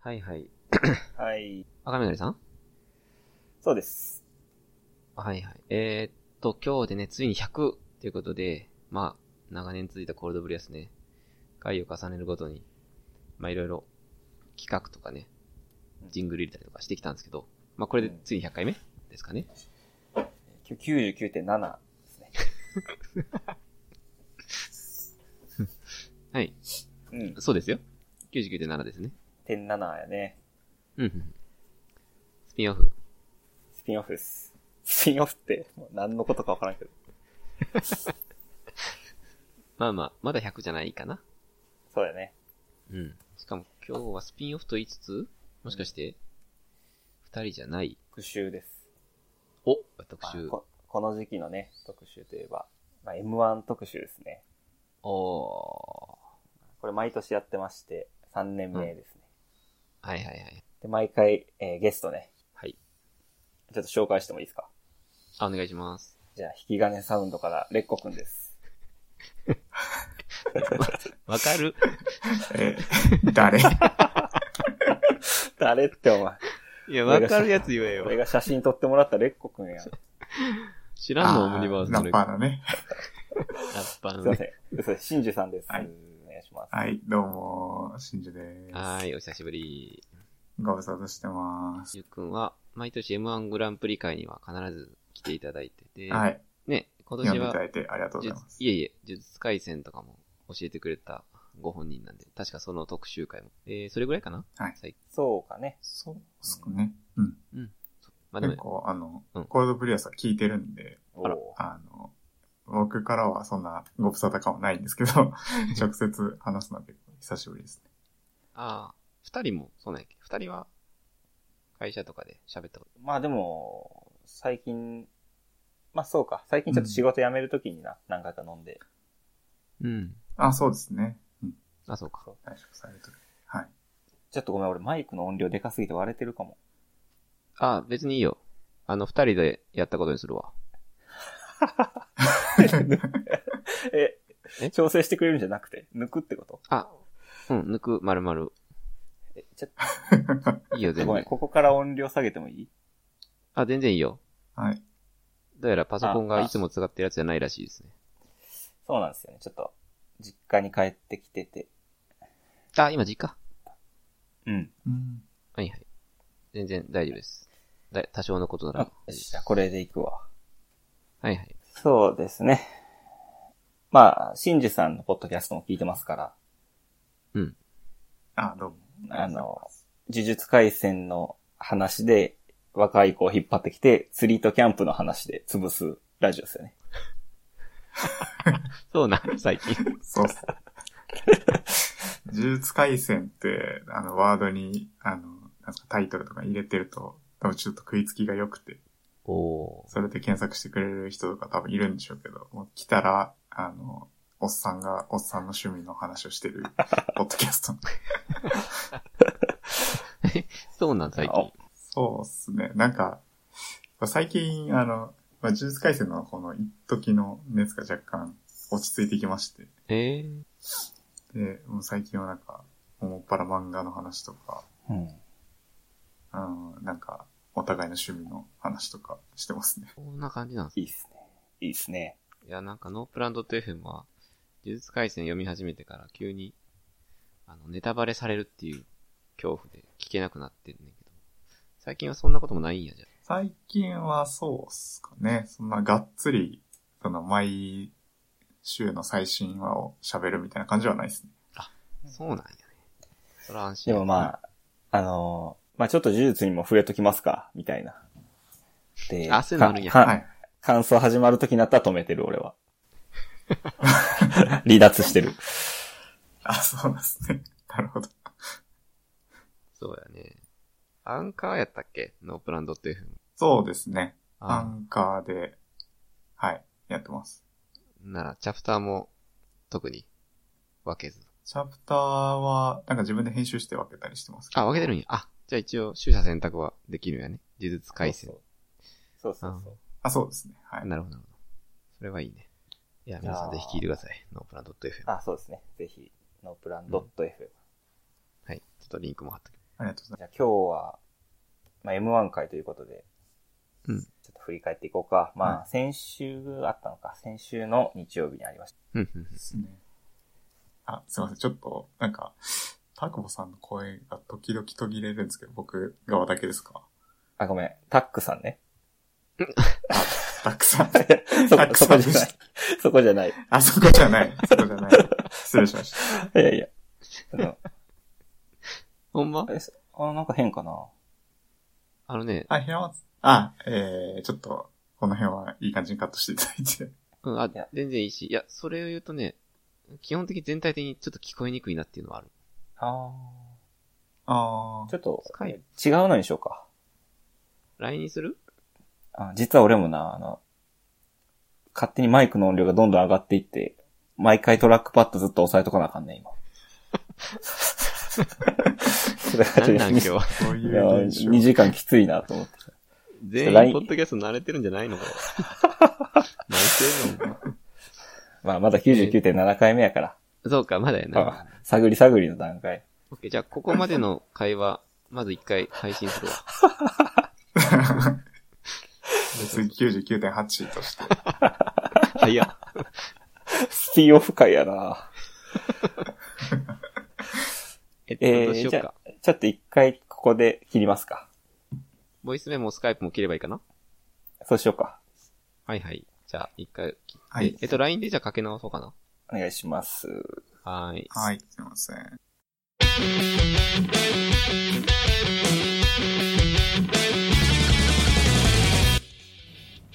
はいはい。はい。赤緑さんそうです。はいはい。えー、っと、今日でね、ついに100ということで、まあ、長年続いたコールドブリアスね、回を重ねるごとに、まあいろいろ企画とかね、ジングル入れたりとかしてきたんですけど、まあこれでついに100回目ですかね。きゅ99.7ですね。はい。うん。そうですよ。99.7ですね。点7やね。うんうん。スピンオフ。スピンオフです。スピンオフって、もう何のことかわからんけど。まあまあ、まだ100じゃないかな。そうだね。うん。しかも今日はスピンオフと言いつつ、もしかして、二人じゃない、特集です。お特まあ集。ここの時期のね、特集といえば、まあ、M1 特集ですね。おこれ毎年やってまして、3年目ですね。ー。はいはいはい。で、毎回、えーゲストね、はい。ちょっと紹介してもいいですかあ、お願いします。じゃあ、引き金サウンドから、レッコくんです。わかる 誰誰ってお前。いや、わわかかるるやつ言え俺よ。が写真撮ってもらったレッコくんや。す知らんのオムニバースのあーラッレパラッーのね。パーいのませね。ん。嘘です。真珠さんです。はいお願いします。はい、どうも、真珠です。はーい、お久しぶり。ご無沙汰してます。ゆうくんは、毎年 M1 グランプリ会には必ず来ていただいてて、はい、ね、今年読んでいはただ、いてありがとうござい呪ます術。いえいえ、呪術回戦とかも教えてくれたご本人なんで、確かその特集会も。えー、それぐらいかなはい最近そうかね。そうですかね。うん。まあで結も、構、あの、うんコールドブリアスは聞いてるんで、おあらーあの、僕からはそんなご無沙汰感はないんですけど、直接話すのは結構久しぶりですね。ああ、二人もそうなんやっけ二人は、会社とかで喋ったこと。まあでも、最近、まあそうか。最近ちょっと仕事辞めるときにな、何回か飲んで。うん。あ、そうですね。うん。あ、そうか。退職されてる。はい。ちょっとごめん、俺マイクの音量でかすぎて割れてるかも。あ、別にいいよ。あの、二人でやったことにするわ。え、え調整してくれるんじゃなくて、抜くってことあ、うん、抜く、まるまる。え、ちょっ いいよ、と全ごめん、然。ここから音量下げてもいいあ、全然いいよ。はい。どうやらパソコンがいつも使ってるやつじゃないらしいですね。そうなんですよね。ちょっと、実家に帰ってきてて。あ、今実家。うん。うん。はいはい。全然大丈夫です。だ多少のことならあ大丈夫よでしす。じゃあこれでいくわ。はいはい。そうですね。まあ、真珠さんのポッドキャストも聞いてますから、うん。あ、どうも。あの、呪術回戦の話で若い子を引っ張ってきて、釣りとキャンプの話で潰すラジオですよね。そうな、最近。そうっす。呪術回戦って、あの、ワードに、あの、なんすか、タイトルとか入れてると、多分ちょっと食いつきが良くて、お お。それで検索してくれる人とか多分いるんでしょうけど、もう来たら、あの、おっさんが、おっさんの趣味の話をしてる、ポッドキャスト。そうなん、最近。そうっすね。なんか、最近、あの、まあ、呪術回戦のこの一時の熱が若干落ち着いてきまして、ええで、もう最近はなんか、もっぱら漫画の話とか、うん。うん、なんか、お互いの趣味の話とかしてますね。 こんな感じなんですいいっすね。いいっすね。いや、なんかノープランドット FM は、呪術回戦読み始めてから急に、あの、ネタバレされるっていう恐怖で聞けなくなってんねんけど。最近はそんなこともないんやじゃん。最近はそうっすかね。そんながっつり、その毎週の最新話を喋るみたいな感じはないですね。そうなんやね。それは安で心。もまあ、あのーまあちょっと呪術にも触れときますか、みたいな。で、あそういうのあるんやかかはい。感想始まるときになったら止めてる、俺は。離脱してる。あ、そうなんですね。 なるほど。そうやね。アンカーやったっけノープランドット FM。そうですね。アあンカーで、はい、やってます。なら、チャプターも、特に、分けず。チャプターは、なんか自分で編集して分けたりしてますけど。あ、分けてるんや。あ、じゃあ一応、取捨選択はできるんやね。呪術回戦。そうそう。そうそうそう。あ、そうですね。はい。なるほど、なるほど。それはいいね。いや、いやー皆さんぜひ聞いてください。ノープランドット FM。あ、そうですね。ぜひ、ノープランドット F。はい。ちょっとリンクも貼っときますありがとうございじゃあ今日は、まあ、M1 回ということで、うんちょっと振り返っていこうか。まはあ、先週あったのか、先週の日曜日にありました。うんうんますね。あ、すいません。ちょっと、なんか、タクボさんの声が時々途切れるんですけど、僕側だけですかあ、ごめん、タックさんね。たくさん。 そタッこ、クそさこんでじゃしない。そこじゃない。あそこじゃない。そこじゃない。失礼しました。いやいや。あのほんまあれですあ、なんか変かな。あのね、あ、平松。あ、えー、ちょっと、この辺はいい感じにカットしていただいて。うん、あや、全然いいし、いや、それを言うとね、基本的に全体的にちょっと聞こえにくいなっていうのはある。ああーちょっと、スカイ違うのにしようか。 LINE にするあ実は俺もな、あの、勝手にマイクの音量がどんどん上がっていって、毎回トラックパッドずっと押さえとかなあかんね、今。それがなちんょなんっ今と日は。そういやいう現象。 2時間きついなと思って。全員 LINE、ポッドキャスト慣れてるんじゃないのこれ。何してんのお前まあ、まだ99.7回目やから。そうか、まだやな。あ探り探りの段階。オッケー、じゃあ、ここまでの会話、まず一回配信 するわ。 次99.8として。あ、いや、スピンオフ会やなえっえと、どうしー、よじうゃかあ。、ちょっと一回ここで切りますか。ボイスメモ、スカイプも切ればいいかなそうしようか。はいはい。じゃあ、一回切って。はいえっと、LINE でじゃあかけ直そうかな。お願いします。はーい。はい、すいません。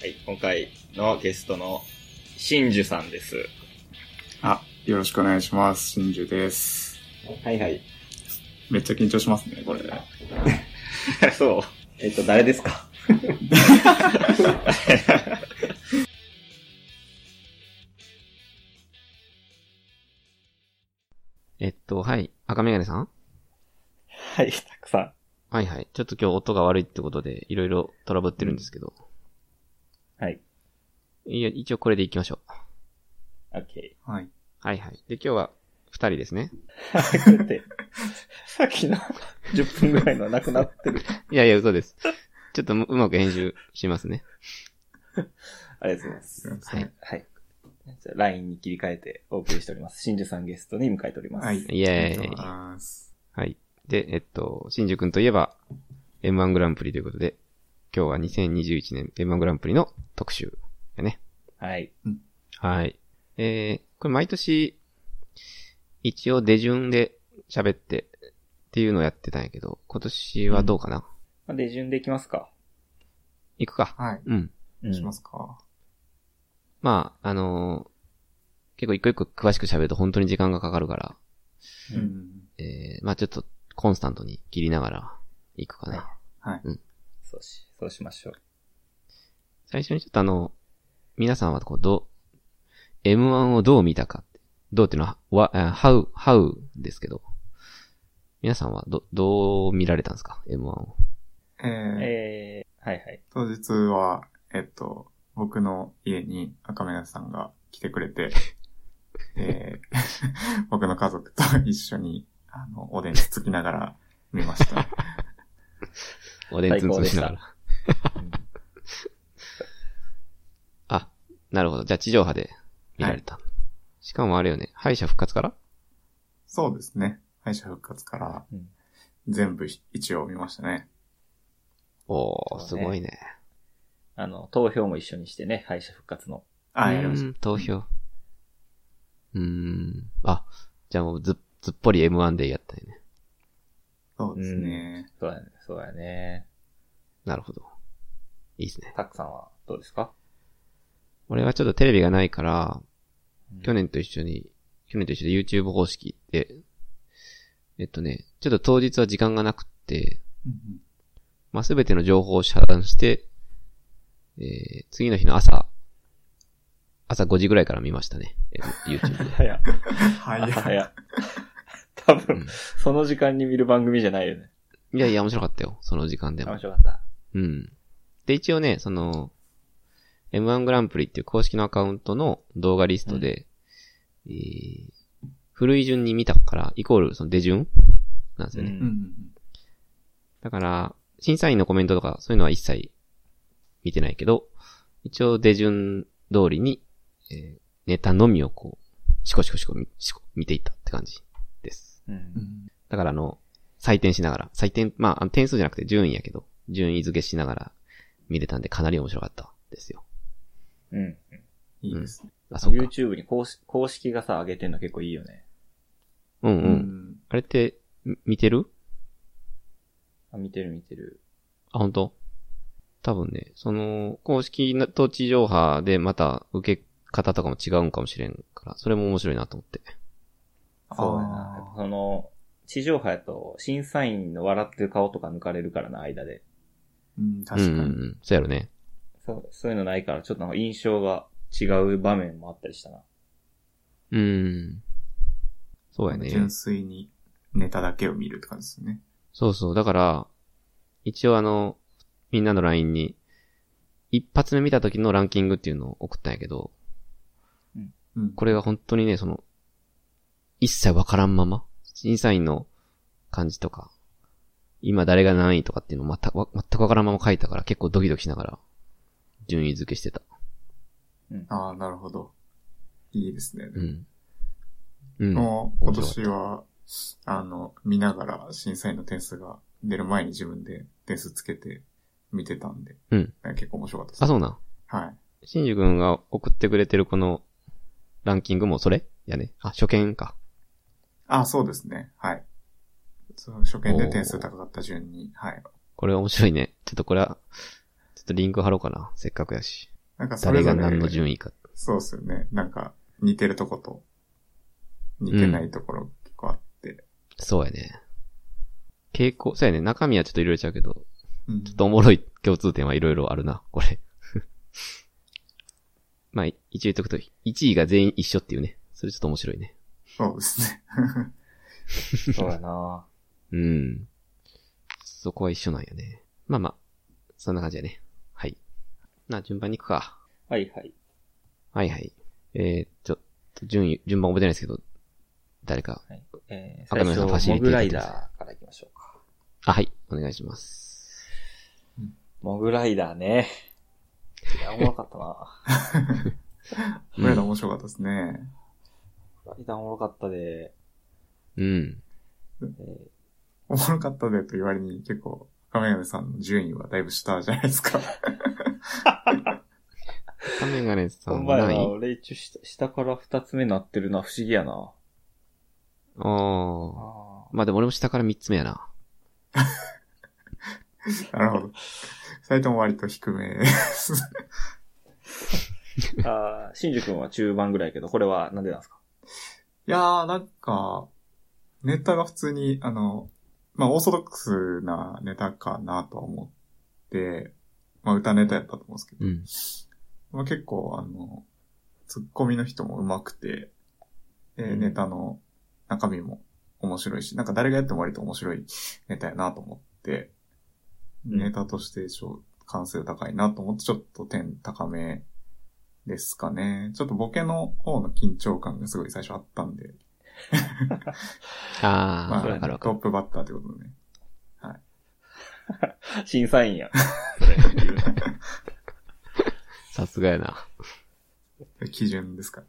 はい、今回のゲストの真珠さんです。あ、よろしくお願いします。真珠です。はいはい。めっちゃ緊張しますね、これ。 そう。えっと、誰ですかえっと、はい。赤メガネさんはい、たくさん。はいはい。ちょっと今日音が悪いってことで、いろいろトラブってるんですけど。はい。いや、一応これでいきましょう。オ ッケはい。はいはい。で、今日は、二人ですね。ー。こうやって、 さっき の10分ぐらいのなくなってる。いやいや、嘘です。 ちょっとううまく編集しますね。 ありがとうございますす。いません。はい。じゃあ LINE に切り替えてお送りしております。真珠さんゲストに迎えております。はい。イありエがとうーござイ。います。はい。で、えっと、新宿くんといえば、M1 グランプリということで、今日は2021年 M1 グランプリの特集やね。はい。はい。えー、これ毎年、一応出順で喋ってっていうのをやってたんやけど、今年はどうかな、まあ、で、順でいきますか。行くか。はい。うん。うしますか。まあ、あのー結構一個一個詳しく喋ると本当に時間がかかるから、う。うんん。えー、まあちょっとコンスタントに切りながら行くかな。はい。そうし、そうしましょう。最初にちょっとあの、皆さんはこう、どう、M1 をどう見たかって。どうっていうのは、わ、あ how, how ですけど。皆さんはど、どう見られたんですか ?M1 を。えー、えー、はいはい。当日は、えっと、僕の家に赤目さんが来てくれて、えー、 僕の家族と一緒に、あの、おでんつつきながら見ました。おでんつんつんしなが最ら。 あ、なるほど。じゃあ地上波で見られた。しかもあれよね、敗者復活からそうですね。敗者復活からうん全部一応見ましたね。おー、すそうねごいね。あの、投票も一緒にしてね、敗者復活の。あ、うーんやりました。投票。うーん。あ、じゃあもうず、ずっぽり M1 でやったよね。そうですね。そうだね、そうだね。なるほど。いいですね。たくさんはどうですか俺はちょっとテレビがないから、去年年。と一緒に、去年と一緒で YouTube 方式で、えっとね、ちょっと当日は時間がなくって、うんまあ、すべての情報を遮断して、えー、次の日の朝、朝5時ぐらいから見ましたね。え YouTube で。 早っ。うんはい。朝早っ。多う分ん、その時間に見る番組じゃないよね。いやいや、面白かったよ。その時間で面も。白かった。うん。で、一応ね、その、M1 グランプリっていう公式のアカウントの動画リストで、えー古い順に見たから、イコール、その出順なんですよね。うんうんだから、審査員のコメントとかそういうのは一切見てないけど、一応出順通りに、えーネタのみをこう、シコシコシコみシコ見ていったって感じです。うん。だからあの、採点しながら、採点、まああの、点数じゃなくて順位やけど、順位付けしながら見れたんでかなり面白かったですよ。うん。いいですね。あ、そっか。 YouTube に公式公式がさ、上げてんの結構いいよね。うんう。うんん。あれって、み見てるあ、見てる見てる。あ、本当多分ね、その、公式なと地上波でまた受け方とかも違うんかもしれんから、それも面白いなと思って。そうだな。やっぱその、地上波やと、審査員の笑ってる顔とか抜かれるからな、間で。うん、確うかんうんうに。ん。そうやろね。そう、そういうのないから、ちょっとなんか印象が違う場面もあったりしたな。うん。そうやね純。粋にネタだけを見るって感じですね。そうそう。だから、一応あの、みんなの LINE に、一発目見た時のランキングっていうのを送ったんやけど、うん。これが本当にね、その、一切わからんまま、審査員の感じとか、今誰が何位とかっていうのを全くわ、全くわからんまま書いたから結構ドキドキしながら、順位付けしてた。ああ、なるほど。いいですね。うん。うん。もう、面白か今った年は、あの、見ながら審査員の点数が出る前に自分で点数つけて見てたんで、うん結構面白かったです。あ、そうなん。はい。しんじくんが送ってくれてるこの、ランキングもそれやね。あ、初見か。あ、そうですね。はい。そう初見で点数高かった順に、はい。これ面白いね。ちょっとこれは、ちょっとリンク貼ろうかな。せっかくやし。なんかそれ誰ぞがれ、何の順位か。そうですよね。なんか、似てるとこと、似てないところ結構あって。そうやね。傾向、そうやね。中身はちょっといろいろちゃうけど、うん。ちょっとおもろい共通点はいろいろあるな、これ。 まあ、い一応言っとくと、1位が全員一緒っていうね。それちょっと面白いね。そうですね。 そうやな。うん。そこは一緒なんやね。まあまあ、そんな感じやね。はい。なあ、順番に行くか。はいはい。はいはい。えー、ちょっと、順位、順番覚えてないですけど、誰か。はい、えー、赤嶺最さんファ初、シリモティやグラってイくだダさいーからいきましょうか。あ、はい。お願いします。モグライダー ね。いや、おもろかったな。モこれら面白かったですね。グライダーおもろかったで、うん。えーおもろかったでと言われに結構、亀山さんの順位はだいぶ下じゃないですか。カメガネさほんんまや何な、位俺一応下下から二つ目なってるな、不思議やな。あー。あまあでも俺も下から3つ目やな。なるほど。二人とも割と低めです。あー、新宿君は中盤ぐらいやけど、これはなんでなんですか いやー、なんか、ネタが普通に、あの、まあ、オーソドックスなネタかなとは思って、まあ、歌ネタやったと思うんですけど、うん。まあ、結構、あの、ツッコミの人も上手くて、えうんネタの中身も面白いし、なんか誰がやっても割と面白いネタやなと思って、うんネタとしてちょ完成度高いなと思って、ちょっと点高めですかね。ちょっとボケの方の緊張感がすごい最初あったんで、あまー、わあ、かるわかトッる。プバッターってことね。審査員や。 さすがやな。基準ですか。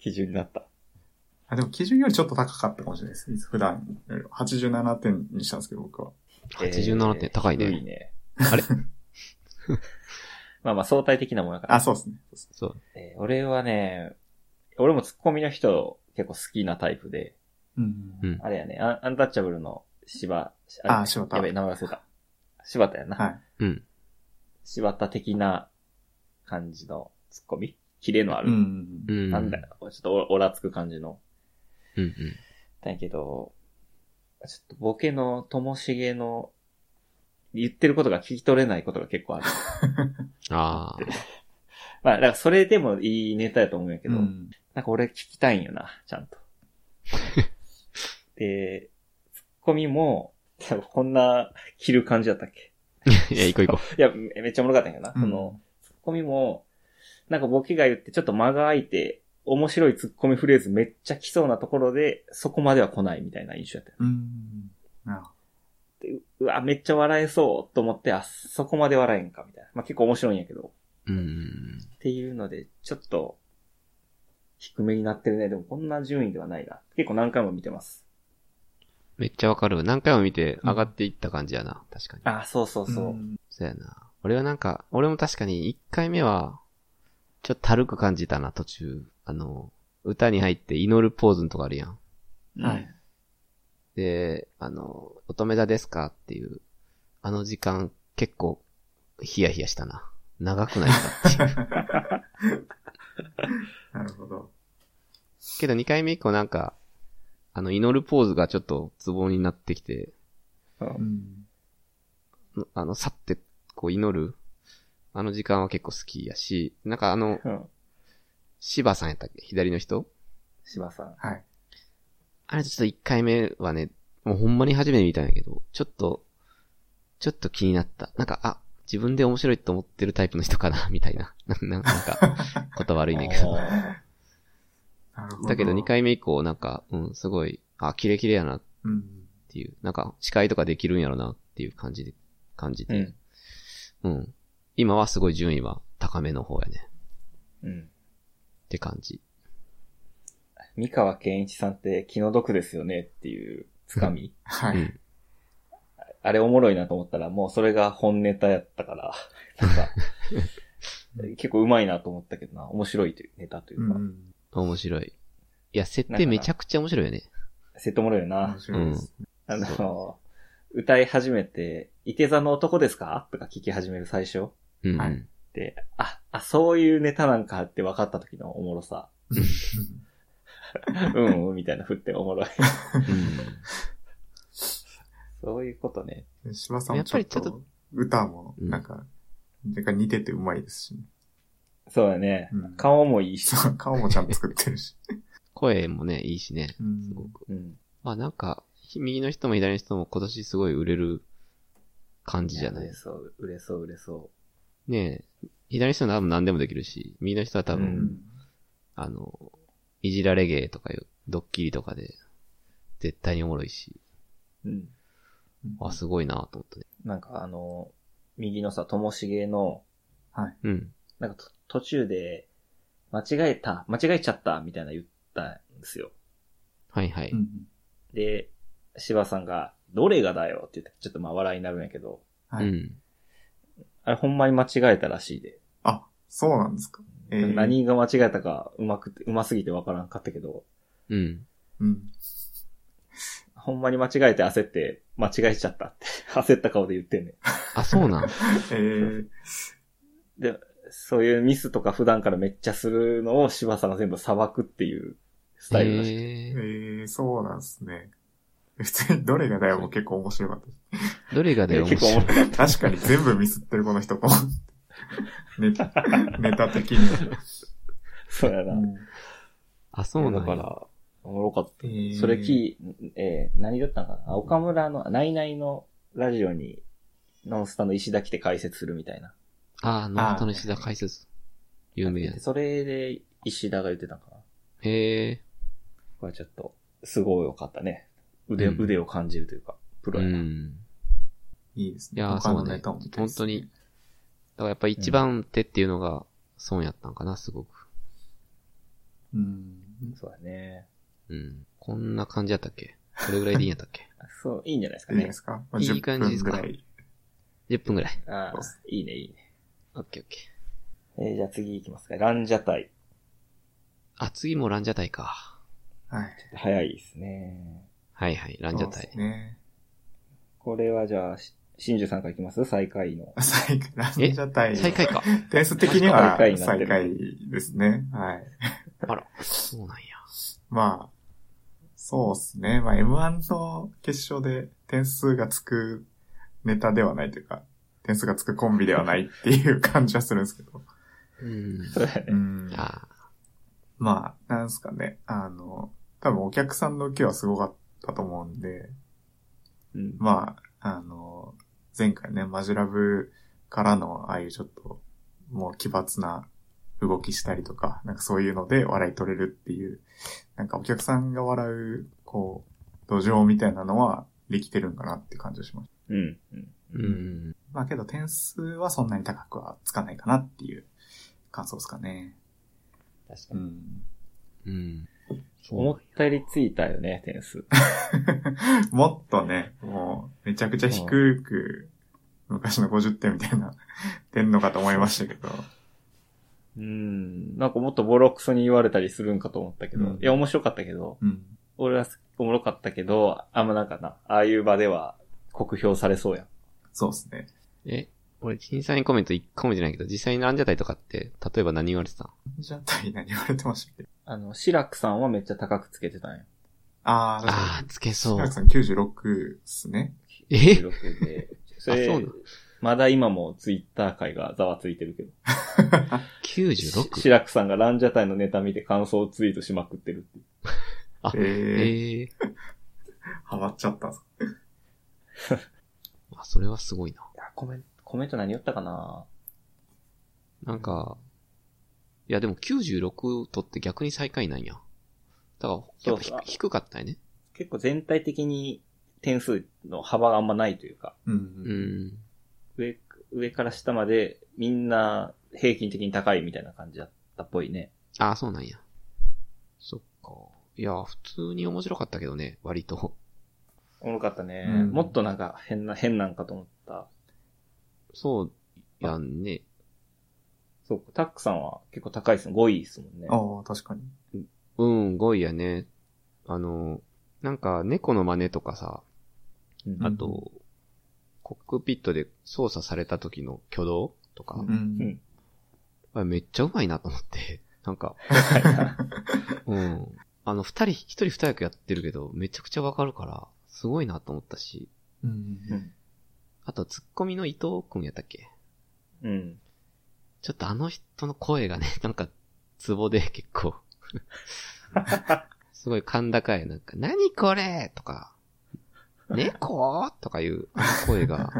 基準になった。あ、でも基準よりちょっと高かったかもしれないです。普段より、87点にしたんですけど、僕は。 87点、高いえー低ねい。ね。あれ まあまあ相対的なもんやから。あ、そうですね。そう。えー俺はね、俺もツッコミの人結構好きなタイプで、うんうんあれやね、アンアンタッチャブルの芝、あ、柴田。やべえ、名前忘れた。柴田やな。はい。うん。柴田的な感じのツッコミキレのあうる。んう。ん。なんだよ、ちょっとオラオラつく感じの。うんうん。だけど、ちょっとボケのともしげの言ってることが聞き取れないことが結構ある。あまあ、だからそれでもいいネタやと思うんやけけど、ど、うんなんか俺聞きたいんよな、ちゃ んと。で、ツッコミも、こんな着る感じだったっけー。 いや、行こう行こ いや、めめっちゃおもろかったんやけどな。その、ツッコミも、なんかボケが言ってちょっと間が空いて、面白いツッコミフレーズめっちゃ来そうなところで、そこまでは来ないみたいな印象やったよ。うん。なるほど。でうわ、めっちゃ笑えそうと思って、あ、そこまで笑えんか、みたいな。まあ、結構面白いんやけど。うん。っていうので、ちょっと、低めになってるね。でもこんな順位ではないな。結構何回も見てます。めっちゃわかる。何回も見てうん上がっていった感じやな。確かに。あ、そうそうそう。ん そうやな。俺はなんか、俺も確かに1回目は、ちょっとたるく感じたな、途中。あの、歌に入って祈るポーズのとこあるやん。はい。で、あの、乙女座ですかっていう、あの時間結構ヒヤヒヤしたな。長くないかって いう。なるほど。けど2回目以降なんか、あの祈るポーズがちょっとツボになってきて、うんうん。あの、去ってこう祈る、あの時間は結構好きやし、なんかあ の、うん。芝さんやったっけ左の人芝さん。はい。あれちょっと1回目はね、もうほんまに初めて見たんやけど、ちょっと、ちょっと気になった。なんか、あ、自分で面白いと思ってるタイプの人かな、みたいな。 ななんか、こと悪いねんけ ど。あなるほど。だけど2。回目以降、なんか、うん、すごい、あ、キレキレやなっうん。ていう、なんか、司会とかできるんやろなっていう感じで、感じーうてん。。うん。今はすごい順位は高めの方やね。うん。って感じ。三河健一さんって気の毒ですよねっていうつかみ。はうい。ん。あれおもろいなと思ったら、もうそれが本ネタやったから、なんか、 結構うまいなと思ったけどな、面白いというネタといううか、ん。面白い。いや、設定めちゃくちゃ面白いよね。セットもろいよな面。白いです。あその、歌い始めて、いて座の男ですかとか聞き始める最初。うん、うん。はいで、あ、あ、そういうネタなんかって分かった時のおもろ さ。うん、うん、みたいな振っておもろい。 そういうことね。うん柴さんもちょっやっぱりちょと、歌も、うんなんか、なんか似ててうまいですしね。そうだね。うん顔もいいし。そう顔もちゃんと作ってるし。声もね、いいしね。うんすごく。うん。まあなんか、右の人も左の人も今年すごい売れる感じじゃない売れそう、売れそう、売れそねえ、左の人は多分何でもできるし、右の人は多分、ううんん。あの、いじられゲーとかいう、ドッキリとかで、絶対におもろいし、う。うん。あ、すごいなと思ったね。なんかあの、右のさ、ともしげの、うん。なんかと途中で、間違えた、間違えちゃった、みたいな言ったんですよ。はいはい。うんで、柴さんが、どれがだよって言って、ちょっとまあ笑いになるんやけど、うはん。い。あれほんまに間違えたらしいで。あ、そうなんですか。えー何が間違えたか、うまくて、うますぎてわからんかったけど、うん。うん。ほんまに間違えて焦って、間違えちゃったって、 焦った顔で言ってんねあ、そう なん。えーん。で、そういうミスとか普段からめっちゃするのを柴さんが全部裁くっていうスタイルらしい。ええー、ー、そうなんですね。普通にどれがだよも結構面白かっどれがだよ、面結構面白い。白い。た。確かに全部ミスってるこの人と思って。 ネタ、ネタ的に。そうやな。うんあ、そうなだんかや。ら、おもろかった。えーそれき、えー何だったのかなあ岡村の、ナイナイのラジオに、ノンスタの石田来て解説するみたいな。あー、ノートの石田解説。有名やね。それで、石田が言ってたのかなへえ。これちょっと、すごい良かったね。腕、うん腕を感じるというか、プロうやな。ん。いいですいね。やー他のそうねネタも見たいで本す当ねに。だからやっぱ一番手っていうのが損やったんかな、すごく。うん。そうだね。うん。こんな感じやったっけこれぐらいでいいんやったっけ そう、いいんじゃないですかいいねで。すかいい感じですか10分ぐらい ?10 分ぐらい。ああ、いいね、いいね。オッケーオッケー。えーじゃあ次行きますか。ランジャタイ。あ、次もランジャタイか。はい。早いですね。はいはい、ランジャタそうでイす。ね。これはじゃあ、し真珠さんから行きます最下位の。最下ランジャタイ。最下位か。点数的には最最下位にな下っ位ですね。はい。あら、そうなんや。まあ、そうですね。まあ M1 の決勝で点数がつくネタではないというか、点数がつくコンビではないっていう感じはするんですけど。うん。そうだねう。ん。あまあ、なんですかね。あの、多分お客さんの受けはすごかったと思うんで、うん。まあ、あの、前回ね、マジラブからの、ああいうちょっと、もう奇抜な動きしたりとか、なんかそういうので笑い取れるっていう、なんかお客さんが笑う、こう、土壌みたいなのはできてるんかなって感じがしましうん。うん。うんう。ん。まあけど点数はそんなに高くはつかないかなっていう感想ですかね。確かうに。ん。うん。そうなん思やったよりついたよね、点数。 もっとね、もう、めちゃくちゃ低く、昔の50点みたいな、出んのかと思いましたけど。うん。なんかもっとボロクソに言われたりするんかと思ったけど。ういんや、面白かったけど。うん。俺はおもろかったけど、あんまなんかな、ああいう場では酷評されそうやん。そうですね。え、俺、審査員コメント1個もじゃないけど、実際にランジャタイとかって、例えば何言われてたんじゃあ、大何言われてましたっけあの、シラクさんはめっちゃ高くつけてたんや。あー、ああ、つけそう。 白あく、さん96っすね。え16で。そそうなれの、まだ今もツイッター界がざわついてるけど。し 96? シラクさんがランジャタイのネタ見て感想をツイートしまくってるっていう。あええええハマっちゃったんすあ、それはすごいな。いや、コメント、コメント何言ったかななんか、いやでも96取って逆に最下位なんや。だから、やっぱひそうか低かったよね。結構全体的に点数の幅があんまないというか、う。うんん。上、上から下までみんな平均的に高いみたいな感じだったっぽいね。ああ、そうなんや。そっか。いや、普通に面白かったけどね、割と。おもろかったね。うんもっとなんか変な、変なんかと思った。そう、やんね。そうか、タックさんは結構高いですね。5位ですもんね。ああ、確かに。うん、5位やね。あの、なんか、猫の真似とかさ、うんあと、コックピットで操作された時の挙動とか、うんうん。あれめっちゃうまいなと思って、 なんか、うん。あの、二人、一人二役やってるけど、めちゃくちゃわかるから、すごいなと思ったし、うん。あと、ツッコミの伊藤くんやったっけうん。ちょっとあの人の声がね、 なんか、ツボで結構、 すごい甲高い、なんか、何これとか、猫とかいう、あの声が、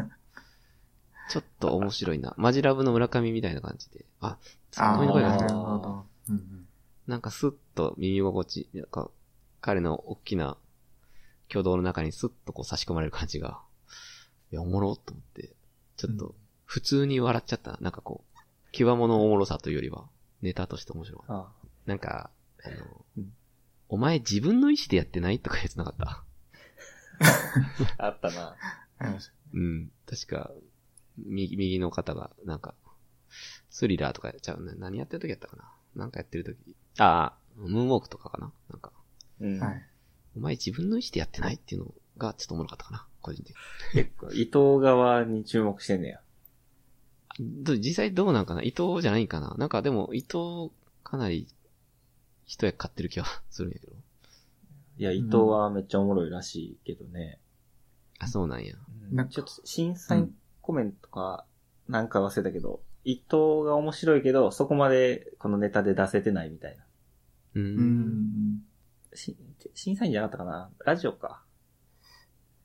ちょっと面白いな。マジラブの村上みたいな感じで、あ、ツッコミの声があすーるなるほど。うんうん。なんかスッと耳心地、なんか、彼の大きな挙動の中にスッとこう差し込まれる感じが、いや、おもろっと思って、ちょっうんと、普通に笑っちゃったな。なんかこう、極物おもろさというよりは、ネタとして面白かった。あなんか、あの、うんお前自分の意思でやってないとかやつなかった。あったな。ありましたうん。確か、右、右の方が、なんか、スリラーとかやっちゃうね。何やってる時やったかななんかやってる時。ああ、ムーンウォークとかかななんか。うん。はい。お前自分の意思でやってないっていうのがちょっとおもろかったかな、個人的結構、伊藤側に注目してんねや。に。ど実際どうなんかな伊藤じゃないんかななんかでも伊藤かなり一役買ってる気はするんやけど。いや、伊藤はめっちゃおもろいらしいけどね。あ、そうなんや。なんかちょっと、審査員コメントか、なんか忘れたけど、伊藤が面白いけど、そこまでこのネタで出せてないみたいな。うー。うんん。し審査員じゃなかったかなラジオか。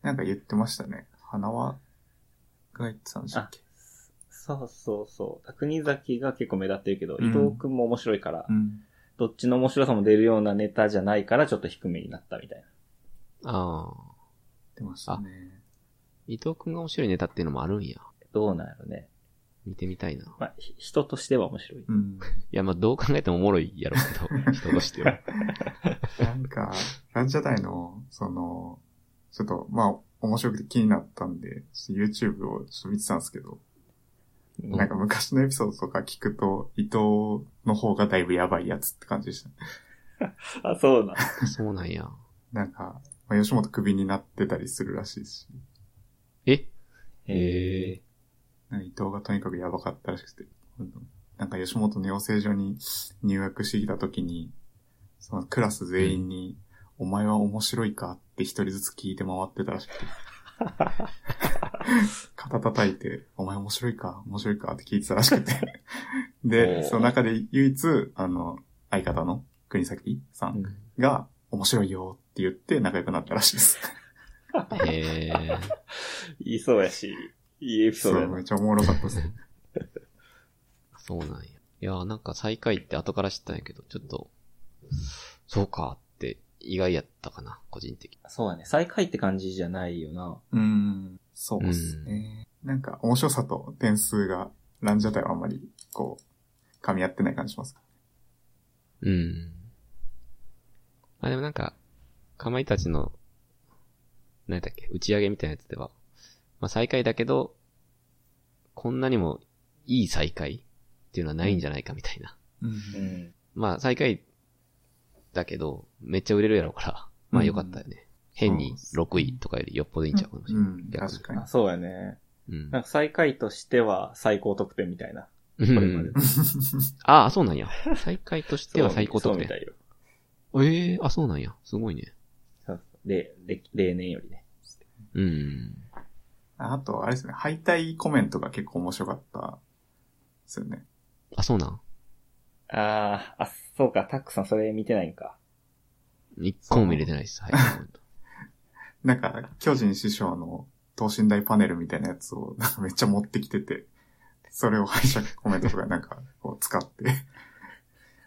なんか言ってましたね。花輪が言ってたんでしたっけそうそうそう。国崎が結構目立ってるけど、うん伊藤くんも面白いから、うん。どっちの面白さも出るようなネタじゃないから、ちょっと低めになったみたいな。ああ。出ましたね。伊藤くんが面白いネタっていうのもあるんや。どうなんやろね。見てみたいな。いまあ、ひ人としては面白い。うん。や、まあ、どう考えてもおもろいやろうけど、人として は。なんか、ランジャタイの、その、ちょっと、まあ、面白くて気になったんで、ちょっと YouTube をちょっと見てたんですけど、うんなんか昔のエピソードとか聞くと、伊藤の方がだいぶやばいやつって感じでした。 あ、そうなん。そうなんや。なんか、まあ、吉本クビになってたりするらしいし、えへえ。なんか伊藤がとにかくやばかったらしくて、なんか吉本の養成所に入学してきた時に、そのクラス全員に、お前は面白いかって一人ずつ聞いて回ってたらしくて。肩叩いて、お前面白いか面白いかって聞いてたらしくて。 おで、ーその中で唯一、あの、相方の国崎さんが、面白いよって言って仲良くなったらしいです。へえ。言いそうやし、いいエピソーそドやう、なめっちゃおもろかったです。そうなんや。いやーなんか最下位って後から知ったんやけど、ちょっと、そうかって意外やったかな、個人的に。そうやね。最下位って感じじゃないよな。うん。そうですね。なんか、面白さと点数が、ランジャタイはあんまり、こう、噛み合ってない感じします。うん。あ、でもなんか、かまいたちの、何だっけ、打ち上げみたいなやつでは、まあ最下位だけど、こんなにもいい最下位っていうのはないんじゃないかみたいな。う。うんん。まあ最下位だけど、めっちゃ売れるやろうから、まあよかったよね。変に6位とかよりよっぽどいいんちゃうかもしれうない。ん、確かにあ。そうやね。うんなんか最下位としては最高得点みたいな。うんこれまで。ああ、そうなんや。最下位としては最高得そうみ点た。いよ。ええあ、そうなんや。すごいね。そうそうで、で、例年よりね。うん。 あと、あれですね、敗退コメントが結構面白かったですよね。あ、そうなんあー、あ、そうか、タックさんそれ見てないんか。一個も見れてないです。はい。なんか、巨人師匠の等身大パネルみたいなやつを、 なんかめっちゃ持ってきてて、それを敗者コメントとかなんか、こう使って、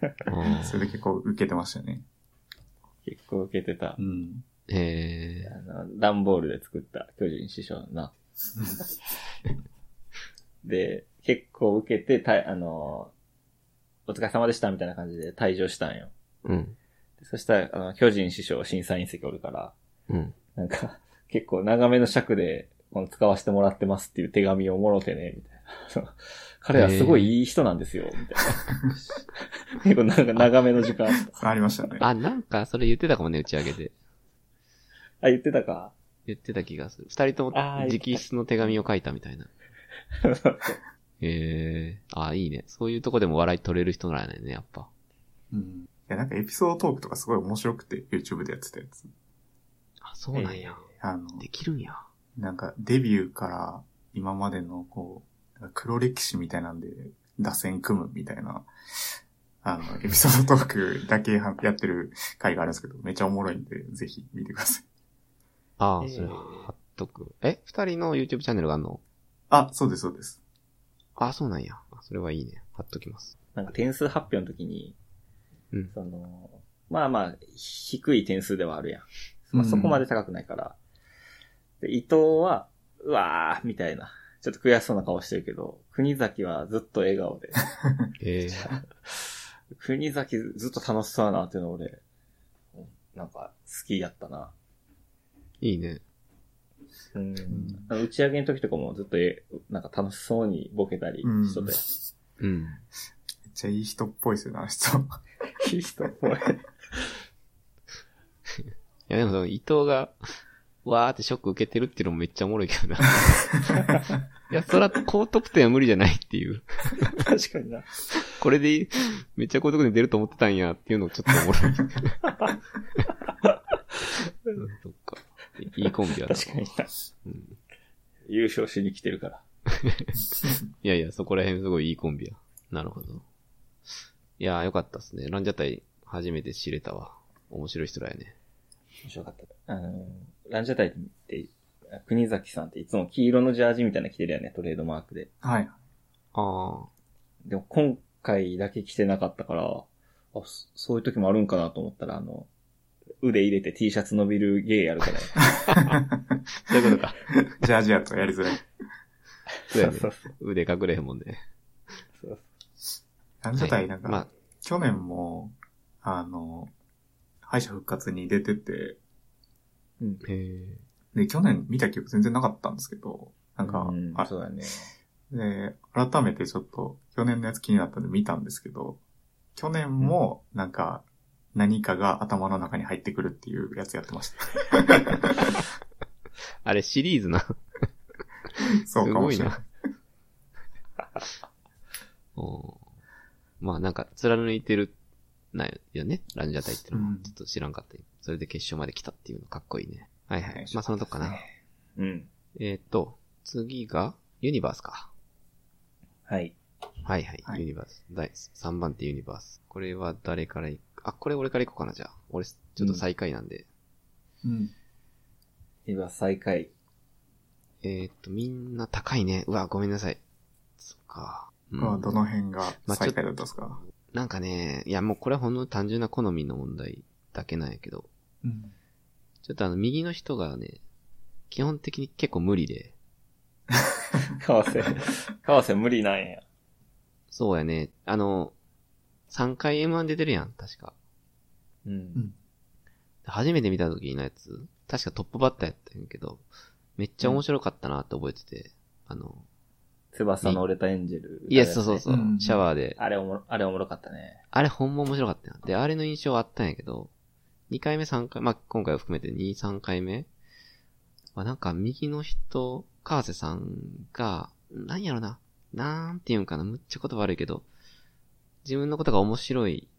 あそれで結構受けてましたね。結構受けてた。ん。ーえあの、段ボールで作った巨人師匠の な。で、結構受けて、たあの、お疲れ様でしたみたいな感じで退場したんよ。ー、うん。でそしたら、あの、巨人師匠審査員席おるから、うん。なんか、 結構長めの尺で、この使わせてもらってますっていう手紙をもろてね、みたいな その。彼はすごいいい人なんですよ、みたいな。 結構なんか長めの時間。ありましたね。あ、なんか、それ言ってたかもね、打ち上げで。あ、言ってたか 言ってた気がする。二人ともあー直筆の手紙を書いたみたいな。ええー、あ、いいね。そういうとこでも笑い取れる人ならね、やっぱ。うん。いや、なんかエピソードトークとかすごい面白くて、YouTube でやってたやつ。あ、そうなんや。あの、できるんや。なんかデビューから今までのこう、なんか黒歴史みたいなんで、打線組むみたいな、 あの、エピソードトークだけはやってる回があるんですけど、めっちゃおもろいんで、ぜひ見てください。あえあ、ーそれ貼っとく。え、二人の YouTube チャンネルがあんのあ、そうです、そうです。あ、そうなんや。あそれはいいね。貼っときます。なんか点数発表の時に、うん。その、まあまあ、低い点数ではあるやん。まあ、うんそこまで高くないから。で、伊藤は、うわー、みたいな。ちょっと悔しそうな顔してるけど、国崎はずっと笑顔で。ええ国崎ずっと楽しそうやなっていうの俺、なんか好きやったな。いいね。うん。あの打ち上げの時とかもずっとえ、なんか楽しそうにボケたりうん。めしとっ。ってうん。ちゃいい人っぽいですよね、あの人。 いい人っぽい。いやでもその伊藤が、 わーってショック受けてるっていうのもめっちゃおもろいけどな。いや、そら高得点は無理じゃないっていう。確かにな。これでいいめっちゃ高得点出ると思ってたんやっていうのちょっとおもろい。うんそっか。いいコンビやな。 確かにな。うん優勝しに来てるから。いやいや、そこら辺すごいいいコンビや。なるほど。いやーよかったっすね。ランジャタイ初めて知れたわ。面白い人だよね。面白かった。あの、ランジャタイって、国崎さんっていつも黄色のジャージみたいなの着てるよね、トレードマークで。はい。ああ。でも今回だけ着てなかったから、あそそういう時もあるんかなと思ったら、あの、腕入れて T シャツ伸びる芸やる から。そういうことか。ジャージアとやりづらい。そうやねそうそ う腕隠れへんもんね。そう。ランジャタイなんか、まあ、去年も、あの、敗者復活に出てて、うん。へえ。で、去年見た記憶全然なかったんですけど、なんか、うんあそうだね。で、改めてちょっと、去年のやつ気になったんで見たんですけど、去年も、なんか、何かが頭の中に入ってくるっていうやつやってま した。あれシリーズな。そうかもしれない。おー まあなんか、貫いてる、ないよね。ランジャタイってのうもんちょっと知らんかった。それで決勝まで来たっていうのかっこいいね。はいははいい。まあそのとこかな。うん。えーっと、次が、ユニバースか。はい。はいはい。はいユニバース。第3番手ユニバース。これは誰からいくあ、これ俺から行こうかな、じゃあ。俺、ちょっと最下位なんで。うん。今最下 位。えーっと、みんな高いね。うわ、ごめんなさい。そっか。うんまあどの辺が最下位だったんですか、なんかね、いやもうこれはほんの単純な好みの問題だけなんやけど、うん。ちょっとあの右の人がね、基本的に結構無理で、河瀬、河瀬無理なんや。そうやね。あの、3回 M1 出てるやん、確か。うん。初めて見た時のやつ、確かトップバッターやったんやけど、めっちゃ面白かったなって覚えてて、あの、翼の折れたエンジェル。いや、そうそうそう、うんシャワーで、あれおもろ、あれおもろかったね。あれほんま面白かったな。で、あれの印象はあったんやけど、2回目3回、まあ、今回を含めて2、3回目はなんか右の人、川瀬さんが、なんやろな、なんていうんかな、むっちゃ言葉悪いけど、自分のことが面白い、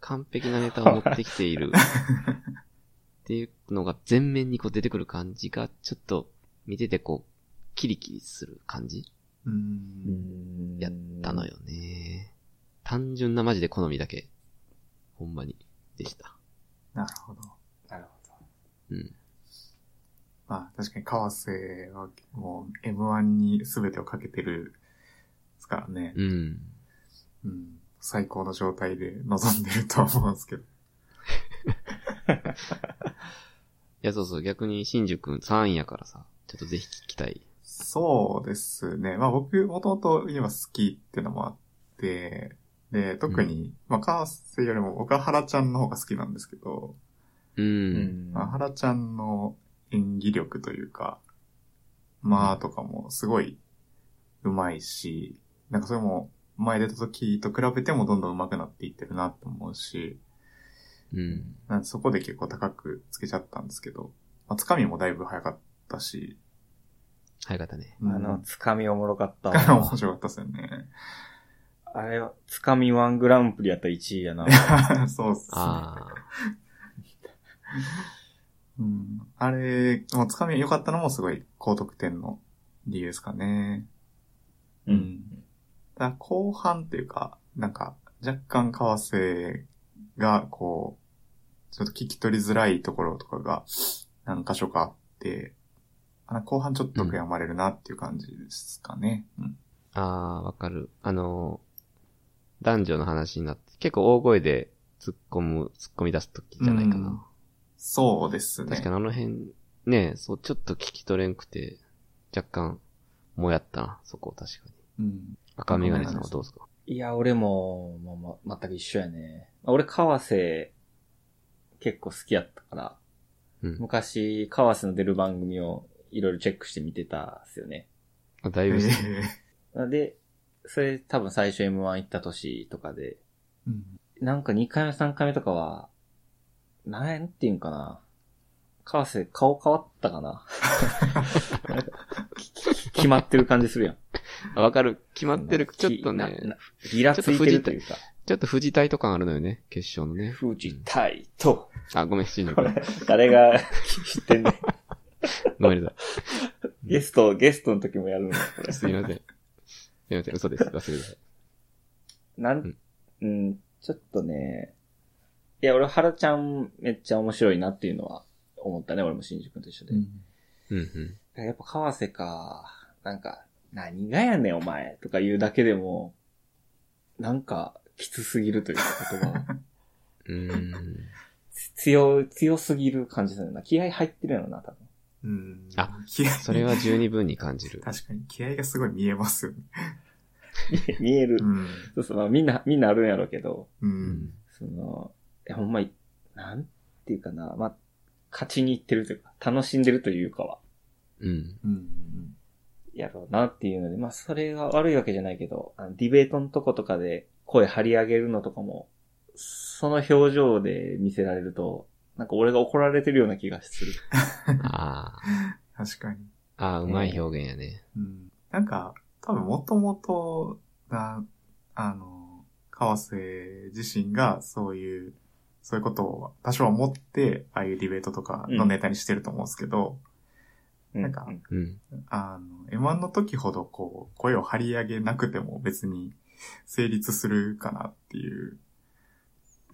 完璧なネタを持ってきている、っていうのが全面にこう出てくる感じが、ちょっと見ててこう、キリキリする感じうん。やったのよ。よね。単純なマジで好みだけ。ほんまに。でした。なるほど。なるほど。うん。まあ確かに川瀬はもう M1 に全てをかけてるですからね。うん。うん。最高の状態で臨んでるとは思うんですけど。いや、そうそう、逆に新宿3位やからさ、ちょっとぜひ聞きたい。そうですね。まあ僕、もともと今好きってのもあって、で、特に、まあ川瀬よりも僕は原ちゃんの方が好きなんですけど、う。うんまあ、原ちゃんの演技力というか、まあとかもすごい上手いし、なんかそれも前出た時と比べてもどんどん上手くなっていってるなと思うし、うん。なんでそこで結構高くつけちゃったんですけど、まあ、つかみもだいぶ早かったし、早かったね。うん あの、つかみおもろかったわ。 面白かったですよね。 あれは、つかみワングランプリやったら1位やな。そうっすね。あうん、あれ、まあ、つかみ良かったのもすごい高得点の理由ですかね。うん。だから後半っていうか、なんか、若干為替が、こう、ちょっと聞き取りづらいところとかが、何箇所かあって、あ後半ちょっと悔やまれるなっていう感じですかね。うん。あ。ああ、わかる。あのー、男女の話になって、結構大声で突っ込む、突っ込み出すときじゃないかうんな。そうですね。確かにあの辺、ねそう、ちょっと聞き取れんくて、若干、もやったな、そこ、確かに。うん。赤メガネさんはどうですかいや、俺も、もうま、全く一緒やね。俺、川瀬、結構好きやったから、うん。昔、川瀬の出る番組をいろいろチェックして見てたっすよね。あだえいぶ、えで、それ多分最初 M1 行った年とかで、うん。なんか2回目3回目とかは、なんていうんかな。川瀬顔変わったか な。きき決まってる感じするやん。あわかる。決まってる。きちょっとね、ななギラついてるというか。ちょっと不時体と感あるのよね、決勝のね。 富士体と、あ、ごめん、新宿こ。れ、誰が知ってんねん ごめんなさゲスト、ゲストの時もやるのこれい。。すいません。すいません、嘘です。忘れてください。なん、うん、ちょっとね、いや、俺、原ちゃんめっちゃ面白いなっていうのは思ったね、俺も新宿と一緒で。うんうん。やっぱ、川瀬か、なんか、何がやねん、お前とか言うだけでも、なんか、きつすぎるというか、言葉 がうーん。つ強、強すぎる感じするな。気合入ってるやろな、多分。うん。あ、気合それは十二分に感じる。確かに気合がすごい見えますよね。 見えるう。ん。そうそう、まあみんな、みんなあるんやろうけど、ううんん。。その、いや、ほんまに、なんていうかな、まあ、勝ちに行ってるというか、楽しんでるというかは、うん。うん。やろうなっていうので、まあ、それが悪いわけじゃないけど、あのディベートのとことかで声張り上げるのとかも、その表情で見せられると、なんか俺が怒られてるような気がする。あ確かに。あ。ああ、うまい表現やね。うんなんか、多分もともとが、あの、川瀬自身がそういう、そういうことを多少は持って、ああいうディベートとかのネタにしてると思うんですけど、なんかううん。あの、M1 の時ほどこう、声を張り上げなくても別に成立するかなっていう、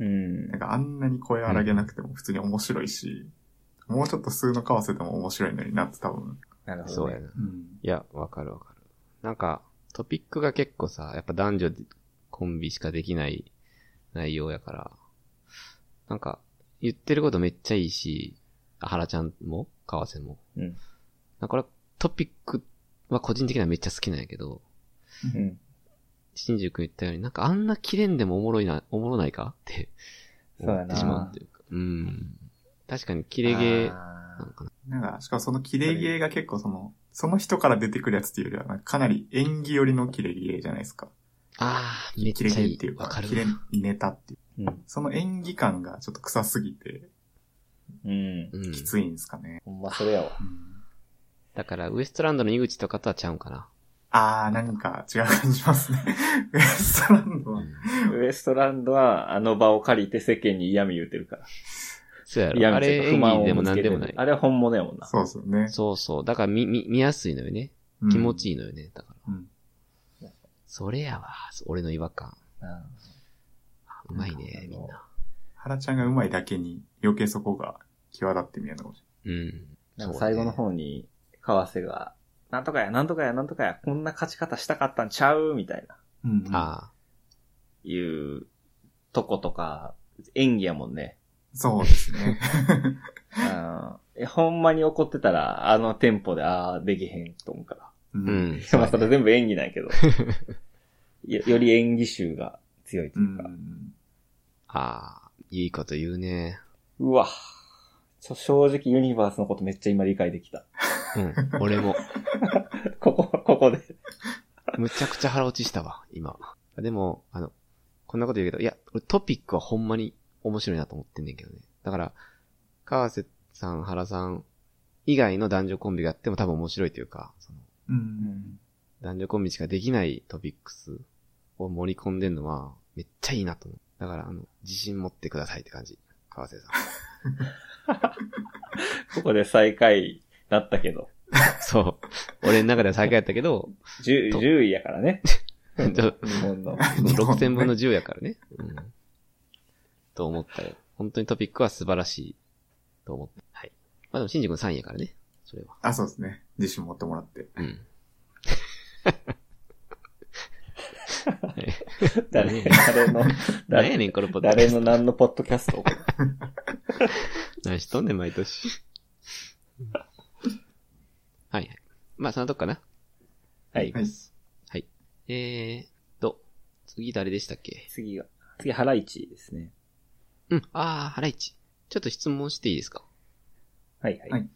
うんなん。かあんなに声を荒げなくても普通に面白いし、もうちょっと普通の川瀬でも面白いのになって多分、なるほど、ね。そうやな。うん。いや、わかるわかる。なんか、トピックが結構さ、やっぱ男女でコンビしかできない内容やから、なんか、言ってることめっちゃいいし、あ原ちゃんも、川瀬も。うんなんかこれ、トピックまあ個人的にはめっちゃ好きなんやけど、うん。新宿君言ったように、なんかあんな切れんでもおもろいな、おもろないかってそう思やなってしまうというか。うん。確かに切れゲーなあのかな。ーなんか、しかもその切れゲーが結構その、その人から出てくるやつっていうよりは、なんかかなり演技寄りの切れゲーじゃないですか。ああ、めっち切れゃゲいーっていい。うわか、かる切れわ。ネタっていう。うん。その演技感がちょっと臭すぎて、うん。うん。きついんですかね。ほんまそれやわ。うんだから、ウエストランドの井口とかとはちゃうんかな。あー、なんか違う感じしますね。 ウエストランドうは。んウエストランドはあの場を借りて世間に嫌味言ってるから。そうや嫌ろ。あ味というれか演技でもぶつ何けでてもるない。あれは本物やもんな。そうですよね。そうそう。だから見、見、見やすいのよね。うん気持ちいいのよね。だから。うん。それやわ。俺の違和感。ううんまいね、うんみんな。原ちゃんが上手いだけに、余計そこが際立って見えるのかもしれうん。なんか最後の方に、川瀬が、なんとかや、なんとかや、なんとかや、こんな勝ち方したかったんちゃうみたいな、ない。うん、ああ。いうとことか、演技やもんね。そうですね。うんえほんまに怒ってたら、あのテンポで、ああ、できへんと思うか う う。ん。ら。 まあそれ全部演技なんやけど。 よより演技集が強いとういうか。ん。ああ、いいこと言うね。うわちょ正直ユニバースのことめっちゃ今理解できた。 うん。俺も。ここ、ここで。むちゃくちゃ腹落ちしたわ、今。でも、あの、こんなこと言うけど、いや、俺トピックはほんまに面白いなと思ってんねんけどね。だから、川瀬さん、原さん以外の男女コンビがやっても多分面白いというか、そのうん。男女コンビしかできないトピックスを盛り込んでんのは、めっちゃいいなと思う。だから、あの、自信持ってくださいって感じ。川瀬さん。ここで最下位だったけど。そう。俺の中では最下位やったけど、 10, 10位やからね。ちょっと日本の。 6000分の10やからね。うん。と思ったよ。本当にトピックは素晴らしい。と思った。はい。まあでも、新宿の3位やからね。それは。あ、そうですね。自信持ってもらって。うん。誰、誰 の、何や誰ねん、このポッドキャ誰スのト。何のポッドキャス ト何しとんねん、毎年。はいはい。まあ、そのとこかな。はいは。い。はい。えーっと、次誰でしたっけ次が、次、ハライチですね。うん。あー、ハライチ。ちょっと質問していいですかはいはい。はい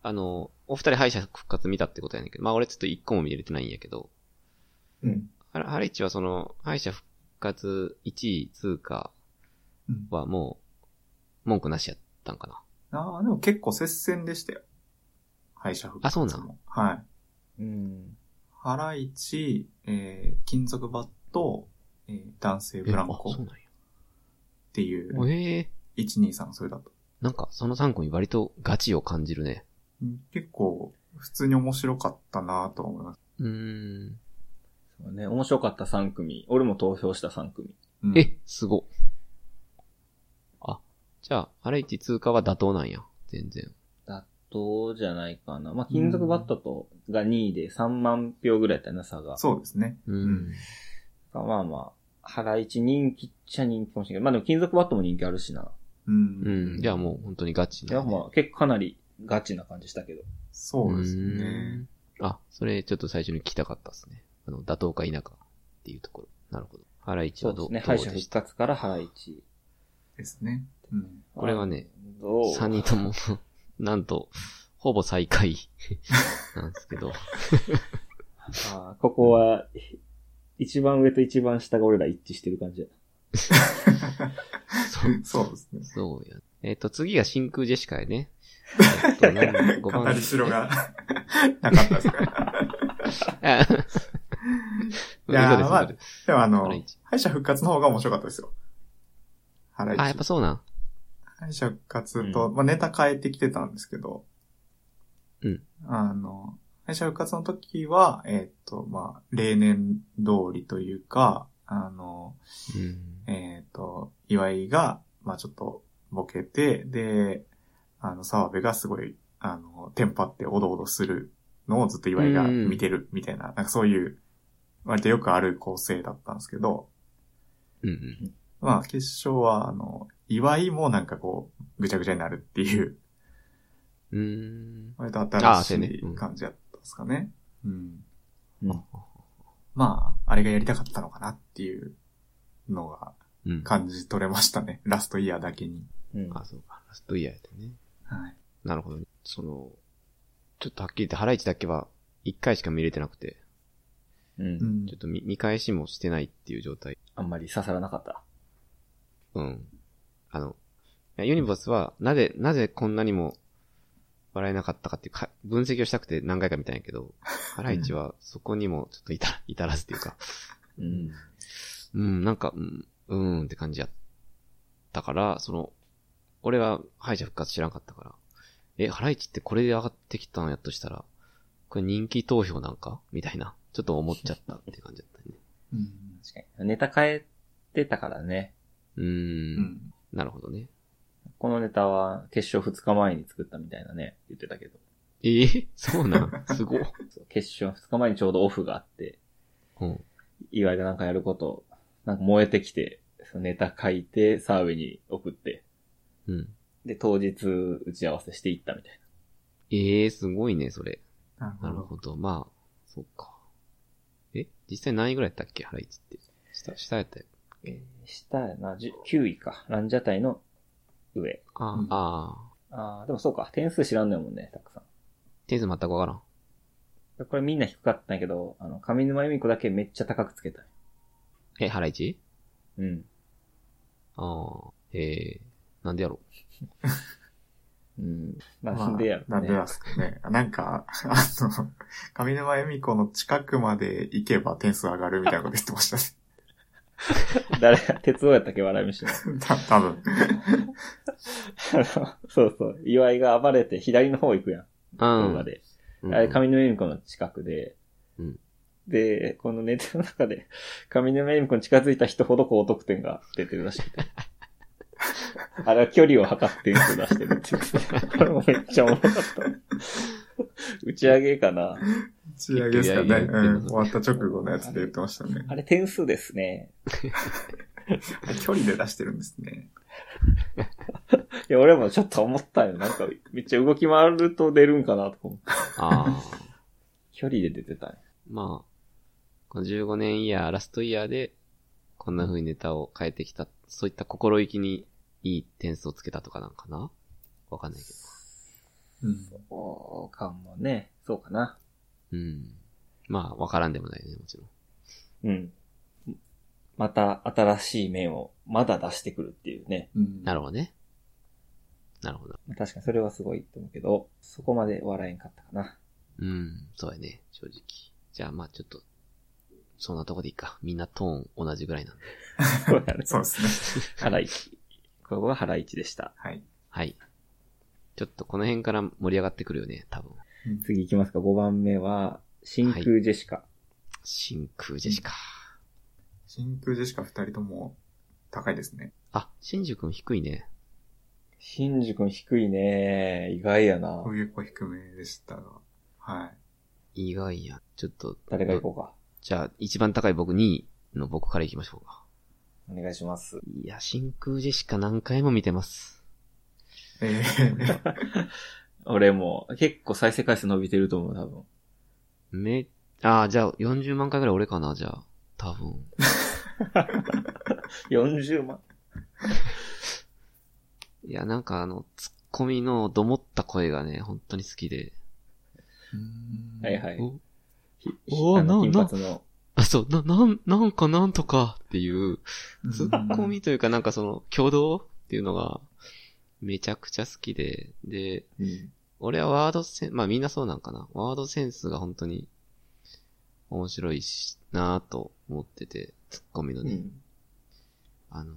あの、お二人敗者復活見たってことやねんけど、まあ俺ちょっと一個も見れてないんやけど、うん。ハラハライチはその、敗者復活1位通過うん、はもう、文句なしやったんかな。ああ、でも結構接戦でしたよ。敗者復活。あそうなんのはい。うん。ハライチ、えー、金属バット、えー、男性ブランコえあそうっなんや。ていう、ええ123それだと。なんかその3組割とガチを感じるね。うん結構、普通に面白かったなとは思います。うーん。そうね、面白かった3組。俺も投票した3組。うん、え、すごっ。あ、じゃあ、ハライチ通過は妥当なんや。全然。妥当じゃないかな。まあ、金属バットと、が2位で3万票ぐらいやったな、差が。そうですね。ううんん。まあまあ、ハライチ人気っちゃ人気かもしれないけど、まあでも金属バットも人気あるしな。うん。うん。じゃあもう本当にガチいなや、んでまあ、結構かなりガチな感じしたけど。そうですうね。んあ、それちょっと最初に聞きたかったですね。あの、妥当か否かっていうところ。なるほど。ハライチそはうでどすうね。どう敗で者復した活からハライチ。ですね。 うん。これはね、どう ?3 人とも、なんと、ほぼ最下位なんですけど。あーここは、一番上と一番下が俺ら一致してる感じだ。そう、そうですね。そうや。えっ、と、次が真空ジェシカやね。えっとなん五語りしろが なかったですから。あいやー嘘ですまあ嘘ですでもあハラのイチ、敗者復活の方が面白かったですよ。ハライチ。あ、やっぱそうなん。敗者復活と、まあ、ネタ変えてきてたんですけど、うん。あの、敗者復活の時は、えーっと、まあ、例年通りというか、あの、うん。えーっと、岩井が、まあ、ちょっとボケて、で、あの、澤部がすごい、あの、テンパっておどおどするのをずっと岩井が見てるみたいな、なんかそういう、割とよくある構成だったんですけど、うんうん。まあ、決勝は、あの、岩井もなんかこう、ぐちゃぐちゃになるっていう、 うーん。割とあ新ーそうねしうんい感じやったんですかね。うん。うん。まあ、あれがやりたかったのかなっていうのがうん。感じ取れましたね。ラストイヤーだけに。うん。あ、そうか。ラストイヤーやったね。はい。なるほどね。その、ちょっとはっきり言って、ハライチだけは1回しか見れてなくて、うんうんちょっと見見返しもしてないっていう状態。あんまり刺さらなかった。うん。あの、いやユニバースは、なぜ、なぜこんなにも笑えなかったかっていうか、分析をしたくて何回か見たんやけど、ハライチはそこにもちょっと至至らずっていうか、うん。うん、なんか、うん、うーんって感じやったから、その、俺は敗者復活知らんかったから、え、ハライチってこれで上がってきたのやとしたら、これ人気投票なんかみたいな、ちょっと思っちゃったって感じだったね。うん。確かに。ネタ変えてたからね。うーん、うん。なるほどね。このネタは決勝2日前に作ったみたいなね、言ってたけど。えー、そうなんすごい。そう決勝2日前にちょうどオフがあって、うん。意外となんかやること、なんか燃えてきて、そのネタ書いて、澤部に送って、うん。で、当日打ち合わせしていったみたいええー、すごいね、それ。なるなほるど。ほど。まあ、そうか。え実際何位ぐらいやったっけハライチって。下、下やったよ。な。えー下やな、じゅ9位か。ランジャタイの上。あ、うんあー、あーでもそうか。点数知らんのよもんね、たくさん。点数全くわからん。でこれみんな低かったんやけど、あの、上沼恵美子だけめっちゃ高くつけた。え、ハライチうん。ああ、ええー、なんでやろ うん。まなあんでやろ、ね。なんでなんですかね。なんか、あの、 上沼恵美子の近くまで行けば点数上がるみたいなこと言ってましたね。 誰が、鉄夫やったっけ笑い飯の。た多分あのそうそう。岩井が暴れて左の方行くやん。う。うん。動画で。うんあれ、上沼恵美子の近くで。うんで、このネタの中で、上沼恵美子に近づいた人ほど高得点が出てるらしくて。あれは距離を測って点数出してるっていう。これもめっちゃおもろかった。打ち上げかな。打ち上げですかね。結局 やりに行ってるうん。終わった直後のやつで言ってましたね。あれ点数ですね。距離で出してるんですね。いや、俺もちょっと思ったよ。なんか、めっちゃ動き回ると出るんかなとか思って。ああ。距離で出てたね。まあ、この15年イヤー、ラストイヤーで、こんな風にネタを変えてきた、そういった心意気にいい点数をつけたとかなんかなわかんないけど。うん。そうかもね。そうかな。うん。まあ、わからんでもないね、もちろん。うん。また新しい面をまだ出してくるっていうね。うんなるほどね。なるほど。確かにそれはすごいと思うけど、そこまで笑えんかったかな。うん、そうやね、正直。じゃあ、まあちょっと、そんなとこでいいか。みんなトーン同じぐらいなんで。 そうやね。そうですね。腹一。ここが腹一でした。はい。はい。ちょっとこの辺から盛り上がってくるよね、多分。うん次行きますか。5番目は、真空ジェシカ。真空ジェシカ。真空ジェシカ二人とも高いですね。あ、真珠くん低いね。新宿君低いね。意外やなこ。ういう子低めでしたが。はい。意外や。ちょっと。誰が行こうか。じゃあ、一番高い僕2位の僕から行きましょうか。お願いします。いや、真空ジェシカ何回も見てます。えー俺も、結構再生回数伸びてると思う、多分。め、ああ、じゃあ40万回ぐらい俺かな、じゃあ。多分。 40万。いや、なんかあの、ツッコミのどもった声がね、本当に好きで。うんはいはい。おひおーあのな金な髪の。あ、そう、な、なん、なんかなんとかっていう、うんツッコミというかなんかその、挙動っていうのが、めちゃくちゃ好きで、で、うん俺はワードセン、まあみんなそうなんかな。ワードセンスが本当に、面白いし、なぁと思ってて、ツッコミのうね。ん。あの、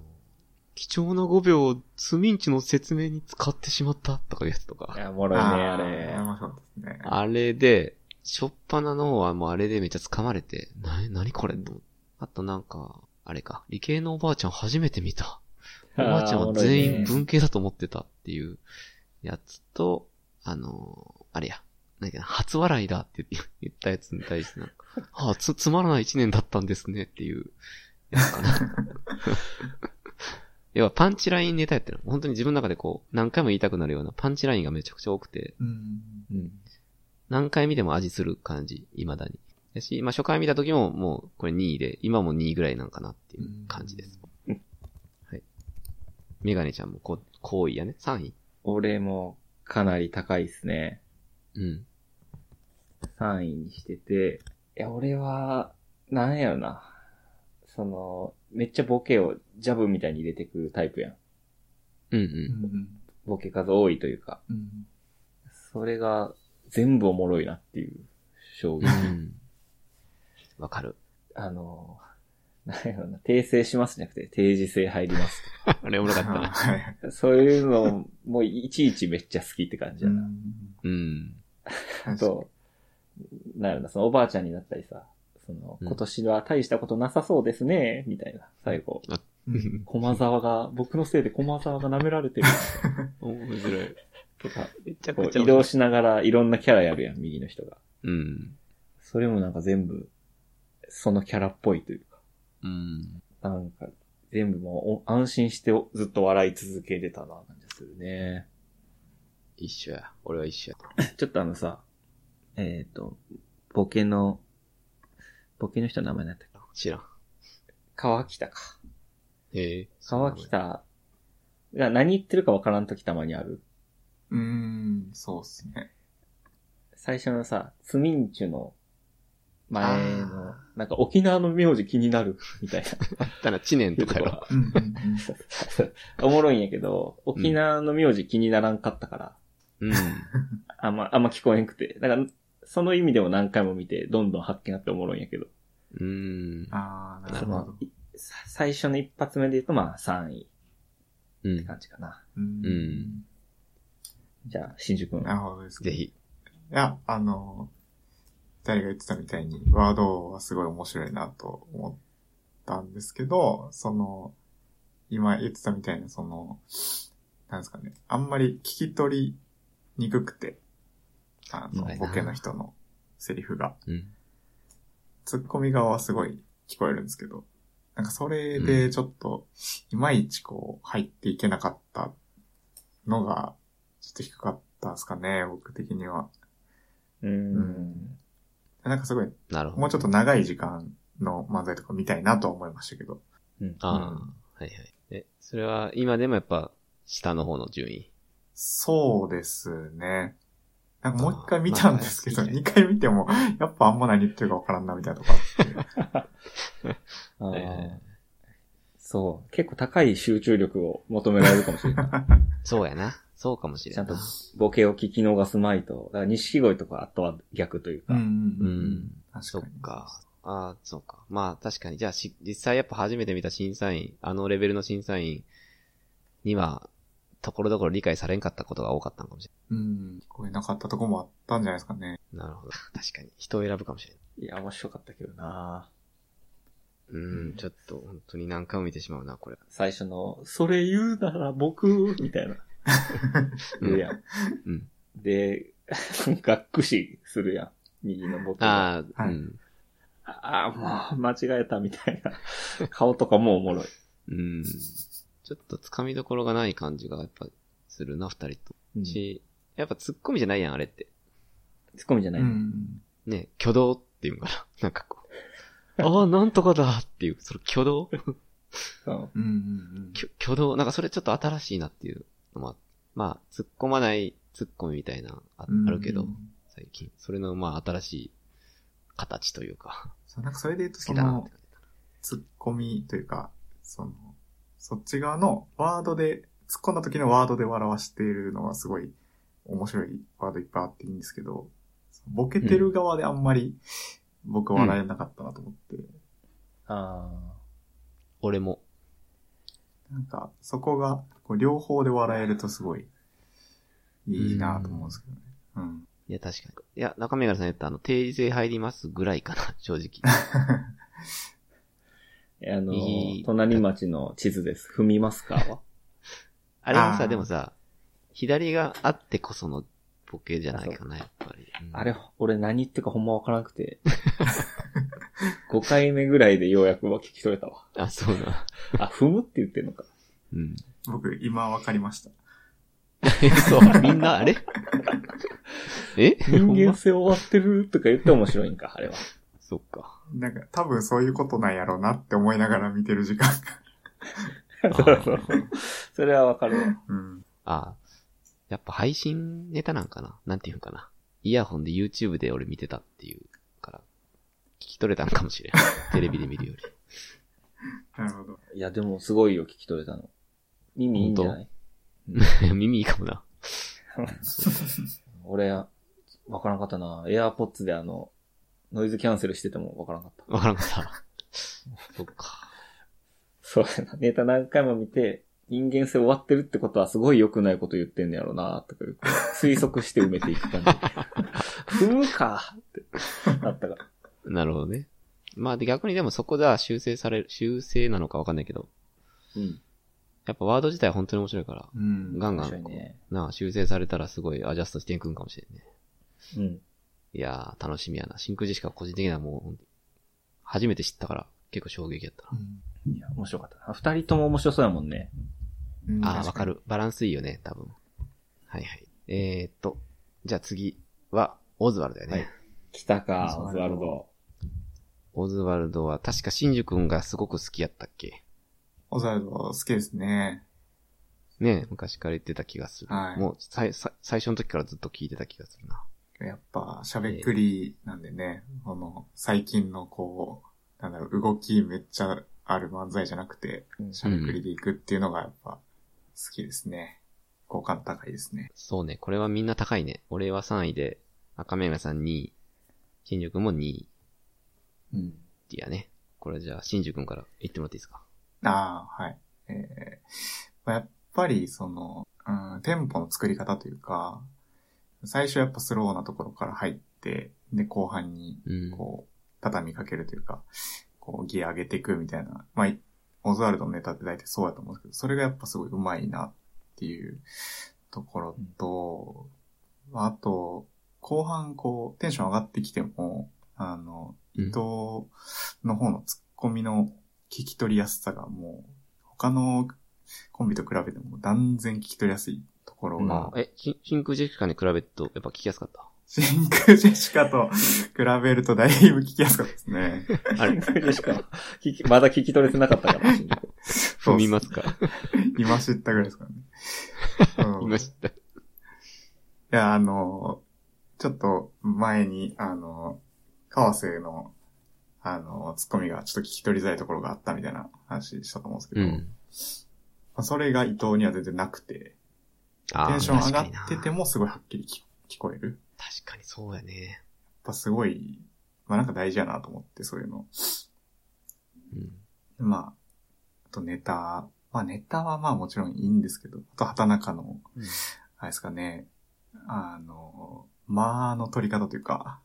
貴重な5秒をスミンチの説明に使ってしまったとかいうやつといか。や、おもろいね、ああーれ。面白かったですね。あれで、しょっぱなのはもうあれでめっちゃ掴まれて、な、なにこれと思ってあとなんか、あれか、理系のおばあちゃん初めて見た。おばあちゃんは全員文系だと思ってたっていうやつと、あのー、あれや、なんか初笑いだって 言って言ったやつに対して なんか、ああ、つ、つまらない一年だったんですねっていうやつ かな。要はパンチラインネタやってる。本当に自分の中でこう、何回も言いたくなるようなパンチラインがめちゃくちゃ多くて、うん。うん。何回見ても味する感じ、未だに。だし、まあ初回見た時ももうこれ2位で、今も2位ぐらいなんかなっていう感じです。うんはい。メガネちゃんもこう、好位やね。3位俺もかなり高いですね。うん。 3位にしてて、いや、俺は、なんやろな。その、めっちゃボケをジャブみたいに入れてくるタイプやん。うんう。うんん。ボケ数多いというか。うん。それが全部おもろいなっていう 将う棋。ん。わかる。あの、なんやろな、訂正しますじゃなくて定時制入ります。 あれおもろかったな。はいはい。そういうのもいちいちめっちゃ好きって感じうやな。んうん。あと、なんやろな、そのおばあちゃんになったりさ、その、うん今年は大したことなさそうですね、みたいな、最後。うん駒沢が、僕のせいで駒沢が舐められてる。面白い。とか、めちゃこくちうゃ移動しながらいろんなキャラやるやん、右の人が。うん。それもなんか全部、そのキャラっぽいというか。うん。なんか、全部もうお安心しておずっと笑い続けてたな、感じするね。一緒や。俺は一緒や。ちょっとあのさ、えっ、と、ボケの、ボケの人の名前なんだっけ知らん。川北か。へえ。川北が何言ってるかわからんときたまにある。うん、そうっすね。最初のさ、ツミンチュの前のあ、なんか沖縄の名字気になる、 みたいな。ただ、知念とかやろ。うんうんうんおもろいんやけど、沖縄の名字気にならんかったから、うん。あんま、あんま聞こえんくて。だから、その意味でも何回も見て、どんどん発見あっておもろいんやけど。うん。ああ、ななるるほほど。いさ最初の一発目で言うと、まあ3位うってん。感じかな。うんうんじゃあ、新宿君。なるほどです。ぜ。ひ。いや、あの、誰が言ってたみたいに、ワードはすごい面白いなと思ったんですけど、その、今言ってたみたいな、その、なんですかね、あんまり聞き取りにくくて、あのそうや、なボケの人のセリフが、うん。ツッコミ側はすごい聞こえるんですけど、なんかそれでちょっと、いまいちこう、入っていけなかったのが、ちょっと低かったんですかね、僕的には。うーん。なんかすごい、なるほど。もうちょっと長い時間の漫才とか見たいなとは思いましたけど。うん。ああ、はいはい。え、それは今でもやっぱ下の方の順位。そうですね。なんかもう一回見あたーんですけど、まあ二回見ても、やっぱあんま何言ってるかわからんなみたいなとこあって。はいあーはいはいそう。結構高い集中力を求められるかも しれない。そうやな。そうかもしれちゃんんとな。ボケを聞き逃すまいと。だから、錦鯉とか、あとは逆というか。うんん。確そかっに。か。ああ、そうか。まあ確かに。じゃあし、実際やっぱ初めて見た審査員、あのレベルの審査員には、ところどころ理解されんかったことが多かったのかもしれうん。聞こえなかったとこもあったんじゃないですかね。ない。なるほど。 確かに。人を選ぶかもしれない。いや、面白かったけどなううんん、ちょっと本当に何回も見てしまうな、これ。最初の、それ言うなら僕、みたいな、言うやん。うん。で、 がっくしするやん。右のボケが。ああ、はいうん。ああ、もう間違えたみたいな顔とかもおもろい。うん。ちょっと掴みどころがない感じがやっぱするな、二人と。ツし、やっぱツッコミじゃないやん、あれって。ッコミじゃなうい、ん。ね、挙動っていうのかな。 なんかこう。ああ、なんとかだっていう、その挙動うんうんうん挙挙動なんかそれちょっと新しいなっていうのもあまあ、突っ込まない突っ込みみたいな、あうん。あるけうどん、。最近。それのまあ、新しい形というか、そうなんかそれで言うと、好そきだなっのて、感じだツッコミというか、その、そっち側のワードで、突っ込んだ時のワードで笑わしているのはすごい面白いワードいっぱいあっていいんですけど、ボケてる側であんまり僕は笑えなかったなと思って、あ俺も。なんかそこがこう両方で笑えるとすごいいいなと思うんですけどね。うん。いや、確かに。いや、中目柄さん言ったあの、定時制入りますぐらいかな、 正直。あ。あのいい、隣町の地図です。踏みますかはあれはあーさ、でもさ、左があってこそのボケじゃないかな、やっぱり。うんあれ、俺何言ってるかほんまわからなくて。5回目ぐらいでようやくは聞き取れたわ。あ、そうだ。あ、踏むって言ってんのか。うん。 僕今わかりました。 そう、みんな、あれえ人 ほん間ま性終わってるとか言って面白いんか、あれ は。そっか。なんか、多分そういうことなんやろうなって思いながら見てる時間が。そうそうそう。それはわかるわ。うん。あやっぱ配信ネタなんかななんていうんかな。イヤホンで YouTube で俺見てたっていうから、聞き取れたんかもしれん。テレビで見るより。なるほど。いや、でもすごいよ、聞き取れたの。耳いいんじゃない 耳いいかもな。俺、わからんかったな。AirPods であの、ノイズキャンセルしててもわからんかった。わからんかった。そっか。そうやな。ネタ何回も見て、人間性終わってるってことはすごい良くないこと言ってんねやろな、とか言って推測して埋めていったんだ 踏むかってなったから。なるほどね。まあで逆にでもそこでは修正される、修正なのかわかんないけど、うん。やっぱワード自体は本当に面白いから、うん。ガンガ面白いン、ね。なあ、修正されたらすごいアジャストしていくんかもしれんね。うん。いやー、楽しみやな。真空ジェシカ個人的にはもう、初めて知ったから、結構衝撃やったな。いや、面白かったな。二人とも面白そうやもんね。うんああ、わか。る。バランスいいよね、多分。はいはい。えー、っと、じゃあ次は、オズワルドやね。はい来たか、そうオズワルド。オズワルドは、確か新宿君がすごく好きやったっけオズワルド好きですね。ねえ昔から言ってた気がする。はいもうさいさ、最初の時からずっと聞いてた気がするな。やっぱ、しゃべくりなんでね、この、最近のこう、なんだろう、動きめっちゃある漫才じゃなくて、うんしゃべくりでいくっていうのがやっぱ、好きですね。好感高いですね。そうね、これはみんな高いね。俺は3位で、赤目がさん2位、新宿君も2位うん。ってやね。これじゃあ、新宿君から言ってもらっていいですかああ、はい。えーまあ、やっぱり、その、うん、テンポの作り方というか、最初やっぱスローなところから入って、で、後半に、うん。こう、畳みかけるというか、こう、ギア上げていくみたいな。まあ、いオズワルドのネタって大体そうだと思うんですけど、それがやっぱすごい上手いなっていうところと、まああと、後半こう、テンション上がってきても、あの、うん伊藤の方のツッコミの聞き取りやすさがもう、他のコンビと比べても断然聞き取りやすいところが、まあえ、真真空ジェシカに比べると、やっぱ聞きやすかった真空ジェシカと比べるとだいぶ聞きやすかったで すね。あ れ、しかも聞きまだ聞き取れてなかったから、新宿踏みますか。今知ったぐらいですからねうん今知った。いや、あの、ちょっと前に、あの、河瀬の、あの、ツッコミがちょっと聞き取りづらいところがあったみたいな話したと思うんですけうど、まん。あそれが伊藤には全然なくて、あーテンション上がって確かてになもすごいはっきり聞聞こえる。やっ確かにそうやね。ぱすごい、まあなんか大事やなと思って、そういうの。うん。まあ、あとネタ、まあネタはまあもちろんいいんですけど、あと畑中の、うんあれですかね、あの、間の取り方というか、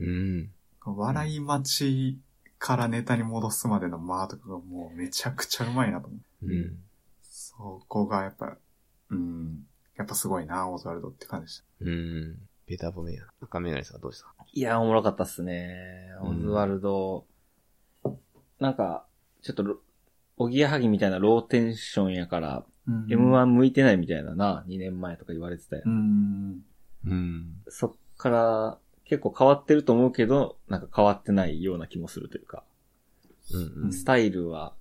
うん。笑い待ちからネタに戻すまでの間とかがもうめちゃくちゃうまいなと思う。うん。そこがやっぱ、うん、やっぱすごいな、オズワルドって感じでした。うん。ベタ褒めや。赤目がりさんはどうしたいや、おもろかったっすね。オズワルド。なんか、ちょっとロ、おぎやはぎみたいなローテンションやから、うん。 M1 向いてないみたいなな、2年前とか言われてたよ。うん。うん。そっから、結構変わってると思うけど、なんか変わってないような気もするというか、うん。スタイルは、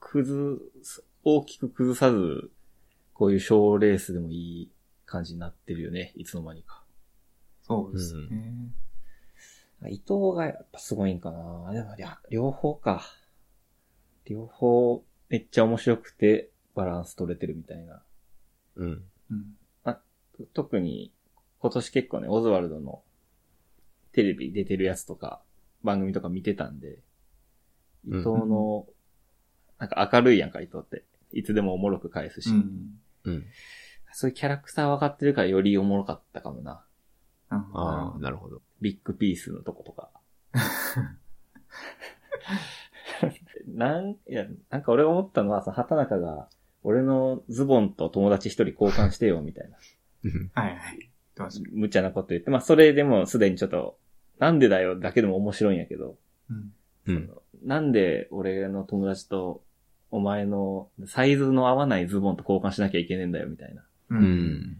崩す、大きく崩さず、こういう賞ーレースでもいい感じになってるよね、いつの間にか。そうですね。伊藤がやっぱすごいんかな。でもりゃ、両方か。両方、めっちゃ面白くて、バランス取れてるみたいな。うん。うん。特に、今年結構ね、オズワルドの、テレビ出てるやつとか、番組とか見てたんで、伊うん藤の、なんか明るいやんか、伊藤って。いつでもおもろく返すし。うん。うん。そういうキャラクター分かってるからよりおもろかったかもな。あああ、なるほど。ビッグピースのとことか。なん、いや、なんか俺が思ったのは、その畑中が、俺のズボンと友達一人交換してよ、みたいな。うん。あ。はいはい。言ってました。無茶なこと言って、まあそれでもすでにちょっと、なんでだよだけでも面白いんやけど、うん。うん。なんで俺の友達と、お前のサイズの合わないズボンと交換しなきゃいけねえんだよ、みたいな。うう。ん。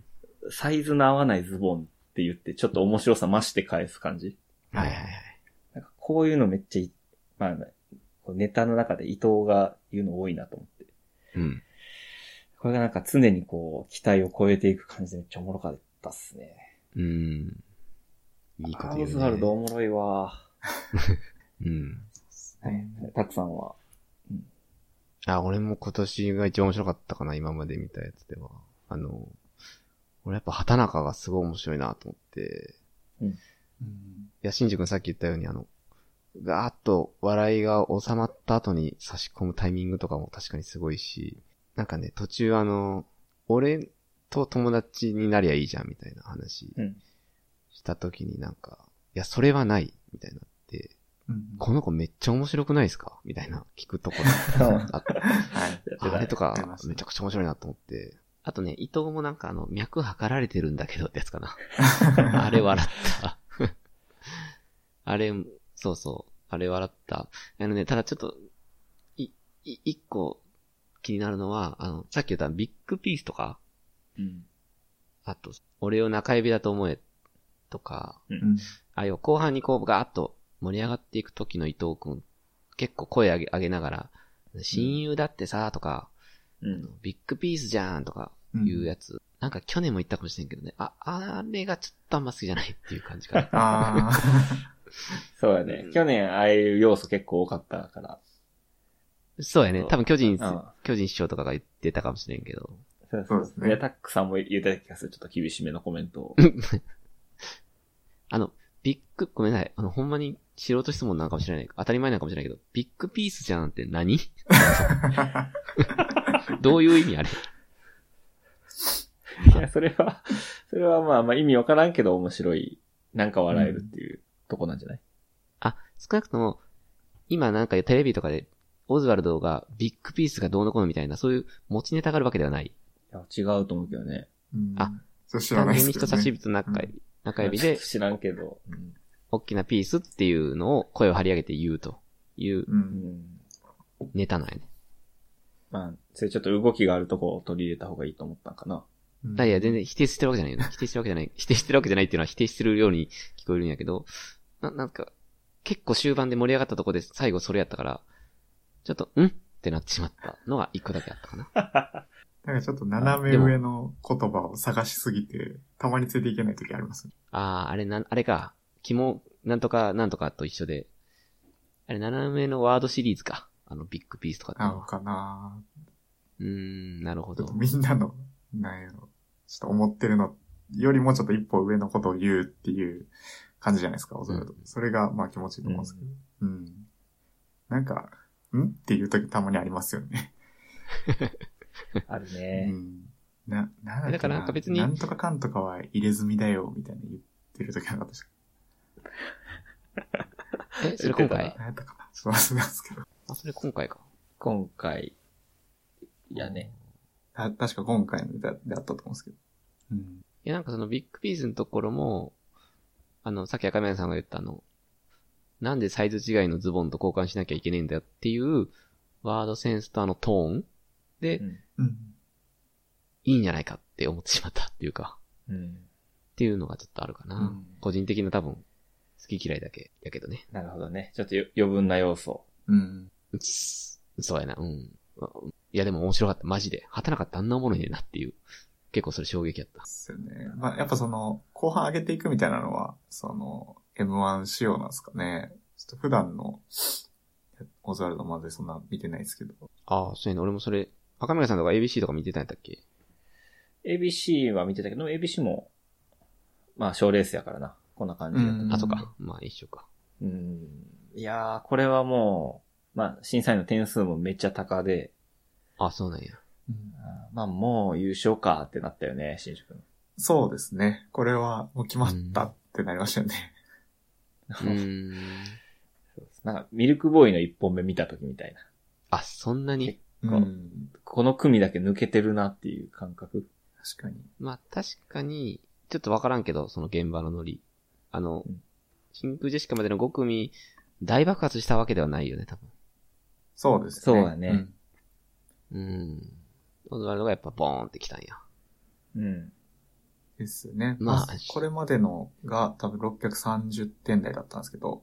サイズの合わないズボンって言って、ちょっと面白さ増して返す感じ。はいはいはい。なんかこういうのめっちゃい、まあ、こうネタの中で伊藤が言うの多いなと思って。うん。これがなんか常にこう、期待を超えていく感じでめっちゃおもろかったっすね。うん。いいことア言ーうズワルドおね。もろいわ。うん。ねたくさんは。あ、俺も今年が一番面白かったかな、今まで見たやつでは。あの、俺やっぱ畑中がすごい面白いなと思って、うんいや、新宿君さっき言ったようにあの、ガーッと笑いが収まった後に差し込むタイミングとかも確かにすごいし、なんかね、途中あの、俺と友達になりゃいいじゃんみたいな話うんした時になんか、いや、それはないみたいになって、うんこの子めっちゃ面白くないですかみたいな聞くところうんあって、はい。やって あたれねと出かま、すめちゃくちゃ面白いなと思って。あとね、伊藤もなんかあの、脈測られてるんだけどってやつかな。 あれ笑った。あれ、そうそう。あれ笑った。あのね、ただちょっと、い、い、一個気になるのは、あの、さっき言ったビッグピースとか、うん。あと、俺を中指だと思え、とか、うんああいう後半にこうガーッと盛り上がっていく時の伊藤くん、結構声上げ、上げながら、親友だってさ、とか、うん。ビッグピースじゃーんとかうんいうやつ。なんか去年も言ったかもしれんけどね。あ、あれがちょっとあんま好きじゃないっていう感じかな。あそうやね。去年ああいう要素結構多かったから。そうやね。多分巨人、うん巨人師匠とかが言ってたかもしれんけど。そうそうですねいや、タックさんも言ってた気がする。ちょっと厳しめのコメントを。あの、ビッグ、ごめんなさい。あの、ほんまに素人質問なんかもしれない。当たり前なんかもしれないけど、ビッグピースじゃんって何 あ。どういう意味あれいや、それは、 それはまあまあ意味わからんけど面白い。なんか笑えるっていうとこなんじゃない、あ、少なくとも、今なんかテレビとかで、オズワルドがビッグピースがどうのこうのみたいな、そういう持ちネタがあるわけではない。いや、違うと思うけどね。うんあ、そう知ら単ない純でにすけ人ど差しね。指と中指、中指で、知らんけど。うん大きなピースっていうのを声を張り上げて言うというう。うんん。ネタなんやね。まあ、それちょっと動きがあるとこを取り入れた方がいいと思ったんかな。うんいやいや、全然否定してるわけじゃないよね。否定してるわけじゃない。否定してるわけじゃないっていうのは否定してるように聞こえるんやけど、な、なんか、結構終盤で盛り上がったとこで最後それやったから、ちょっと、んってなってしまったのが一個だけあったかな。なんかちょっと斜め上の言葉を探しすぎて、たまについていけない時ありますね。あー、あれなん、あれか。肝、なんとか、なんとかと一緒で。あれ、斜めのワードシリーズか。あの、ビッグピースとかってなののは。かなうーん、なるほち ょどっと。みんなの、なんやろ、ちょっと思ってるのよりもちょっと一歩上のことを言うっていう感じじゃないですか、おそらく。それが、まあ気持ちいいと思うんですけど。うん。なんか、んっていう時たまにありますよね。あるうね。ん。な、なんだからなんか別になんとかかんとかは入れ墨だよ、みたいな言ってる時なかったし。え、それ今言って回たなんやったかなちょっと忘れたんですけ ど。あ、それ今回か。今回、いやね。た確か今回の歌であったと思うんですけど。うん。いや、なんかそのビッグピースのところも、あの、さっき赤嶺さんが言ったあの、なんでサイズ違いのズボンと交換しなきゃいけねえんだよっていう、ワードセンスとあのトーンで、うんうん。いいんじゃないかって思ってしまったっていうか、うん。っていうのがちょっとあるかな。うん個人的な多分、好き嫌いだけ、やけどね。なるほどね。ちょっとよ余分な要素。うん。うつそうやな、うん。あいやでも面白かった、マジで。働かったあんなおもろいねんなっていう。結構それ衝撃やった。ですよね。まあ、やっぱその、後半上げていくみたいなのは、その、M1 仕様なんですかね。ちょっと普段の、オズワルドまでそんな見てないですけど。ああ、そうやね。俺もそれ、赤嶺さんとか ABC とか見てたんやったっけ ABC は見てたけど、ABC も、まあ、賞レースやからな。こんな感じだった。あ、うんそっか。まあ一緒か。うん。いやー、これはもう、まあ、審査員の点数もめっちゃ高で、あ、そうなんや。あーまあ、もう優勝かってなったよね、新宿の。そうですね。これはもう決まったってなりましたよね。うーん。そうですなんか、ミルクボーイの一本目見た時みたいな。あ、そんなに。う。うんんこの組だけ抜けてるなっていう感覚。確かに。まあ確かに、ちょっとわからんけど、その現場のノリ。あのうん、真空ジェシカまでの5組、大爆発したわけではないよね、多分。そうですね。そうだねんうーん。オズワルドがやっぱボーンって来たんや。うん。えですね。まあまあ、これまでのが多分630点台だったんですけど、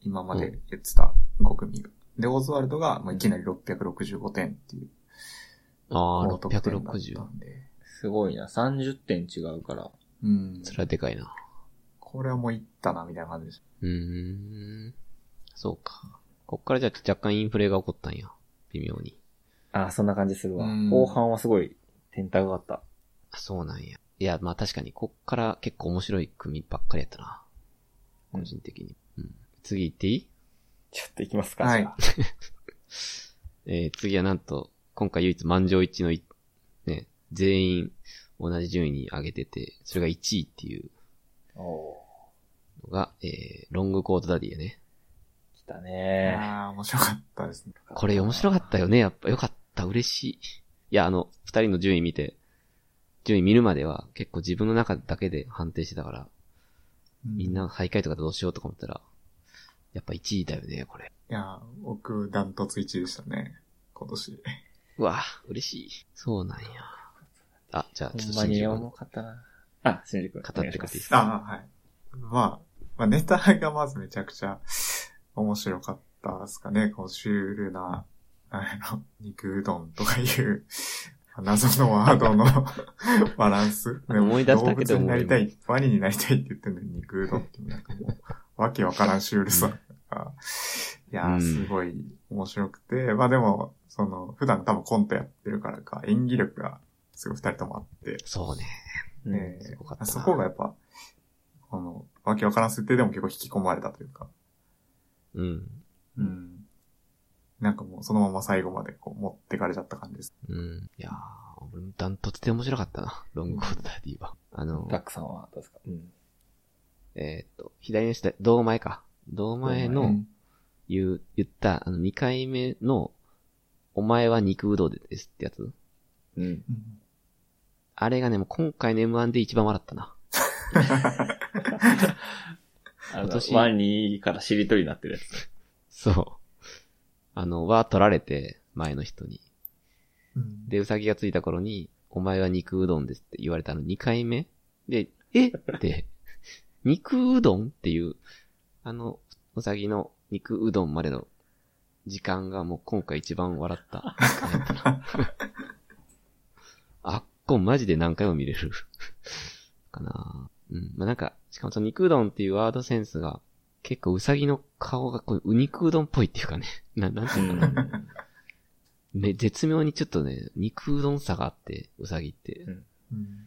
今までやってた5組が。で、オズワルドが、まあ、いきなり665点っていう。ああ、高得点だっ660た。んで。すごいな。30点違うから。うん。それはでかいな。これはもういったな、みたいな感じです。うーん。そうか。こっからじゃあ若干インフレが起こったんや。微妙に。ああ、そんな感じするわ。うん後半はすごい、点高かった。あそうなんや。いや、まあ確かに、こっから結構面白い組ばっかりやったな。個人的に。うん。次行っていいちょっと行きますか。はいじゃあえー次はなんと、今回唯一満場一致のい、ね、全員同じ順位に上げてて、それが1位っていうおーのが、えー、ロングコートダディやね。来たねああ、面白かったですね。これ面白かったよね。やっぱよかった。嬉しい。いや、あの、二人の順位見て、順位見るまでは結構自分の中だけで判定してたから、うんみん。な徘徊とかどうしようとか思ったら、やっぱ1位だよね、これ。いやー、僕、ダントツ1位でしたね。今年。うわ嬉しい。そうなんや。あ、じゃあ、ちょっとほんま新に宿重語かったな。あ、新宿君。ってくれていお願いしでますすかああ、はい。まあ、まあ、ネタがまずめちゃくちゃ面白かったですかね。このシュールな、あの、肉うどんとかいう、謎のワードの バランス。思い出すだけで動物に思なうりたい、ワニになりたいって言ってるのに肉うどんっていうなんかもう、わけわからんシュールさが。いやうー、んすごい面白くて、まあでも、その、普段多分コントやってるからか、演技力がすごい二人ともあって、そうね。ねすごかったなそこがやっぱ、この、わけわからん設定でも結構引き込まれたというか、うん。うん。なんかもうそのまま最後までこう持ってかれちゃった感じです。うん。いやー、俺もダントツで面白かったな。 ロングコートダディは。あのダ、ックさんはどうですかうん。えーっと、左の下、堂前か。堂前うの言う、言った、あの、2回目の、お前は肉うどんですってやつ。うん。うんあれがね、もう今回の M1 で一番笑ったな。あ今の、年ワニからしりとりになってるやつ。そう。あの、は取られて、前の人に。うんで、うさぎがついた頃に、お前は肉うどんですって言われたの2回目で、えって、 肉うどんっていう、あの、うさぎの肉うどんまでの時間がもう今回一番笑った 時間やったな。あっこマジで何回も見れる。 かなうん。まあ、なんか、しかもその肉うどんっていうワードセンスが、結構うさぎの顔がこう、う肉うどんっぽいっていうかね。な、なんていうのかな。め、絶妙にちょっとね、肉うどんさがあって、うさぎって。うん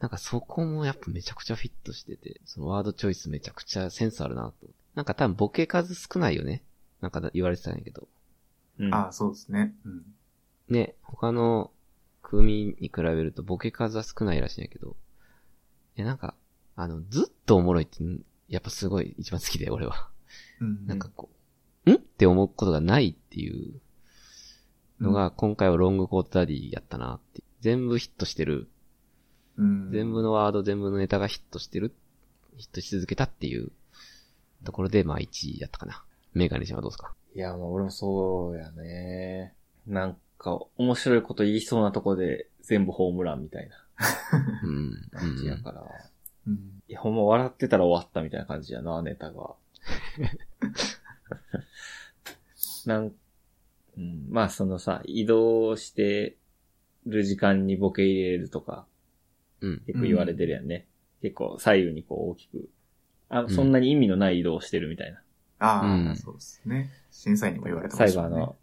なんかそこもやっぱめちゃくちゃフィットしてて、そのワードチョイスめちゃくちゃセンスあるなと思って。なんか多分ボケ数少ないよね。なんか言われてたんやけど。うん。ああ、そうですね。うん。ね、他の組に比べるとボケ数は少ないらしいんやけど。え、なんか、あの、ずっとおもろいって、やっぱすごい一番好きで、俺は。うんなんかこう、んって思うことがないっていうの、が、今回はロングコートダディやったなって。全部ヒットしてるうん全部のワード、全部のネタがヒットしてる、ヒットし続けたっていうところで、まあ1位だったかな。メガネちゃんはどうですかいや、まあ俺もそうやね。なんか、面白いこと言いそうなとこで全部ホームランみたいなうん。う感じやん。から。うん。いや、ほんま笑ってたら終わったみたいな感じやな、ネタ が。なん、うん、まあそのさ、移動してる時間にボケ入れるとか、うん。結構言われてるやんね。結構左右にこう大きく。あ、んそんなに意味のない移動をしてるみたいな。ああ、うんそうですね。審査員にも言われてま最した後あね。の、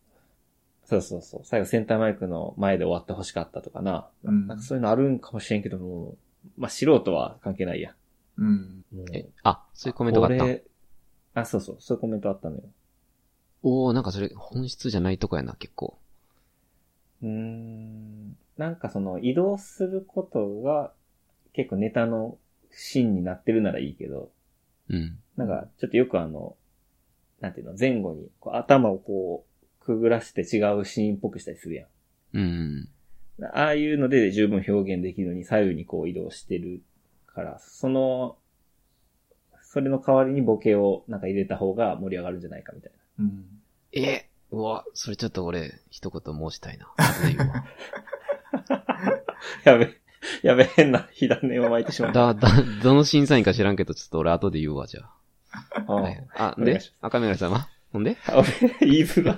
そうそうそう。最後センターマイクの前で終わってほしかったとかな。うんなんかそういうのあるんかもしれんけども、まあ素人は関係ないや。うん。もうえ、あ、そういうコメントがあった。俺あ、そうそう。そういうコメントあったのよ。おおなんかそれ本質じゃないとこやな、結構。うーん。なんかその移動することが結構ネタの芯になってるならいいけど、うん。なんかちょっとよくあの、なんていうの、前後にこう頭をこうくぐらせて違うシーンっぽくしたりするやん。うん。ああいうので十分表現できるのに左右にこう移動してるから、その、それの代わりにボケをなんか入れた方が盛り上がるんじゃないかみたいな。うん。え、うわ、それ ちちょっと俺、一言申したいな。後で言うわやべ。やべ、変な火種を巻いてしまった。だ、だ、どの審査員か知らんけど、ちょっと俺後で言うわ、じゃうあ。んはいあ、お願でいし、赤目様ほんであ俺 言いづらい。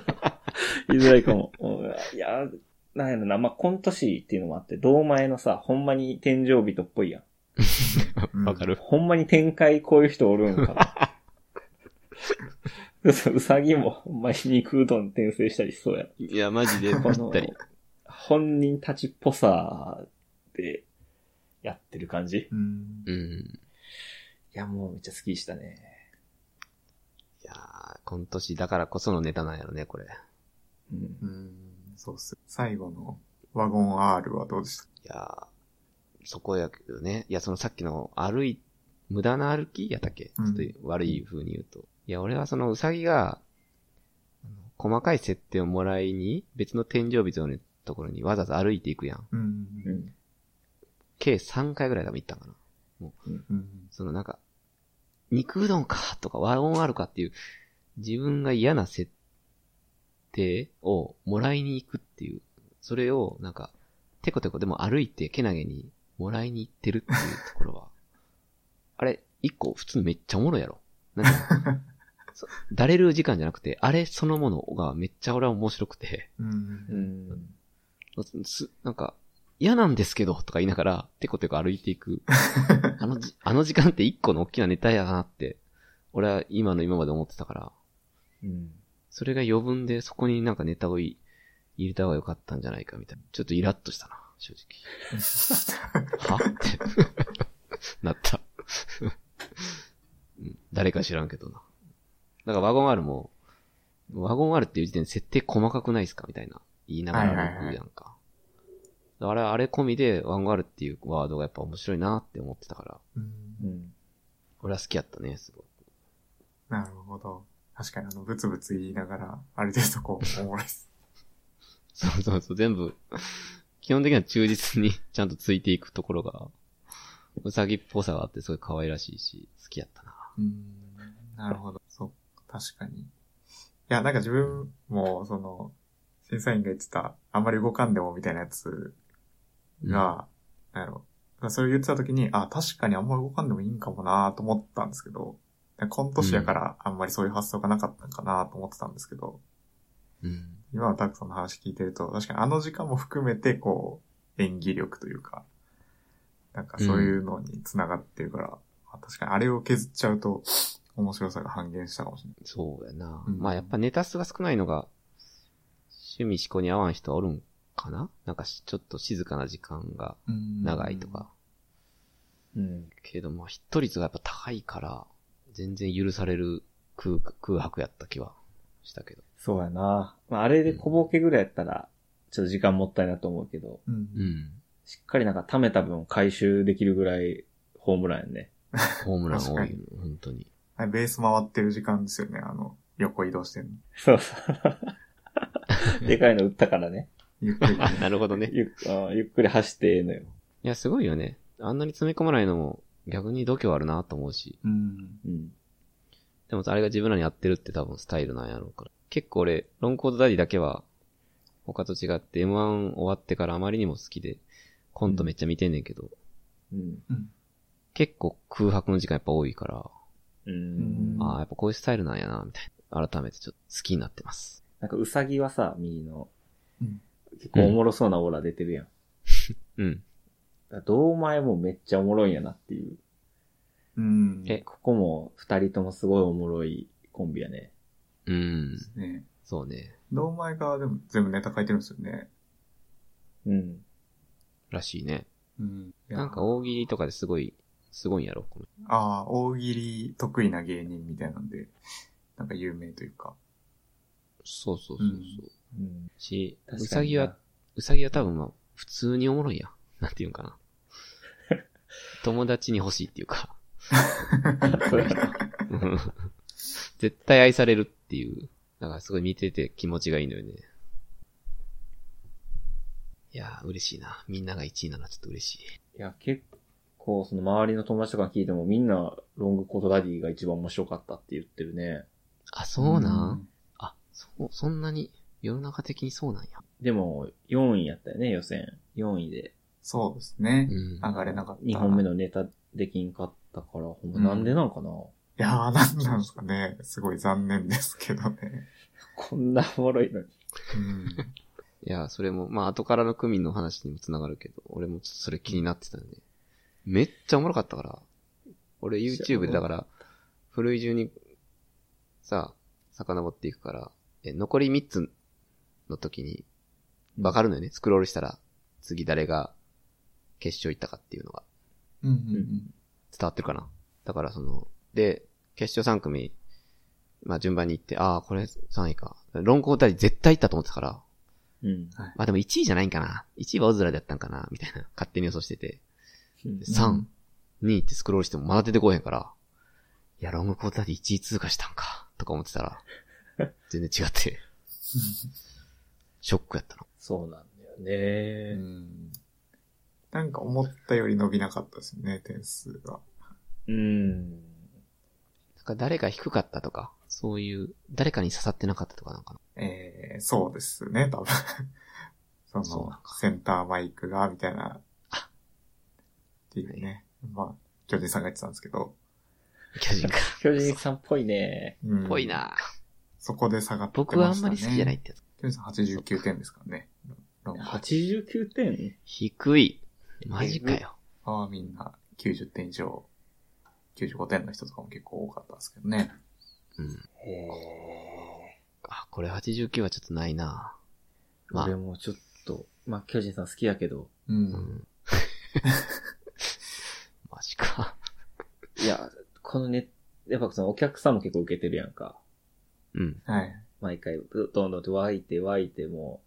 言いづらいかも。うんいや、なんやろな。まあ、今年っていうのもあって、堂前のさ、ほんまに天井人っぽいやん。うんわかる。ほんまに展開こういう人おるん かな。そううさぎもほんまに肉うどん転生したりしそうや。いや、マジで、ぴこっのたり。、本人たちっぽさでやってる感じ。いうんう。ん。や、もうめっちゃ好きでしたね。いやー今年だからこそのネタなんやろね、これ。いうんう。ん、そうっす。最後のワゴン R はどうでしたやーそこやけどね。いや、そのさっきの歩い、無駄な歩きやったっけ、うんちょっと悪い風に言うと。いや、俺はそのうさぎが、あの細かい設定をもらいに、別の天井人のところにわざわざ歩いていくやん。うん。うん。計3回ぐらい多分行ったんかな。うん。そのなんか、肉うどんかとか和音あるかっていう、自分が嫌な設定をもらいに行くっていう、それをなんか、テコテコでも歩いてけなげにもらいに行ってるっていうところ は、あれ、一個普通にめっちゃおもろいやろ。なんか、 そだれる時間じゃなくて、あれそのものがめっちゃ俺は面白くて、うんう。ん。すなんか、嫌なんですけどとか言いながら、テコテコ歩いていくあのじ、あの時間って一個の大きなネタやなって、俺は今の今まで思ってたから、うん。それが余分でそこになんかネタをい入れた方が良かったんじゃないかみたいな。ちょっとイラッとしたな、正直。は って。なった。うん誰か知らんけどな。だからワゴン R も、ワゴン R っていう時点で設定細かくないですかみたいな。言いながら僕やんか。あれ、あれ込みでワゴン R っていうワードがやっぱ面白いなって思ってたから。うんうん。俺は好きやったね、すごい。なるほど。確かにあの、ブツブツ言いながら、あれですとこう、おもろいっす。そうそうそう、全部、基本的には忠実にちゃんとついていくところが、うさぎっぽさがあってすごい可愛らしいし、好きやったな。うん。なるほど。そう。確かに。いや、なんか自分も、その、審査員が言ってた、あんまり動かんでもみたいなやつが、なんやろ。それを言ってた時に、あ、確かにあんまり動かんでもいいんかもなと思ったんですけど、今年やからあんまりそういう発想がなかったんかなと思ってたんですけど、うん。今のタクさんの話聞いてると、確かにあの時間も含めて、こう、演技力というか、なんかそういうのに繋がってるから、あ確かにあれを削っちゃうと、面白さが半減したかもしれない。そうやな。うんまあやっぱネタ数が少ないのが、趣味思考に合わん人はおるんかななんかしちょっと静かな時間が長いとか。。うん。けどまあヒット率がやっぱ高いから、全然許される空空白やった気はしたけど。そうやな。まあ、あれで小ボケぐらいやったら、ちょっと時間もったいなと思うけど、うん。うん。しっかりなんか貯めた分回収できるぐらいホームランやね。ホームラン多確い、本当に。あれベース回ってる時間ですよね、あの、横移動してるの。そうそう。でかいの打ったからね。ゆっくりね、あ、 なるほどね。ゆっあーゆっくり走ってええのよ。いや、すごいよね。あんなに詰め込まないのも逆に度胸あるなと思うし。 うん。うん。でもあれが自分らに合ってるって多分スタイルなんやろうから。結構俺、ロングコードダディだけは、他と違って M1 終わってからあまりにも好きで、コントめっちゃ見てんねんけど、うん。結構空白の時間やっぱ多いから、ううんん。ああ、やっぱこういうスタイルなんやな、みたいな。改めてちょっと好きになってます。なんかウサギはさ、右のうん。結構おもろそうなオーラ出てるやん。うん。だから堂前もめっちゃおもろいんやなっていう。うん。えここも二人ともすごいおもろいコンビやね。うん。ねそうね。堂前がでも全部ネタ書いてるんですよね。うん。らしいね。うん。いやなんか大喜利とかですごい、すごいんやろ、このああ、大喜利得意な芸人みたいなんで、なんか有名というか。そうそうそうそう。うんうん。し、確かうになさぎは、うさぎは多分まあ、普通におもろいやん。なんていうん かな。友達に欲しいっていうか。そうやなうん絶対愛されるっていう。だからすごい見てて気持ちがいいのよね。いやー、嬉しいな。みんなが1位ならちょっと嬉しい。いや、結構、その周りの友達とかに聞いてもみんなロングコートダディが一番面白かったって言ってるね。あ、そうなん、あ、そう、そんなに、世の中的にそうなんや。でも、4位やったよね、予選。4位で。そうですね。うん。上がれなかった。 2本目のネタできんかったから、ほんまなんでなんかな、いやー、なんなんですかね。すごい残念ですけどね。こんなおもろいのに。うん。いや、それも、まあ、後からのクミンの話にもつながるけど、俺もちょっとそれ気になってたんで。めっちゃおもろかったから。俺 YouTube でだから、古い順に、さ、遡っていくから、え、残り3つの時に、わかるのよね。スクロールしたら、次誰が決勝行ったかっていうのがうんうん伝わってるかな。だからその、で、決勝3組、まあ順番に行って、ああ、これ3位か。論考対絶対行ったと思ってたから、うん。まあでも1位じゃないんかな。1位はオズラだったんかな、みたいな。勝手に予想してて。うんでうん3、2位ってスクロールしてもまだ出てこへんから、いや、ロングコートダディ1位通過したんか、とか思ってたら、全然違って、ショックやったな。そうなんだようん。うね。ん。なんか思ったより伸びなかったですよね、点数が。うん。なんか誰が低かったとか、そういう、誰かに刺さってなかったとかなんかな。えー、そうですね、多分。 そそうのなん、センターマイクが、みたいな。あっていうね。まあ、巨人さんが言ってたんですけど。巨人か。巨人さんっぽいね。うんぽい。なそこで下がってまし僕たね。はあんまり好きじゃないっ。てやつ。巨人さん89点ですからね。ロング89点低い。マジかよ。ああ、みんな90点以上、95点の人とかも結構多かったですけどね。うん。へえ。あ、これ89はちょっとないなまあ俺、もちょっと、まあ、巨人さん好きやけど、うう。んん。 マジか。いや、このね、やっぱそのお客さんも結構受けてるやんか。うん。はい。毎回、どんどんと湧いて湧いても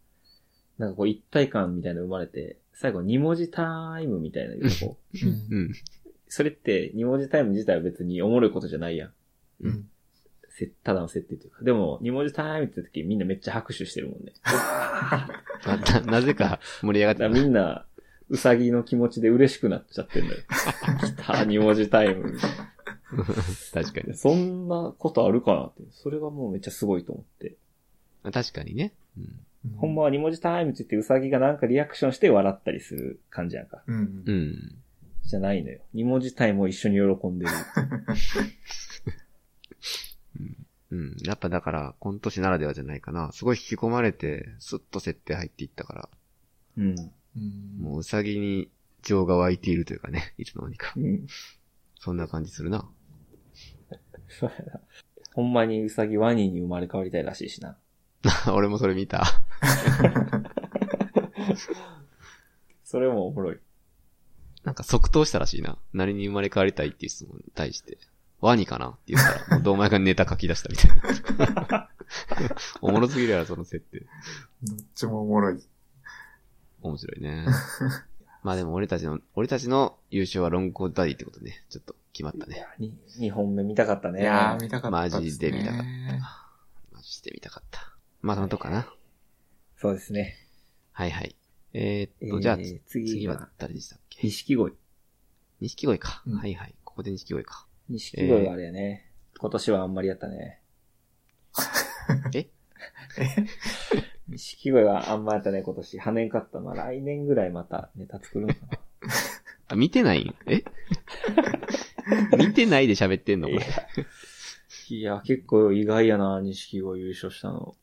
う、なんかこう一体感みたいなの生まれて、最後二文字タイムみたいな、こううんうん。 それって二文字タイム自体は別におもろいことじゃないやん。うん。せただの設定というか。でも、二文字タイムって時みんなめっちゃ拍手してるもんね。また、なぜか盛り上がってだからたみんな、うさぎの気持ちで嬉しくなっちゃってんだよ。来た、二文字タイムみたいな。 確かに。そんなことあるかなって。それがもうめっちゃすごいと思って。まあ確かにね。うん。ほんまは二文字タイムって言ってうさぎがなんかリアクションして笑ったりする感じやんか。うんう。ん。じゃないのよ。二文字タイムを一緒に喜んでる。 うん。やっぱだから、今年ならではじゃないかな。すごい引き込まれて、スッと設定入っていったから、うん。うん。もううさぎに情が湧いているというかね、 いつの間にかう。ん。そんな感じするな。 そうやなほんまにうさぎワニに生まれ変わりたいらしいしな。俺もそれ見た。それもおもろい。なんか即答したらしいな。何に生まれ変わりたいっていう質問に対して、ワニかなって言ったら、もう堂前がネタ書き出したみたいな。 おもろすぎるやろ、その設定。どっちもおもろい。面白い ね。まあでも俺たちの、俺たちの優勝はロングコートダディってことね。ちょっと決まったね。に二本目見たかったね。いやー、見たかった。マジで見たかったマジで見たかった。まあそのとこかな。そうですね。はいはい。えーっと、えーじゃあ、つ次は次は誰でしたっけ錦鯉。錦鯉か、うんはいはい。ここで錦鯉か。錦鯉はあれやね、今年はあんまりやったね。え錦鯉はあんまやったね、今年。跳ねんかった。まあ来年ぐらいまたネタ作るのかな。あ、見てないん え見てないで喋ってんのこいやれ。、 いや結構意外やな、錦鯉優勝したの。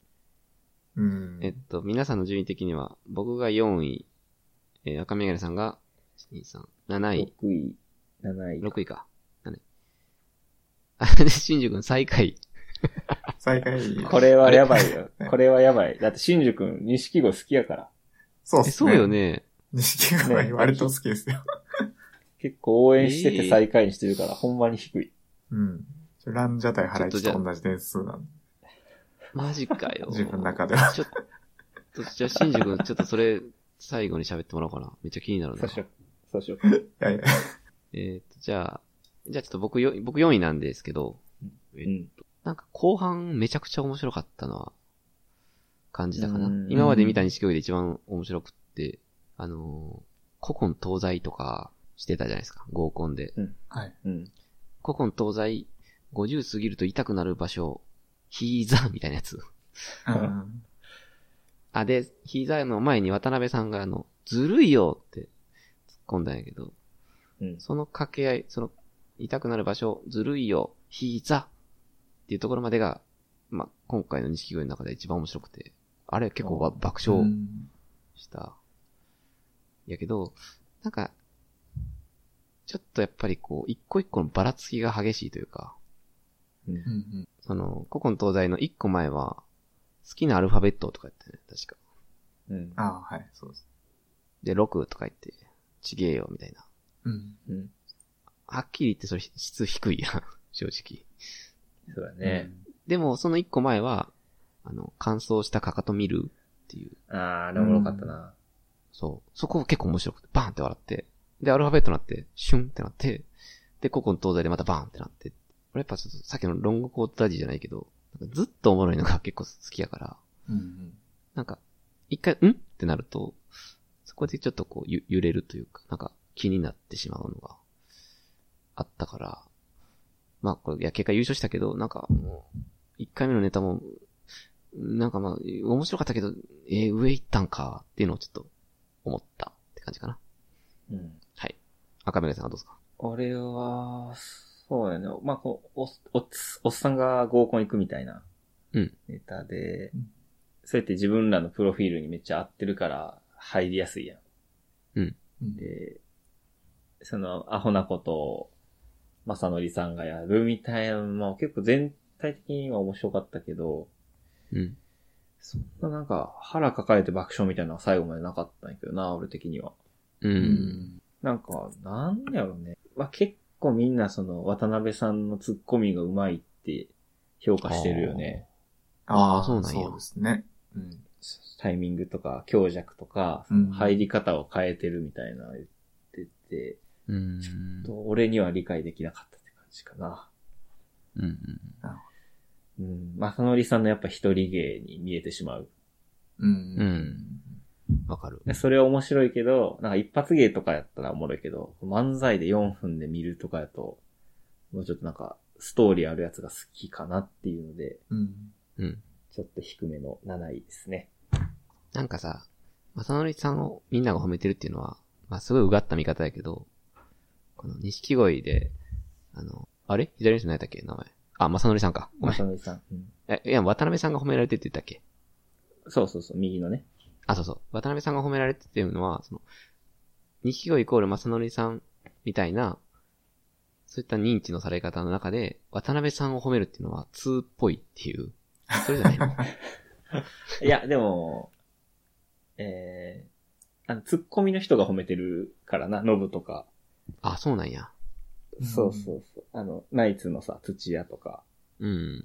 うん。えっと、皆さんの順位的には、僕が4位、えー赤メガネさんが、1、2、3、7位、 6位、7位。 6位か。7位。あ れ、新宿君最下位。最下位。これはやばいよ。これはやばい。だって、真珠くん、錦鯉好きやから。そうっえすそうね。よ。ね。錦鯉割と好きですよ。結構応援してえてえ最下位にしてるから、ほんまに低い。うん。ランジャタイハライチと同じ点数なんで、マジかよ。自分の中では。ちょっと、じゃあ、新宿君、ちょっとそれ、最後に喋ってもらおうかな。めっちゃ気になるそなう。しよう。そうしよいやいや。えー、と、じゃあ、じゃあちょっと僕よ、僕4位なんですけど、う。うん。なんか後半めちゃくちゃ面白かったのは、感じたかなうー。ん今まで見た錦鯉で一番面白くって、あのー古今東西とかしてたじゃないですか、合コンで。はい。うん。古今東西、50過ぎると痛くなる場所、膝みたいなやつ。うん。あ、で、膝の前に渡辺さんがあの、ずるいよって、込んだんやけど、うん。その掛け合い、その、痛くなる場所、ずるいよ、膝っていうところまでが、まあ、今回の錦鯉の中で一番面白くて、あれ結構ば爆う笑んした。やけど、なんか、ちょっとやっぱりこう、一個一個のばらつきが激しいというか、うんう。んその、古今東西の一個前は、好きなアルファベットとか言ってね、確か。うん。ああ、はい、そうです。で、6とか言って、ちげえよ、みたいな。うん。うん。はっきり言ってそれ質低いやん、 正直。そうだね。でも、その一個前は、あの、乾燥したかかと見るっていう、あー、あれおもろかったな。そう。そこ結構面白くて、バーンって笑って、で、アルファベットになって、シュンってなって、で、古今東西でまたバーンってなって。俺やっぱちょっとさっきのロングコートダディじゃないけど、なんかずっとおもろいのが結構好きやから、うん。うん。なんか、一回、んってなると、そこでちょっとこうゆ揺れるというか、なんか気になってしまうのがあったから、まあこれ、いや、結果優勝したけど、なんかもう、一回目のネタも、なんかまあ、面白かったけど、えー上行ったんか、っていうのをちょっと思ったって感じかな。うん。はい。赤嶺さんはどうですか俺は、そうやね。まあ、こう、おっ、おっ、おっさんが合コン行くみたいな。うんネタでうん、そうやって自分らのプロフィールにめっちゃ合ってるから、入りやすいやん。うんで、その、アホなことを、まさのりさんがやるみたいなのも結構全体的には面白かったけど、うん。そんななんか腹抱えて爆笑みたいなのは最後までなかったんやけどな、俺的には。う。うんん。なんか、なんやろね。まあ、結構みんなその、渡辺さんのツッコミがうまいって評価してるよね。ああそうなんやそうですね。うん。タイミングとか、強弱とか、うん入り方を変えてるみたいなの言ってて、うん。と俺には理解できなかったって感じかな。うん。うん。まさのりさんのやっぱ一人芸に見えてしまう。うん。うんわかる。でそれは面白いけど、なんか一発芸とかやったらおもろいけど、漫才で4分で見るとかやと、もうちょっとなんか、ストーリーあるやつが好きかなっていうので、うん。うん。ちょっと低めの7位ですね。なんかさ、まさのりさんをみんなが褒めてるっていうのは、まあ、すごいうがった見方やけど、この、錦鯉で、あの、あれ左の人何やったっけ名前。あ、まさのりさんか。ごめまさん。のりさん、うんえ、いや、渡辺さんが褒められてって言ったっけそうそうそう、右のね。あ、そうそう。渡辺さんが褒められてっていうのは、その、錦鯉イコールまさのりさんみたいな、そういった認知のされ方の中で、渡辺さんを褒めるっていうのは、通っぽいっていう。それじゃないのいや、でも、えー、あの、ツッコミの人が褒めてるからな、ノブとか。あ、そうなんや。うんそうそうそう。あの、ナイツのさ、土屋とかうん。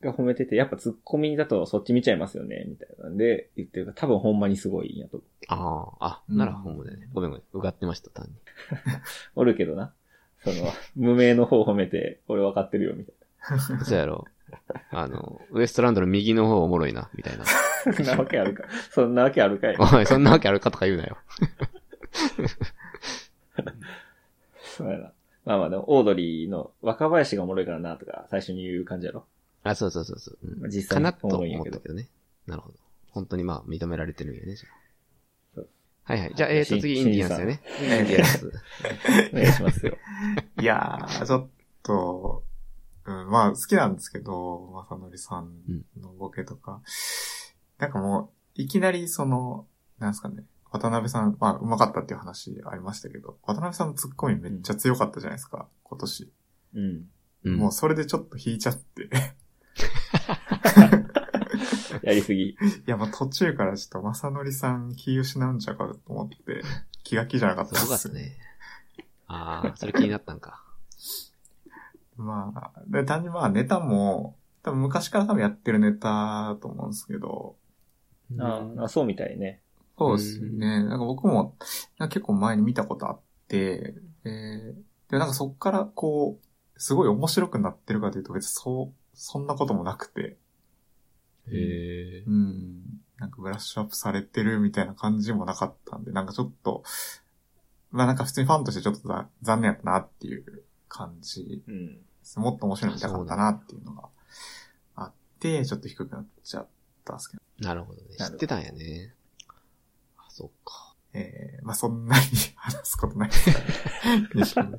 が褒めてて、やっぱツッコミだとそっち見ちゃいますよね、みたいなんで言ってるから、多分ほんまにすごいんやと思う。ああ、あ、うんなら本物だよね。ごめんごめん。うがってました、単に。おるけどな。その、 無名の方褒めて、俺分かってるよ、みたいそうやろ。あの、ウエストランドの右の方おもろいな、みたいな。な。そんなわけあ るか。そんなわけあるかい。おい、そんなわけあるかとか言うなよ。そうやな。まあまあでも、オードリーの若林がおもろいからな、とか、最初に言う感じやろ。あ、そうそうそうそう。うんまあ実か際になとおもろいん思やっけたど。けどね。なるほど。本当にまあ、認められてるんやね、じゃそあう。はいはい。じゃあ、はいえーと、し次、インディアンスよね。インんディアンス。お願いしますよ。いやー、ちょっと、うん、まあ好きなんですけど、まさのりさんのボケとか、なんかもう、いきなりその、なんですかね、渡辺さん、まあうまかったっていう話ありましたけど、渡辺さんのツッコミめっちゃ強かったじゃないですか、今年。うん。うんもうそれでちょっと引いちゃって。 やりすぎ。いや、もう途中からちょっとまさのりさん気失うんちゃうかと思って、気が気じゃなかったですごかったね。ああ、それ気になったんか。まあ、で、単にまあネタも、多分昔から多分やってるネタだと思うんですけど、ああ、そうみたいね。そうですね。なんか僕も、なんか結構前に見たことあって、えー、でもなんかそっからこう、すごい面白くなってるかというと別にそう、そんなこともなくて、へえ。うん、なんかブラッシュアップされてるみたいな感じもなかったんで、なんかちょっと、まあなんか普通にファンとしてちょっとざ残念やったなっていう感じうん。ですもっと面白いの見たかったなっていうのがあって、ちょっと低くなっちゃったんですけど。なるほどね。知ってたんやね。あ、そっか。えー、まあ、そんなに話すことないですから、いね、西君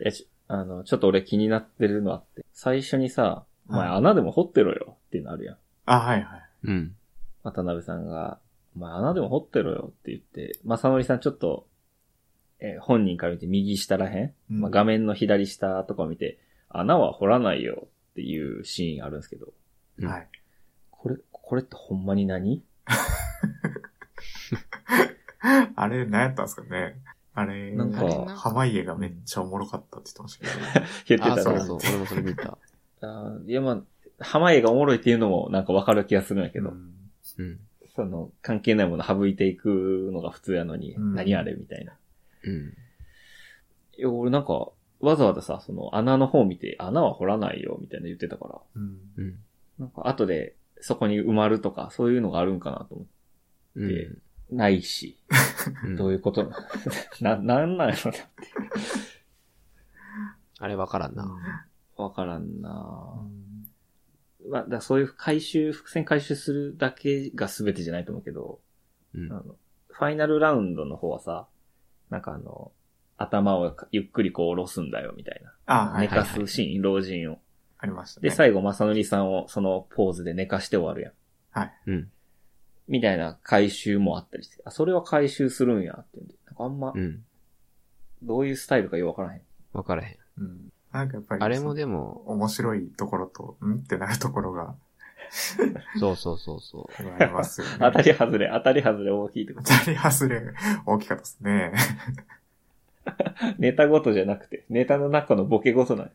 や、ちあの、ちょっと俺気になってるのあって、最初にさ、お前はい穴でも掘ってろよっていうのあるやん。あ、はいはい。うん。渡辺さんが、お前穴でも掘ってろよって言って、まさのりさんちょっと、えー本人から見て右下らへん、うんまあ、画面の左下とかを見て、穴は掘らないよっていうシーンあるんですけど、うんはい。これ、これってほんまに何あれ、何やったんですかね。あれ、なんか濱家がめっちゃおもろかったって言ってましたけ言ど、ってあ、たそうらそう、俺もそれ見た。あーいや、まあ、濱家がおもろいっていうのもなんかわかる気がするんやけど、うんうん。その、関係ないもの省いていくのが普通やのに、うん何あれみたいな。うん。いや、俺なんか、わざわざさ、その穴の方見て、穴は掘らないよ、みたいな言ってたから、うん。うん。なんか後でそこに埋まるとか、そういうのがあるんかなと思って、うんないし、うんどういうことな、 な、なんなんやろあれわからんな。な。わからんうなんぁまあ、だからそういう回収、伏線回収するだけが全てじゃないと思うけど、うんあ。の、ファイナルラウンドの方はさ、なんかあの、頭をゆっくりこう下ろすんだよ、みたいな。あ、はい寝はかい。すシーン、老人を。ありましたね。で、最後、正則さんをそのポーズで寝かして終わるやん。うん。みたいな回収もあったりして、あ、それは回収するんやって言うんでなんかあんまう、ん。どういうスタイルかよくわからへん。わからへん。うん。なんかやっぱり、あれもでも、面白いところと、んってなるところがそうそうそうそ多分ありますよね。当たり外れ、当たり外れ大きいってこ当たり外れ、大きかったですね。と。ネタごとじゃなくて、ネタの中のボケごとなんやう。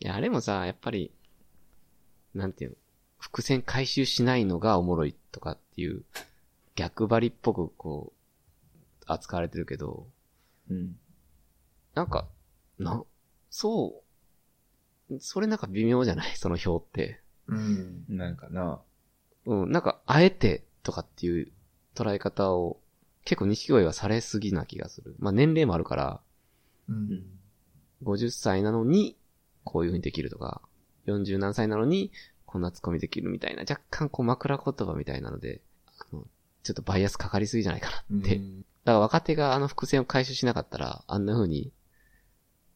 いや、あれもさ、やっぱり、なんていうの、伏線回収しないのがおもろいとかっていう、逆張りっぽくこう、扱われてるけど、うん。なんか、な、そう、それなんか微妙じゃない その表って。うん。なんかなうん、なんか、あえてとかっていう捉え方を、結構錦鯉はされすぎな気がする。まあ年齢もあるから、うん。 50歳なのに、こういう風にできるとか、40何歳なのに、こんなツッコミできるみたいな、若干こう枕言葉みたいなので、あの、ちょっとバイアスかかりすぎじゃないかなって。だうかんら若手があの伏線を回収しなかったら、あんな風に、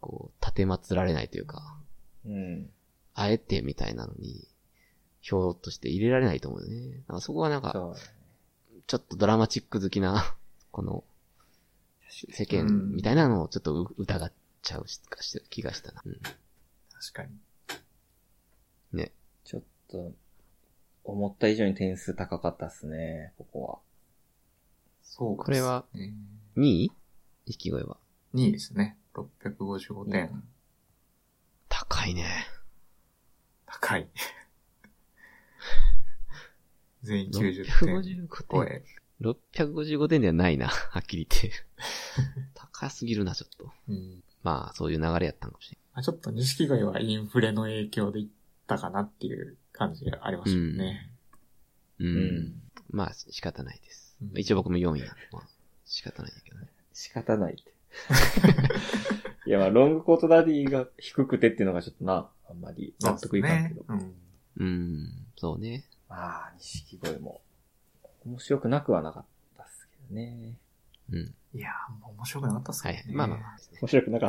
こう、立てまつられないというか、うん。あえてみたいなのに、表として入れられないと思うよね。だからそこはなんか、そう。ちょっとドラマチック好きな、 この、世間みたいなのをちょっと疑っちゃうしかし気がしたな。うん確かに。ちょっと、思った以上に点数高かったっすね、ここは。そうですねこれは、2位き声は。 2位ですね。655点。高いね。高い。 全員90点655超点。え。 655点ではないな。 はっきり 言って。高すぎるな、ちょっと。うんまあ、そういう流れやったんかもしまあちょっと錦鯉はインフレの影響でいったかなっていう感じがありましたよね。れん。ううんん。まあ、仕方ないですうん。一応僕も4位なんで、まあ、仕方ないんだけどね。仕方ないって。 いや、まあ、ロングコートダディが低くてっていうのがちょっとな、あんまり納得いかんけど。そうですねうん、そうね。まあ、錦鯉も、面白くなくはなかったっすけどね。うん。うんいやー、面白くなかったっすはいねはい。。まあまあまあ。面白くなかっ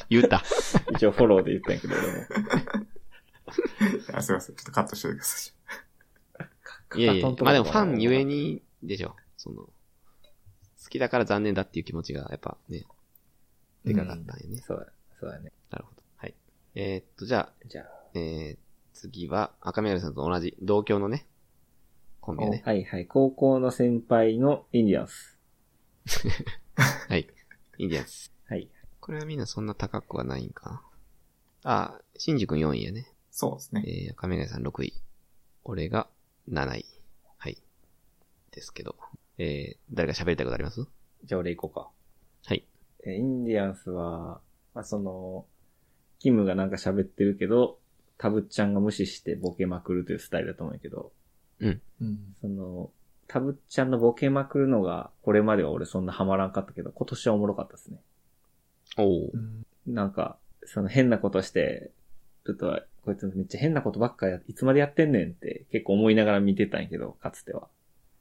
た。言う た。 一応フォローで言ったんやけど、俺も。あ。すいません。ちょっとカットしてください。いやいや、まあでもファンゆえに、でしょ。その、好きだから残念だっていう気持ちが、やっぱね、でかかったんよね。そうだ、そうだね。なるほど。はい。えーっと、じゃあ、じゃあ、えー、次は、赤宮さんと同じ、同郷のね、コンビね。はいはい、高校の先輩のインディアンス。はい。インディアンス。はい。これはみんなそんな高くはないんかな。あ、シンジ君4位やね。そうですね。えー、赤宮さん6位。俺が7位。はい。ですけど。えー、誰か喋りたいことありますじゃあ俺行こうか。はい。えー、インディアンスは、まあ、その、キムがなんか喋ってるけど、タブっちゃんが無視してボケまくるというスタイルだと思うんやけど、うん。その、タブっちゃんのボケまくるのが、これまでは俺そんなハマらんかったけど、今年はおもろかったですね。おおうんなんか、その変なことして、ちょっと、こいつめっちゃ変なことばっかや、いつまでやってんねんって結構思いながら見てたんやけど、かつては。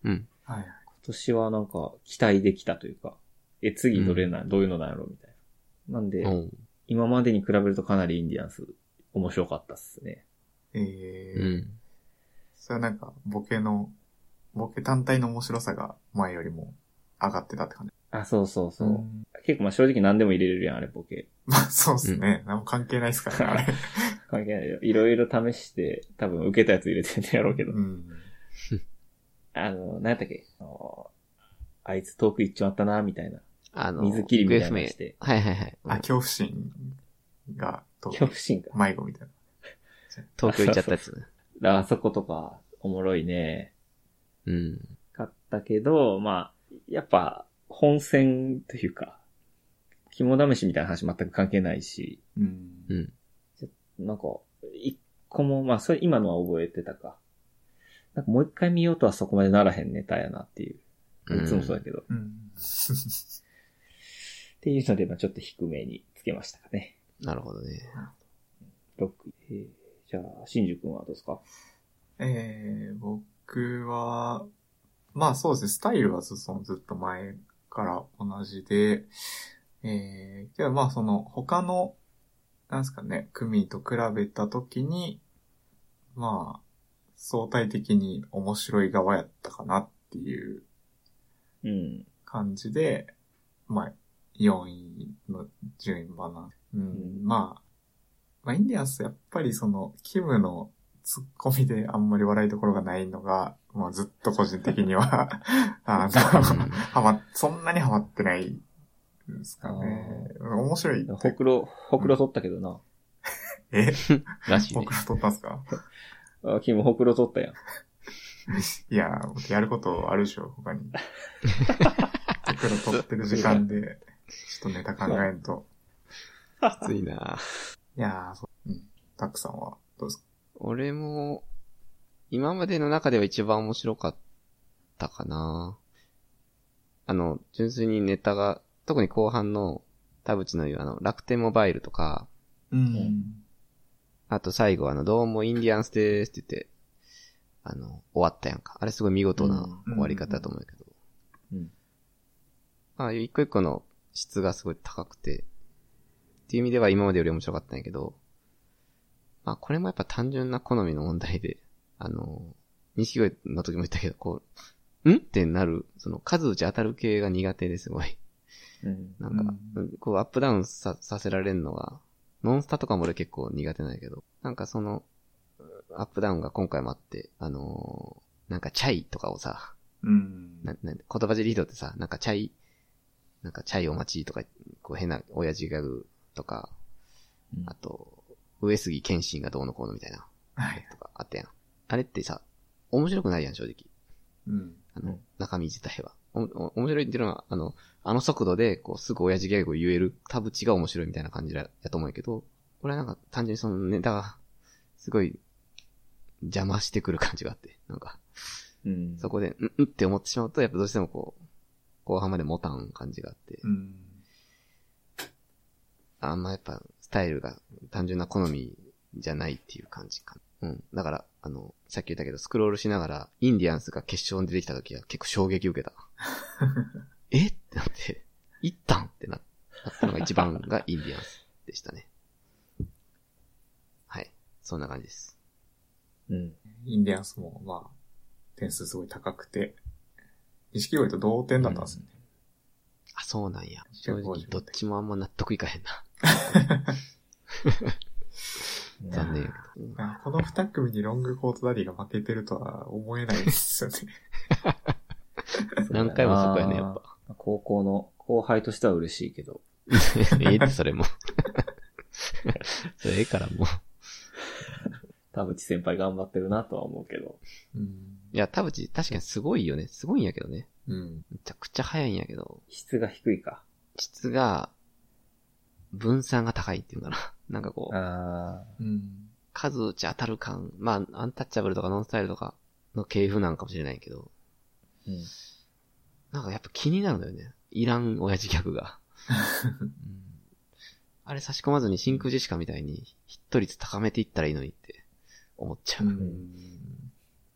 うん。はいはい。今年はなんか期待できたというか、え、次どれな、どういうのなんやろうみたいな。なんで、うん。今までに比べるとかなりインディアンス面白かったっすね。えーうん。それはなんか、ボケの、ボケ単体の面白さが前よりも上がってたって感じ。あ、そうそうそう。ん結構まあ正直何でも入れれるやん、あれボケ。 まあ、そうっすね。何も関係ないっすからね、あれ。関係ないよ。いろいろ試して、多分受けたやつ入れてんやろうけど。うん。あの、何やったっけあのあいつ遠く行っちまったな、みたいな。あの、水切りみたい行なの方し不明て。はいはいはい。あ、恐怖心が、と、恐怖心か。迷子みたい東京行っちゃったやつ。あそことか、おもろいね。うん。かったけど、まあ、やっぱ、本戦というか、肝試しみたいな話全く関係ないし、な。うん。うん。なんか、一個も、まあ、それ今のは覚えてたか。なんかもう一回見ようとはそこまでならへんネタやなっていう。いつもそうだけど。っうん。ていうので、まあちょっと低めにつけましたかね。なるほど ね。 6、えーじゃあ、新宿君はどうですかえー、僕は、まあそうですね、スタイルはずそのずっと前から同じで、えー、けどまあその他の、なんですかね、組と比べたときに、まあ、相対的に面白い側やったかなっていううん。感じで、まあ、4位の順位バナうん、うんまあ、まあ、インディアンス、やっぱりその、キムのツッコミであんまり笑いどころがないのが、まあ、ずっと個人的には、あの、うんはま、そんなにハマってないんですかね。面白い。ほくろ、ほくろ取ったけどな。えらしいね僕。ら撮ったんすかあ、君ほくろ取ったやん。いや、僕やることあるでしょ、他に。僕ら撮ってる時間で、ちょっとネタ考えんと。きついなぁいやー、そう。うん。たくさんは、どうですか俺も、今までの中では一番面白かったかなあの、純粋にネタが、特に後半の田淵の言うあの、楽天モバイルとか、うん。あと最後あの、どうもインディアンスでーすって言って、あの、終わったやんか。あれすごい見事なうん終わり方だと思うけど。うんああいう一個一個の質がすごい高くて、っていう意味では今までより面白かったんやけど、まあこれもやっぱ単純な好みの問題で、あの、錦鯉の時も言ったけど、こう、んってなる、その数打ち当たる系が苦手ですごい。うん。なんか、うこうアップダウンささせられるのが、ノンスタとかも俺結構苦手なんやけど、なんかその、アップダウンが今回もあって、あのーなんかチャイとかをさ、うん。な、な、言葉尻リードってさ、なんかチャイ、なんかチャイお待ちとか、こう変な親父ギャグとか、あと、上杉謙信がどうのこうのみたいな、はい。とかあったやん。あれってさ、面白くないやん、正直。うん。あうのん、中身自体は。お、お面白いっていうのは、あの、あの速度で、こう、すぐ親父ギャグを言える田淵が面白いみたいな感じだ、やと思うけど、俺はなんか、単純にそのネタが、すごい、邪魔してくる感じがあって、なんか、うん。そこで、うん、うんって思ってしまうと、やっぱどうしてもこう、後半まで持たん感じがあってう、ん。あんまやっぱ、スタイルが単純な好みじゃないっていう感じかな。うん。だから、あの、さっき言ったけど、スクロールしながら、インディアンスが決勝に出てきた時は結構衝撃 受けた。えってなって、行ったんってななったのが一番がインディアンスでしたね。はい。そんな感じです。うん。インディアンスも、まあ、点数すごい高くて、錦鯉と同点だったんですよね。あ、そうなんや。正直、 150どっちもあんま納得いかへんな。残念やけど。うんあこの二組にロングコートダディが負けてるとは思えないですよね。何回もそこやね、やっぱ。ぱ。高校の後輩としては嬉しいけど。 ええって、それも。それええからもう。田淵先輩頑張ってるなとは思うけど。 うん。いや、田淵確かにすごいよね。すごいんやけどね。うん。めちゃくちゃ早いんやけど、質が低いか。質が、分散が高いっていうのかな。なんかこう、あうん。数打ち当たる感、まあ、アンタッチャブルとかノンスタイルとかの系譜なんかもしれないけど、ー。うん。なんかやっぱ気になるんだよね。いらん親父ギャグ が。うんあれ差し込まずに真空ジェシカみたいに、ヒット率高めていったらいいのにって思っちゃう。うん。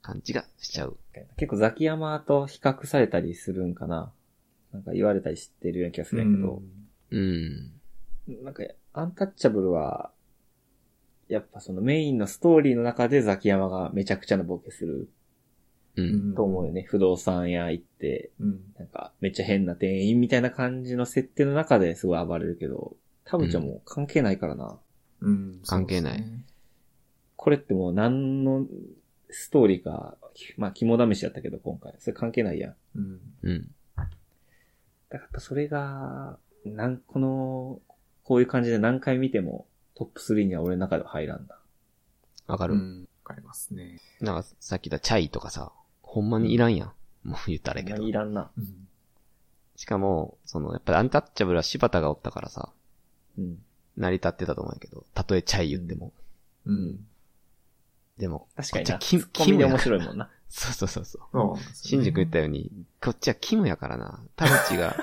感じがしちゃう。結構ザキヤマと比較されたりするんかな。なんか言われたりしてるような気がするんやけど。うん。なんか、アンタッチャブルは、やっぱそのメインのストーリーの中でザキヤマがめちゃくちゃなボケするう。うんんと思うよね。不動産屋行って、うん。なんかめっちゃ変な店員みたいな感じの設定の中ですごい暴れるけど、タブちゃんもう関係ないからな。うん。関係ないそうですね。これってもう何のストーリーか、まあ肝試しやったけど今回。それ関係ないやん。うん。うん。だからやっぱそれが、なん、この、こういう感じで何回見てもトップ3には俺の中では入らんな。わかわ、る、うん、わかりますね。なんかさっき言ったチャイとかさ、ほんまにいらんやん。もう言ったらええけどい。らんな。うん。しかも、その、やっぱりアンタッチャブルは柴田がおったからさ、うん。成り立ってたと思うんやけど、たとえチャイ言っても。うん。でも、確かにじゃな。あキムツッコミでキムやから面白いもんな。そうそうそうそう。そうなんですよ新ね宿言ったように、こっちはキムやからな。田口が、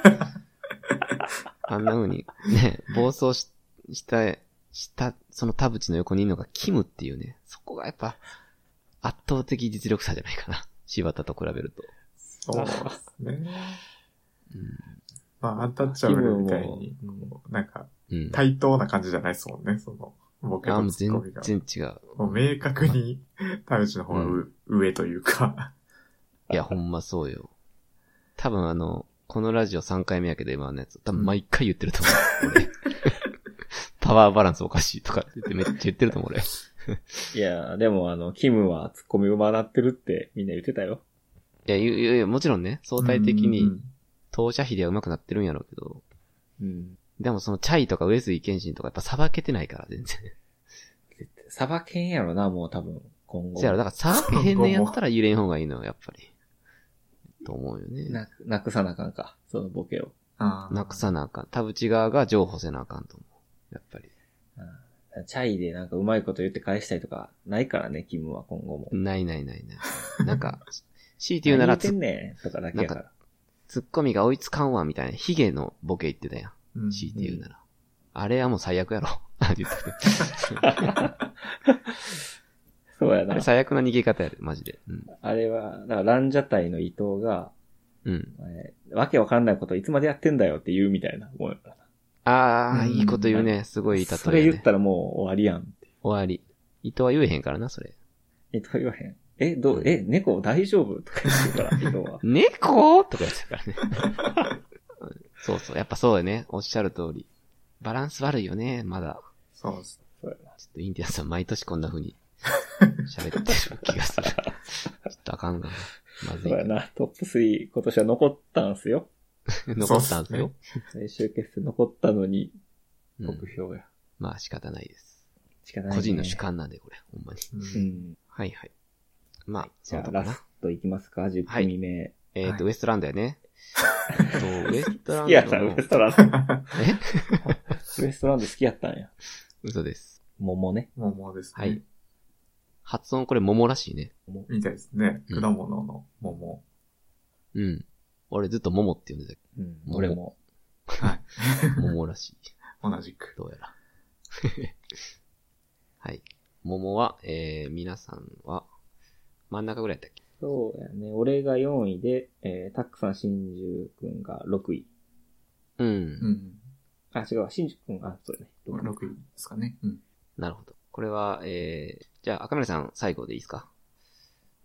あんな風に、ね、暴走しした、した、その田口の横にいるのがキムっていうね、そこがやっぱ、圧倒的実力差じゃないかな。柴田と比べると。そうですね。うまあ、アンタッチャブルみたいに、こうなんか、ん。うん。対等な感じじゃないですもんね、その、ボケあ、ともうツッ全コミが。然違う。もう明確に、田口の方が上,、上というか、いや、ほんまそうよ。多分あの、このラジオ3回目やけど今のやつ、多分毎回言ってると思う。 俺パワーバランスおかしいとかって言ってめっちゃ言ってると思う、俺。 いや、でもあの、キムはツッコミ上手なってるってみんな言ってたよ。いや、いやいやいや、もちろんね、相対的うにん当社比では上手くなってるんやろうけど、うん。でもそのチャイとか上杉謙信とかやっぱ裁けてないから、全然。絶対サバ犬やろな、もう多分、今後。じゃあ、だから裁けへんねんやったら揺れん方がいいのよ、やっぱり。と思うよね。な、なくさなあかんか、そのボケを。あーなくさなあかん。田淵側が譲歩せなあかんと思う。やっぱり。うんチャイでなんかうまいこと言って返したりとか、ないからね、キムは今後も。ないないないない。なんか、 強いて言うなら何言ってんねんとかだけやから。ツッコミが追いつかんわ、みたいな、ヒゲのボケ言ってたや。うんん強いて言うなら。あれはもう最悪やろ。 あ言ってたそうやあな れ。最悪な逃げ方やで、マジで。うん。あれは、だからランジャタイの伊藤が、うん。えーわけわかんないこといつまでやってんだよって言うみたいなもんやからな。あー、うんいいこと言うね。すごいいい例え、ね。それ言ったらもう終わりやんって。終わり。伊藤は言えへんからな、それ。。伊藤言わへん。え、どう、え、猫大丈夫とか言ってるから、伊藤は 猫とか言ってたからね。 そうそう。やっぱそうだね。おっしゃる通り。バランス悪いよね、まだ。そうです。そうやな。ちょっとインディアンさん毎年こんな 風に喋ってる気がする。ちょっとあかんな。まずそいうや。な。トップ3今年は残ったんすよ。残ったんすよ。最終決戦残ったのに、う目ん標が。まあ仕方ないです。しかない、ね。個人の主観なんで、これ、ほんまに。ううん ん。はいはい。まあ、じそゃうあ、だラなス。トいきますか ?10 組目。えっ、はと、いウエストランドや ね。えっと、ウエストラ好きやっンたドん、ウのエ、ストランド。えウエストランド好きやったんや。嘘です。桃ね。桃ですね。はい発音これ桃らしいね。みたいですね。うん果物の桃。うん。俺ずっと桃って呼んでたうん、桃俺も。はい。けど、桃らしい。 同じく。どうやら。 はい。桃は、えー、皆さんは、真ん中ぐらいだったっけそうやね。俺が4位で、えー、タックさん、新宿くんが6位。うん。うん。あ、違うわ、新宿くん、あ、そうやね。六位6位ですかね。うん。なるほど。これは、えー、じゃあ、赤村さん最後でいいですか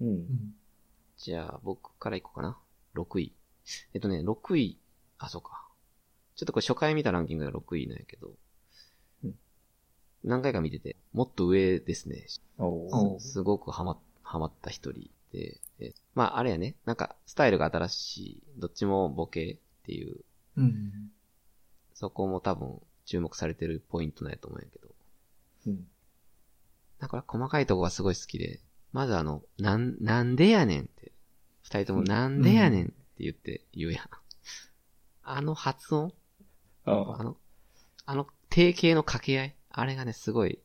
う。うんんじゃあ、僕から行こうかな。6位。えっとね、6位、あ、そうか。ちょっとこれ初回見たランキングが6位なんやけど、うん何回か見てて、もっと上ですね。おおううすごくハマ、ハマった一人で、えまあ、あれやね、なんか、スタイルが新しい、どっちもボケっていう、うん。そこも多分注目されてるポイントなんやと思うんやけど、うん。だから細かいとこがすごい好きで、まずあの、なん、なんでやねんって。二人ともうんなんでやねんって言って言うやん。あの発音ああの、あの定型の掛け合いあれがね、すごい、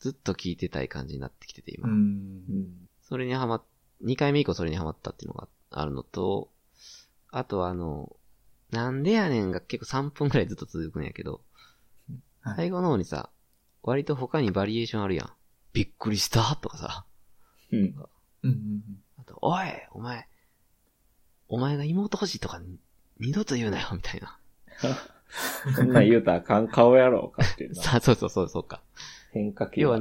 ずっと聞いてたい感じになってきてて、う。今。うんん。それにハマっ、2回目以降それにハマったっていうのがあるのと、あとはあの、なんでやねんが結構3分くらいずっと続くんやけど、はい最後の方にさ、割と他にバリエーションあるやん。びっくりしたとかさ、うん。うんうんあと、おいお前、お前が妹欲しいとか二度と言うなよみたいな。そんなん言うたらあかん 顔やろ、かっていうな。さあ、そうそうそう、そうか。変化球。要は、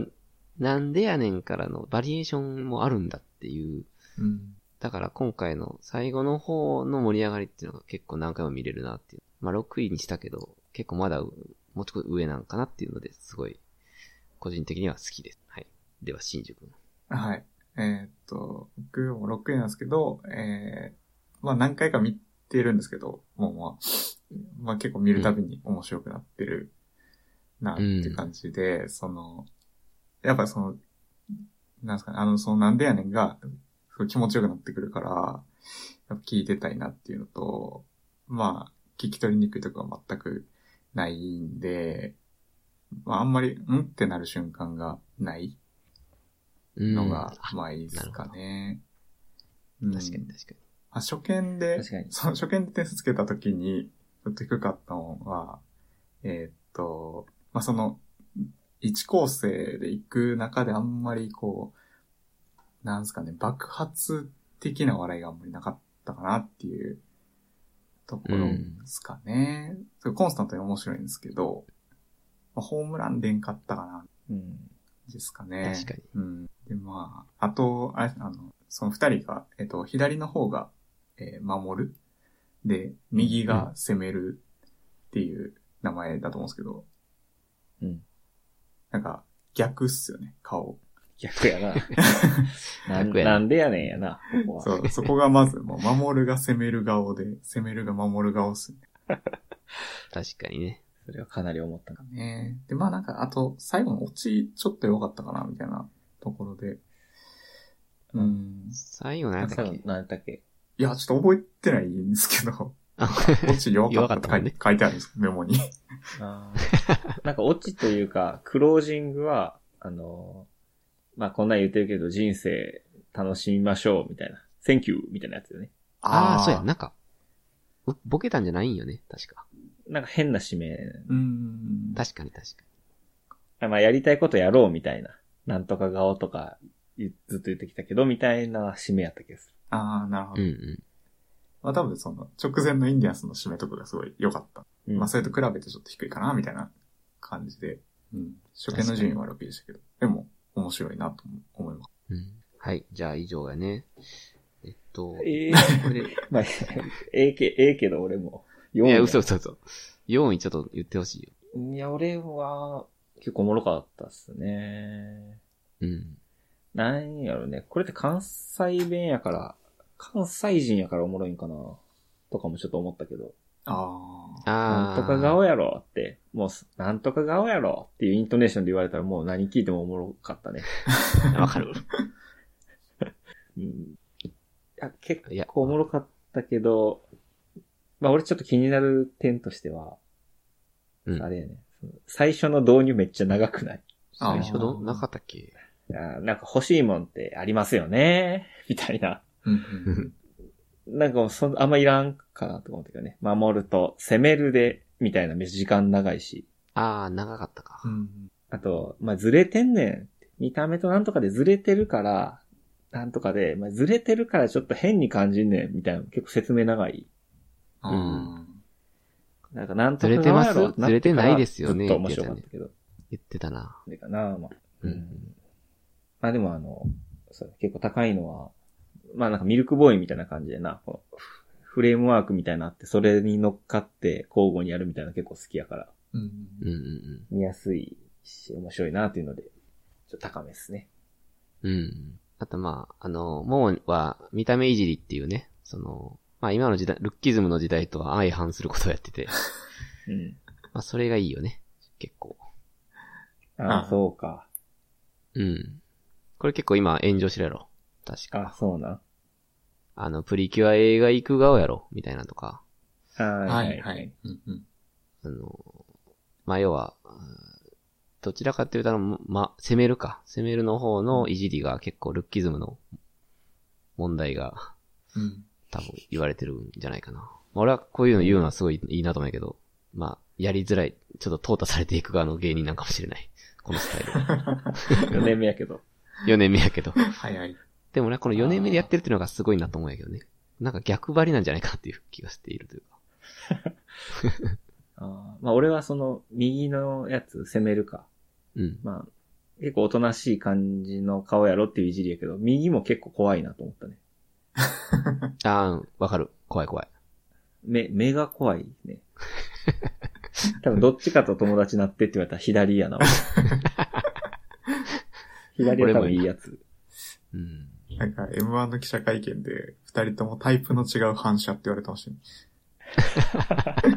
なんでやねんからのバリエーションもあるんだっていう。うん。うん。だから今回の最後の方の盛り上がりっていうのが結構何回も見れるなっていう。まあ6位にしたけど、結構まだうもうちょっと上なんかなっていうのですごい、個人的には好きです。はい。では、新宿。はい。えーっと、僕も6位なんですけど、えー、まあ何回か見てるんですけど、もうまあ、まあ結構見るたびに面白くなってるなっていう感じで、その、やっぱその、なんですかね、あの、そのなんでやねんが、すごい気持ちよくなってくるから、やっぱ聞いてたいなっていうのと、まあ、聞き取りにくいとかは全くないんで、まああんまり、んってなる瞬間がないうん。のが、あまあいいですかね。うん確かに確かあ初見で確かに、その初見で点数つけたときに、ちょっと低かったのは、えーっと、まあその、一構成で行く中であんまりこう、なんですかね、爆発的な笑いがあんまりなかったかなっていうところですかね。それコンスタントに面白いんですけど、まあ、ホームランでんかったかなうん。ですかね。確かに。うん。で、まあ、あと、あれ、あの、その二人が、えっと、左の方が、えー守る。で、右が攻めるっていう名前だと思うんですけど、うん。なんか、逆っすよね、顔。逆やな。 なん逆やななんでやねんやな、ここそは。う、そこがまず、もう、守るが攻める顔で、攻めるが守る顔っすね。に。確かにね。それはかなり思ったな。ねで、まあなんか、あと、最後のオチ、ちょっと良かったかな、みたいなところで。うん。最後何やった最っ後け、何やったっけいや、ちょっと覚えてないんですけど。あ、 落ち弱かったって弱かったも書いんね書いてあるんです、メモに。あーなんかオチというか、クロージングは、あのーまあ、こんなん言ってるけど、人生楽しみましょう、みたいな。センキューみたいなやつよね。 ああ、そうや、なんか、うボケたんじゃないんよね、確か。なんか変な指名。うん。確かに確かあまあ、やりたいことやろう、みたいな。なんとか顔とか、いずっと言ってきたけど、みたいな指名やった気がする。ああ、なるほど。に。うんまあ多分その、直前のインディアンスの締めとかがすごい良かった。うんまあそれと比べてちょっと低いかな、みたいな感じで。うん。初見の順位は悪くでしたけど。でも、面白いなと思います。うん。うん。はい、じゃあ以上やね。えっと、ええこれ で、まあ、ええけ、ええけど俺も。4いや、嘘嘘嘘。4位ちょっと言ってほしいよ。いや、俺は、結構おもろかったっすね。うん。なんやろね。これって関西弁やから、関西人やからおもろいんかな。とかもちょっと思ったけど。ああ。あなあ。んとか顔やろって、もうす、なんとか顔やろっていうイントネーションで言われたらもう何聞いてもおもろかったね。わかる。うん。いや、結いや構おもろかったけど、まあ俺ちょっと気になる点としては、うんあれやね。その最初の導入めっちゃ長くない最初のなかったっけあーなんか欲しいもんってありますよねみたいな。うんうんなんかもうそん、あんまいらんかなと思ったけどね。守ると、攻めるで、みたいな、めっちゃ時間長いし。ああ、長かったかう。ん。あと、まあ、ずれてんねん。見た目となんとかでずれてるから、なんとかで、まあ、ずれてるからちょっと変に感じんねん、みたいな。結構説明長い。あんーなんか、なんとずかれてなまんすやろってなってからずれてないですよねずっと面白かったけど。言ってたな。でかな、まあ。うんまあでもあの、そう結構高いのは、まあなんかミルクボーイみたいな感じでな、こうフフレームワークみたいなのあって、それに乗っかって交互にやるみたいなの結構好きやから、うん。うんうん見やすいし、面白いなっていうので、ちょっと高めですね。うん。うん。あとまあ、あの、ももは見た目いじりっていうね、その、まあ今の時代、ルッキズムの時代とは相反することをやってて、うん。まあそれがいいよね。結構。あああ、そうか。うん。これ結構今炎上してるやろ。確か。あそうな。あの、プリキュア映画行く顔やろ。みたいなとか。は。はいい はい。。うんうんあの、まあ、要は、うんどちらかっていうと、ま、攻めるか。攻めるの方のいじりが結構ルッキズムの問題がうん。多分言われてるんじゃないかな。まあ、俺はこういうの言うのはすごいいいなと思うけど、まあ、やりづらい、ちょっと淘汰されていく側の芸人 なんかもしれない。このスタイルは。 4年目やけど。 4年目やけど。早い。でもね、この4年目でやってるっていうのがすごいなと思うんやけどね。なんか逆張りなんじゃないかっていう気がしているというか。あーまあ俺はその右のやつ攻めるか。うん。まあ結構おとなしい感じの顔やろっていういじりやけど、右も結構怖いなと思ったね。あー、わかる。怖い怖い。目、目が怖いね。多分どっちかと友達なってって言われたら左やな。俺左は多分いいやつ。うん。なんか M1 の記者会見で、二人ともタイプの違う反射って言われてまし たね。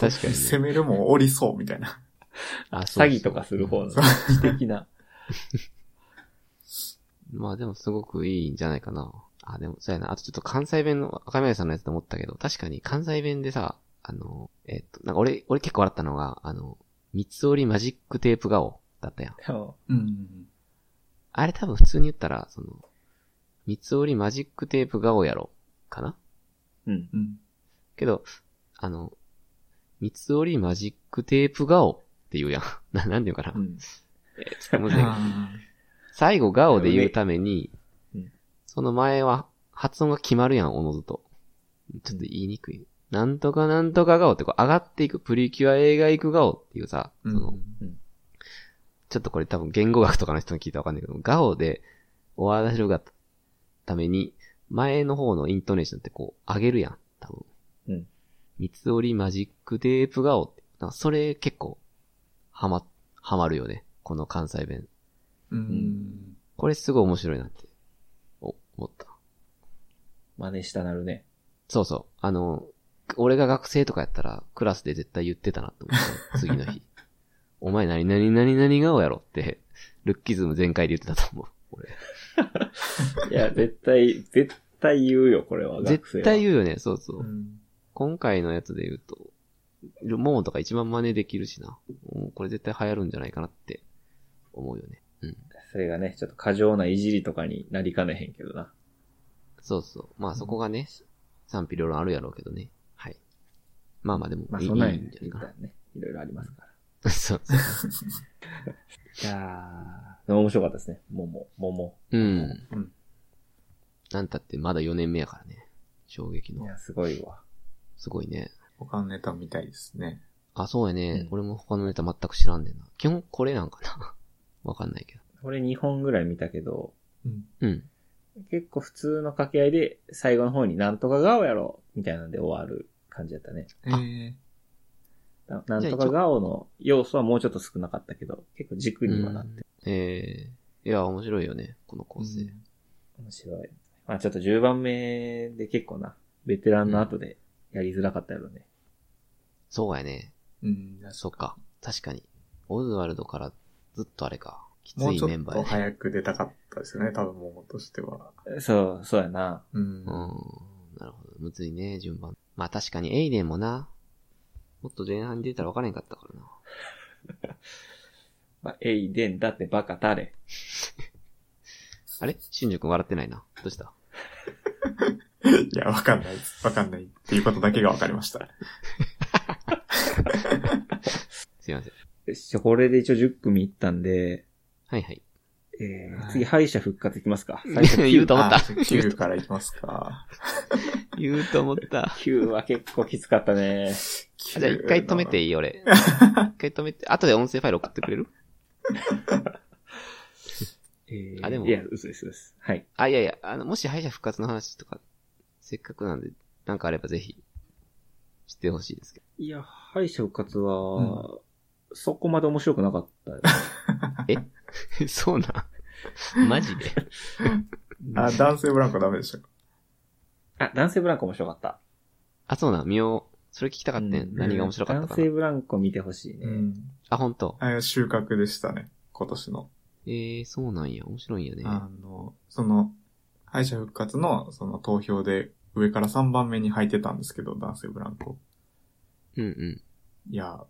確かにね攻めるも降りそうみたいな。あそう詐そう欺とかする方のそう知的な。まあでもすごくいいんじゃないかな。あ、でも、そうやな。あとちょっと関西弁の赤宮さんのやつで思ったけど、確かに関西弁でさ、あの、えっと、なんか俺、俺結構笑ったのが、あの、三つ折りマジックテープ顔だったやん。うん。あれ多分普通に言ったら、その、三つ折りマジックテープ顔やろ、かなうん。うん。けど、あの、三つ折りマジックテープ顔って言うやん。 な、なんて言うかなう。ん。えーちょっと難しいけどあ最後、ガオで言うためにうん、その前は発音が決まるやん、おのずと。ちょっと言いにくい。なんとかなんとかガオってこう上がっていくプリキュア映画行くガオっていうさ、ーその、ちょっとこれ多分言語学とかの人に聞いたらわかんないけど、ガオで終わらせるがために、前の方のイントネーションってこう上げるやん、多分。うん。三つ折りマジックテープガオって。なんかそれ結構、はま、はまるよね。この関西弁。うん。これすごい面白いなって、お思った。真似したなるね。そうそう。あの、俺が学生とかやったら、クラスで絶対言ってたなと思った。次 の日。お前何々何々顔やろって、ルッキズム全開で言ってたと思う。俺いや、絶対、絶対言うよ、これは。絶対う。言うよね。そうそうう。ん今回のやつで言うと、モモとか一番真似できるしな。もうこれ絶対流行るんじゃないかなって思うよね。うん。それがね、ちょっと過剰ないじりとかになりかねへんけどな。そうそう。まあそこがね、賛否両論あるやろうけどね。はい。まあまあでも、まあ、いいいいそんんじなゃんなやいかね。いろいろありますから。な。 そう。いやー、でも面白かったですね。もも、もも。うん。うんなんたってまだ4年目やからね。衝撃いの。や、すごいわ。すごいね。他のネタみたいですね。あ、そうやね。うん俺も他のネタ全く知らんねんな。基本これなんかな。 わかんないけど。俺2本ぐらい見たけど、うん。うん。結構普通の掛け合いで、最後の方になんとか顔やろみたいなんで終わる感じだったね。えななんとか顔の要素はもうちょっと少なかったけど、結構軸にはなってうんえー、いや、面白いよね。この構成。面白い。まあちょっと10番目で結構な、ベテランの後でやりづらかったやろね。そうやね。うん。そっか。確かに。オズワルドからずっとあれか。きつもういちょメンっバーとやね。早く出たかったですよね、多分もとしては。そう、そうやな。うんうん。なるほど。むずいね、順番。まあ確かにエイデンもな。もっと前半に出たら分からへんかったからな。まあ、えいでんだってバカ誰あれ新宿君笑ってないな。どうしたいや、わかんないです。わかんないっていうことだけがわかり ました。すいません。よし、じゃあこれで一応10組いったんで、はいはい。えーはい次敗者復活いきます か。最初言うと思ったあ。9からいきます か。言うと思 った。 9は結構きつかったね。じゃあ一回止めていいい俺。 一回止めて、後で音声ファイル送ってくれるえーあでもいや、嘘です、嘘です。はい。あ、いやいや、あの、もし敗者復活の話とか、せっかくなんで、なんかあればぜひ、してほしいですけいや、敗者復活は、そこまで面白くなかったよ。ど。そうなん。 マジで。あ、男性ブランコダメでしたか あ、男性ブランコ面白かった。あ、そうなん。みよう、それ聞きたかったんやうん何が面白かった男か性な。ブランコ見てほしいね。ん。あ、本当。あれは収穫でしたね、今年の。えー、そうなんや。面白いんやね。あの、その、敗者復活の、その投票で上から3番目に入ってたんですけど、男性ブランコ。うんうん。いや、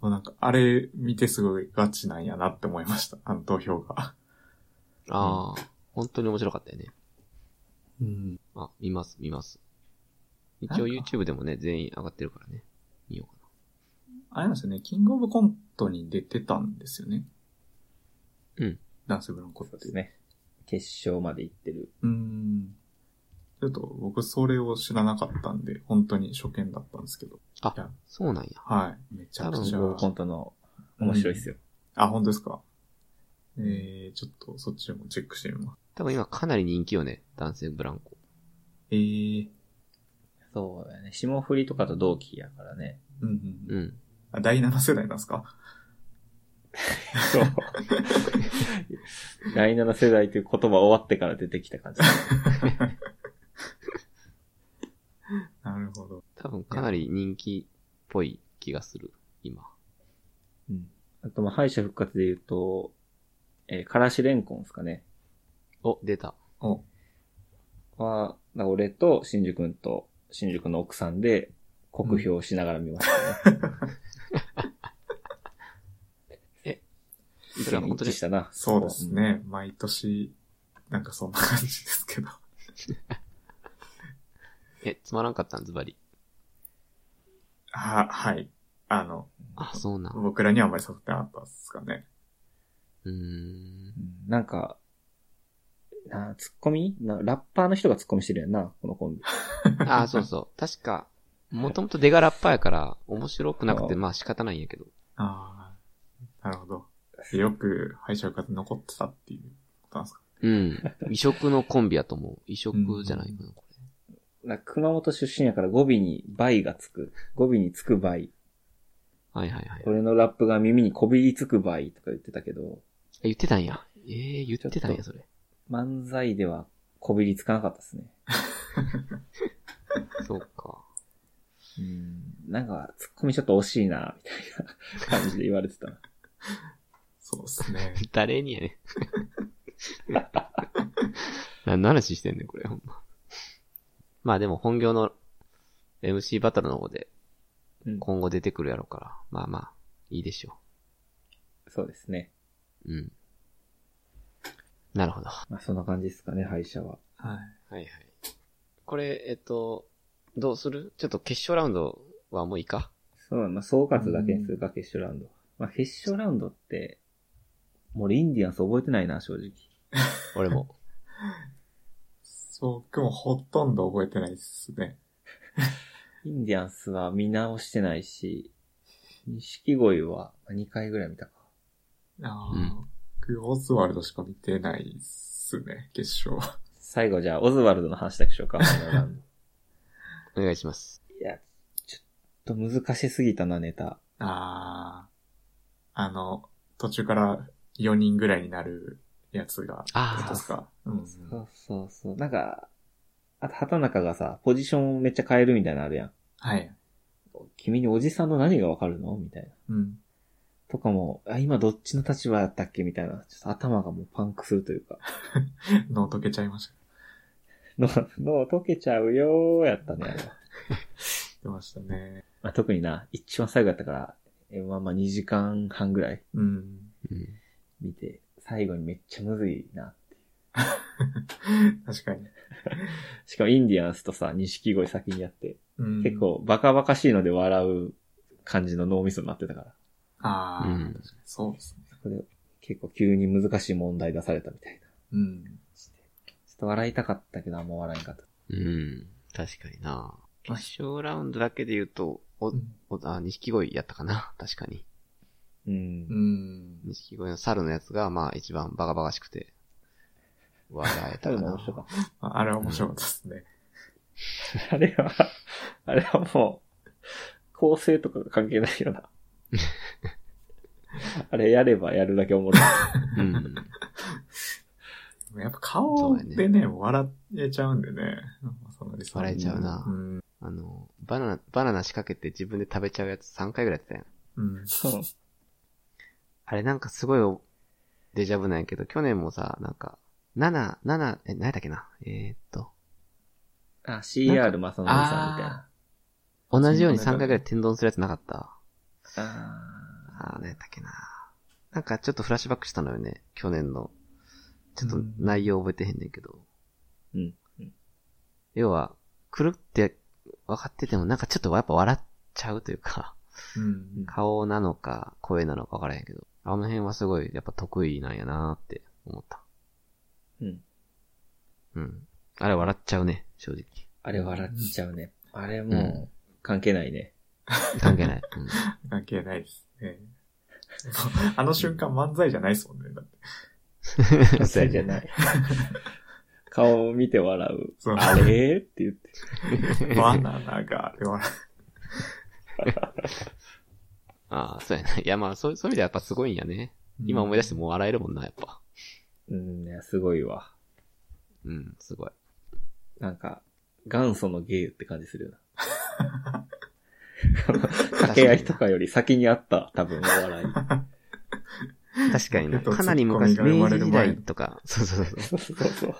もうなんか、あれ見てすごいガチなんやなって思いました、あの投票が。 ああ、本当に面白かったよね。うん。あ、見ます、見ます。一応なんか YouTube でもね、全員上がってるからね。見ようかあれなんですよね、キングオブコントに出てたんですよね。うん。ダンスブランコっそうてですね。決勝まで行ってる。うーん。ちょっと僕それを知らなかったんで、本当に初見だったんですけど。あいやそうなんや。はい。めちゃくちキゃン。グオブコントの面白いっすよ。あ、本当ですか。えー、ちょっとそっちもチェックしてみます。多分今かなり人気よね。男性ブランコ。えー、そうだよね。霜降りとかと同期やからね。うんうんううん。ん。あ、第7世代なんですかそう。 第7世代という言葉終わってから出てきた感じ。なるほど。多分かなり人気っぽい気がする。今。うん。あと、まあ、敗者復活で言うと、えーからしれんこんですかね。お、出た。お、は、だから俺と新宿くんと新宿の奥さんで、酷評しながら見ましたね。それは本 一当致にし。たな。そうですね。毎年、なんかそんな感じですけど。 え、つまらんかったんズバリ。は、はい。あの、あ、そうなん。僕らにはあんまり刺さってなかったですかね。うーんう。ん。うんなんか、な、ツッコミな、ラッパーの人がツッコミしてるやんな、このコンビ。あ、そうそう。確か、もともと出がラッパーやから、面白くなくて、まあ仕方ないんやけど。ああ、なるほど。よく敗者復活残ってたっていうことなんですかうん。異色のコンビやと思う。異色じゃないかな、これ。な熊本出身やから語尾に倍がつく。語尾につく倍。はいはいはい。俺のラップが耳にこびりつく倍とか言ってたけど、え言ってたんや。ええ言ってたんや、それ。漫才ではこびりつかなかったですね。そうか。うん。なんか、ツッコミちょっと惜しいな、みたいな感じで言われてたな。そうですね。 誰にやねん。何の話してんねん、これ、ほんま。まあでも本業の MC バトルの方でうん今後出てくるやろから、まあまあ、いいでしょそうですね。う。うん。なるほど。はまあ、そんな感じですかね、敗者 は。はいい。はい。これ、えっと、どうするちょっと決勝ラウンドはもういいかそう、まあ、総括だけにするか、決勝ラウンドは。まあ、決勝ラウンドって、もう俺インディアンス覚えてないな、正直。俺も。僕もほとんど覚えてないですね。インディアンスは見直してないし、錦鯉は2回ぐらい見たか。あうあ、僕オズワルドしか見てないっすね、決勝は。最後じゃあ、オズワルドの話だけしようか。このラウンお願いします。ドいや、ちょっと難しすぎたな、ネタ。ああ、あの、途中から4人ぐらいになるやつが、あですか。うんうん。そうそうそう。なんか、あと、畑中がさ、ポジションをめっちゃ変えるみたいなのあるやん。はい。君におじさんの何がわかるのみたいな。うん。とかも、あ、今どっちの立場だったっけみたいな。ちょっと頭がもうパンクするというか。脳溶けちゃいました。の、の、溶けちゃうよーやったね。あれは出ましたね。まあ、特にな、一番最後やったから、えまあまあ2時間半ぐらいうん。うん。見て、最後にめっちゃむずいな。確かに。しかもインディアンスとさ、錦鯉先にやって、うん、結。構バカバカしいので笑う感じの脳みそになってたから。ああ、うん確かにそうですね。そこで結構急に難しい問題出されたみたいな。うん。してちょっと笑いたかったけどあんま笑えんかった。うん。確かにな決勝ラウンドだけで言うと、おう、んお、あ、錦鯉やったかな確かに。うんう。ん。錦鯉の猿のやつが、まあ一番バカバカしくて、笑え多たか分な面白かった。まああれは面白かったですね。 あれは、あれはもう、構成とかが関係ないよな。 あれやればやるだけおもろい。うん。やっぱ顔でね、笑えちゃうんでね。その理想笑えちゃうなうん。あの、バナナ、バナナ仕掛けて自分で食べちゃうやつ3回ぐらいやってたやん。うん。そうあれなんかすごいおデジャブなんやけど、去年もさ、なんか、7、7、え、何やったっけなえーっと、あ、CR 正則さんみたいな。同じように3回ぐらい天丼するやつなかったああー、何やったっけな。なんかちょっとフラッシュバックしたのよね。去年の。ちょっとうん内容覚えてへんねんけど。うん。要は、狂って分かっててもなんかちょっとやっぱ笑っちゃうというか、 ーうん。顔なのか声なのか分からへんけど、あの辺はすごいやっぱ得意なんやなーって思った。うん。うん。あれ笑っちゃうね、正直。あれ笑っちゃうね。あれもう、関係ないね。関係ない。うん関係ないですね。 あの瞬間漫才じゃないですもんね。だって。 関係じゃない。顔を見て笑う。そうあれって言って。 バナナが、でも ああ、そうやな。いや、まあ、そうそういう意味ではやっぱすごいんやね。今思い出してもう笑えるもんな、やっぱ。うん、いや、すごいわ。うん、すごい。なんか、元祖の芸って感じするよな。掛掛け合いとかより先にあった、多分、お笑い。確かにな。ポケットかなり昔、ツッコミ明が生ま治れる時前代とか。そうそうそう。そうそうそう。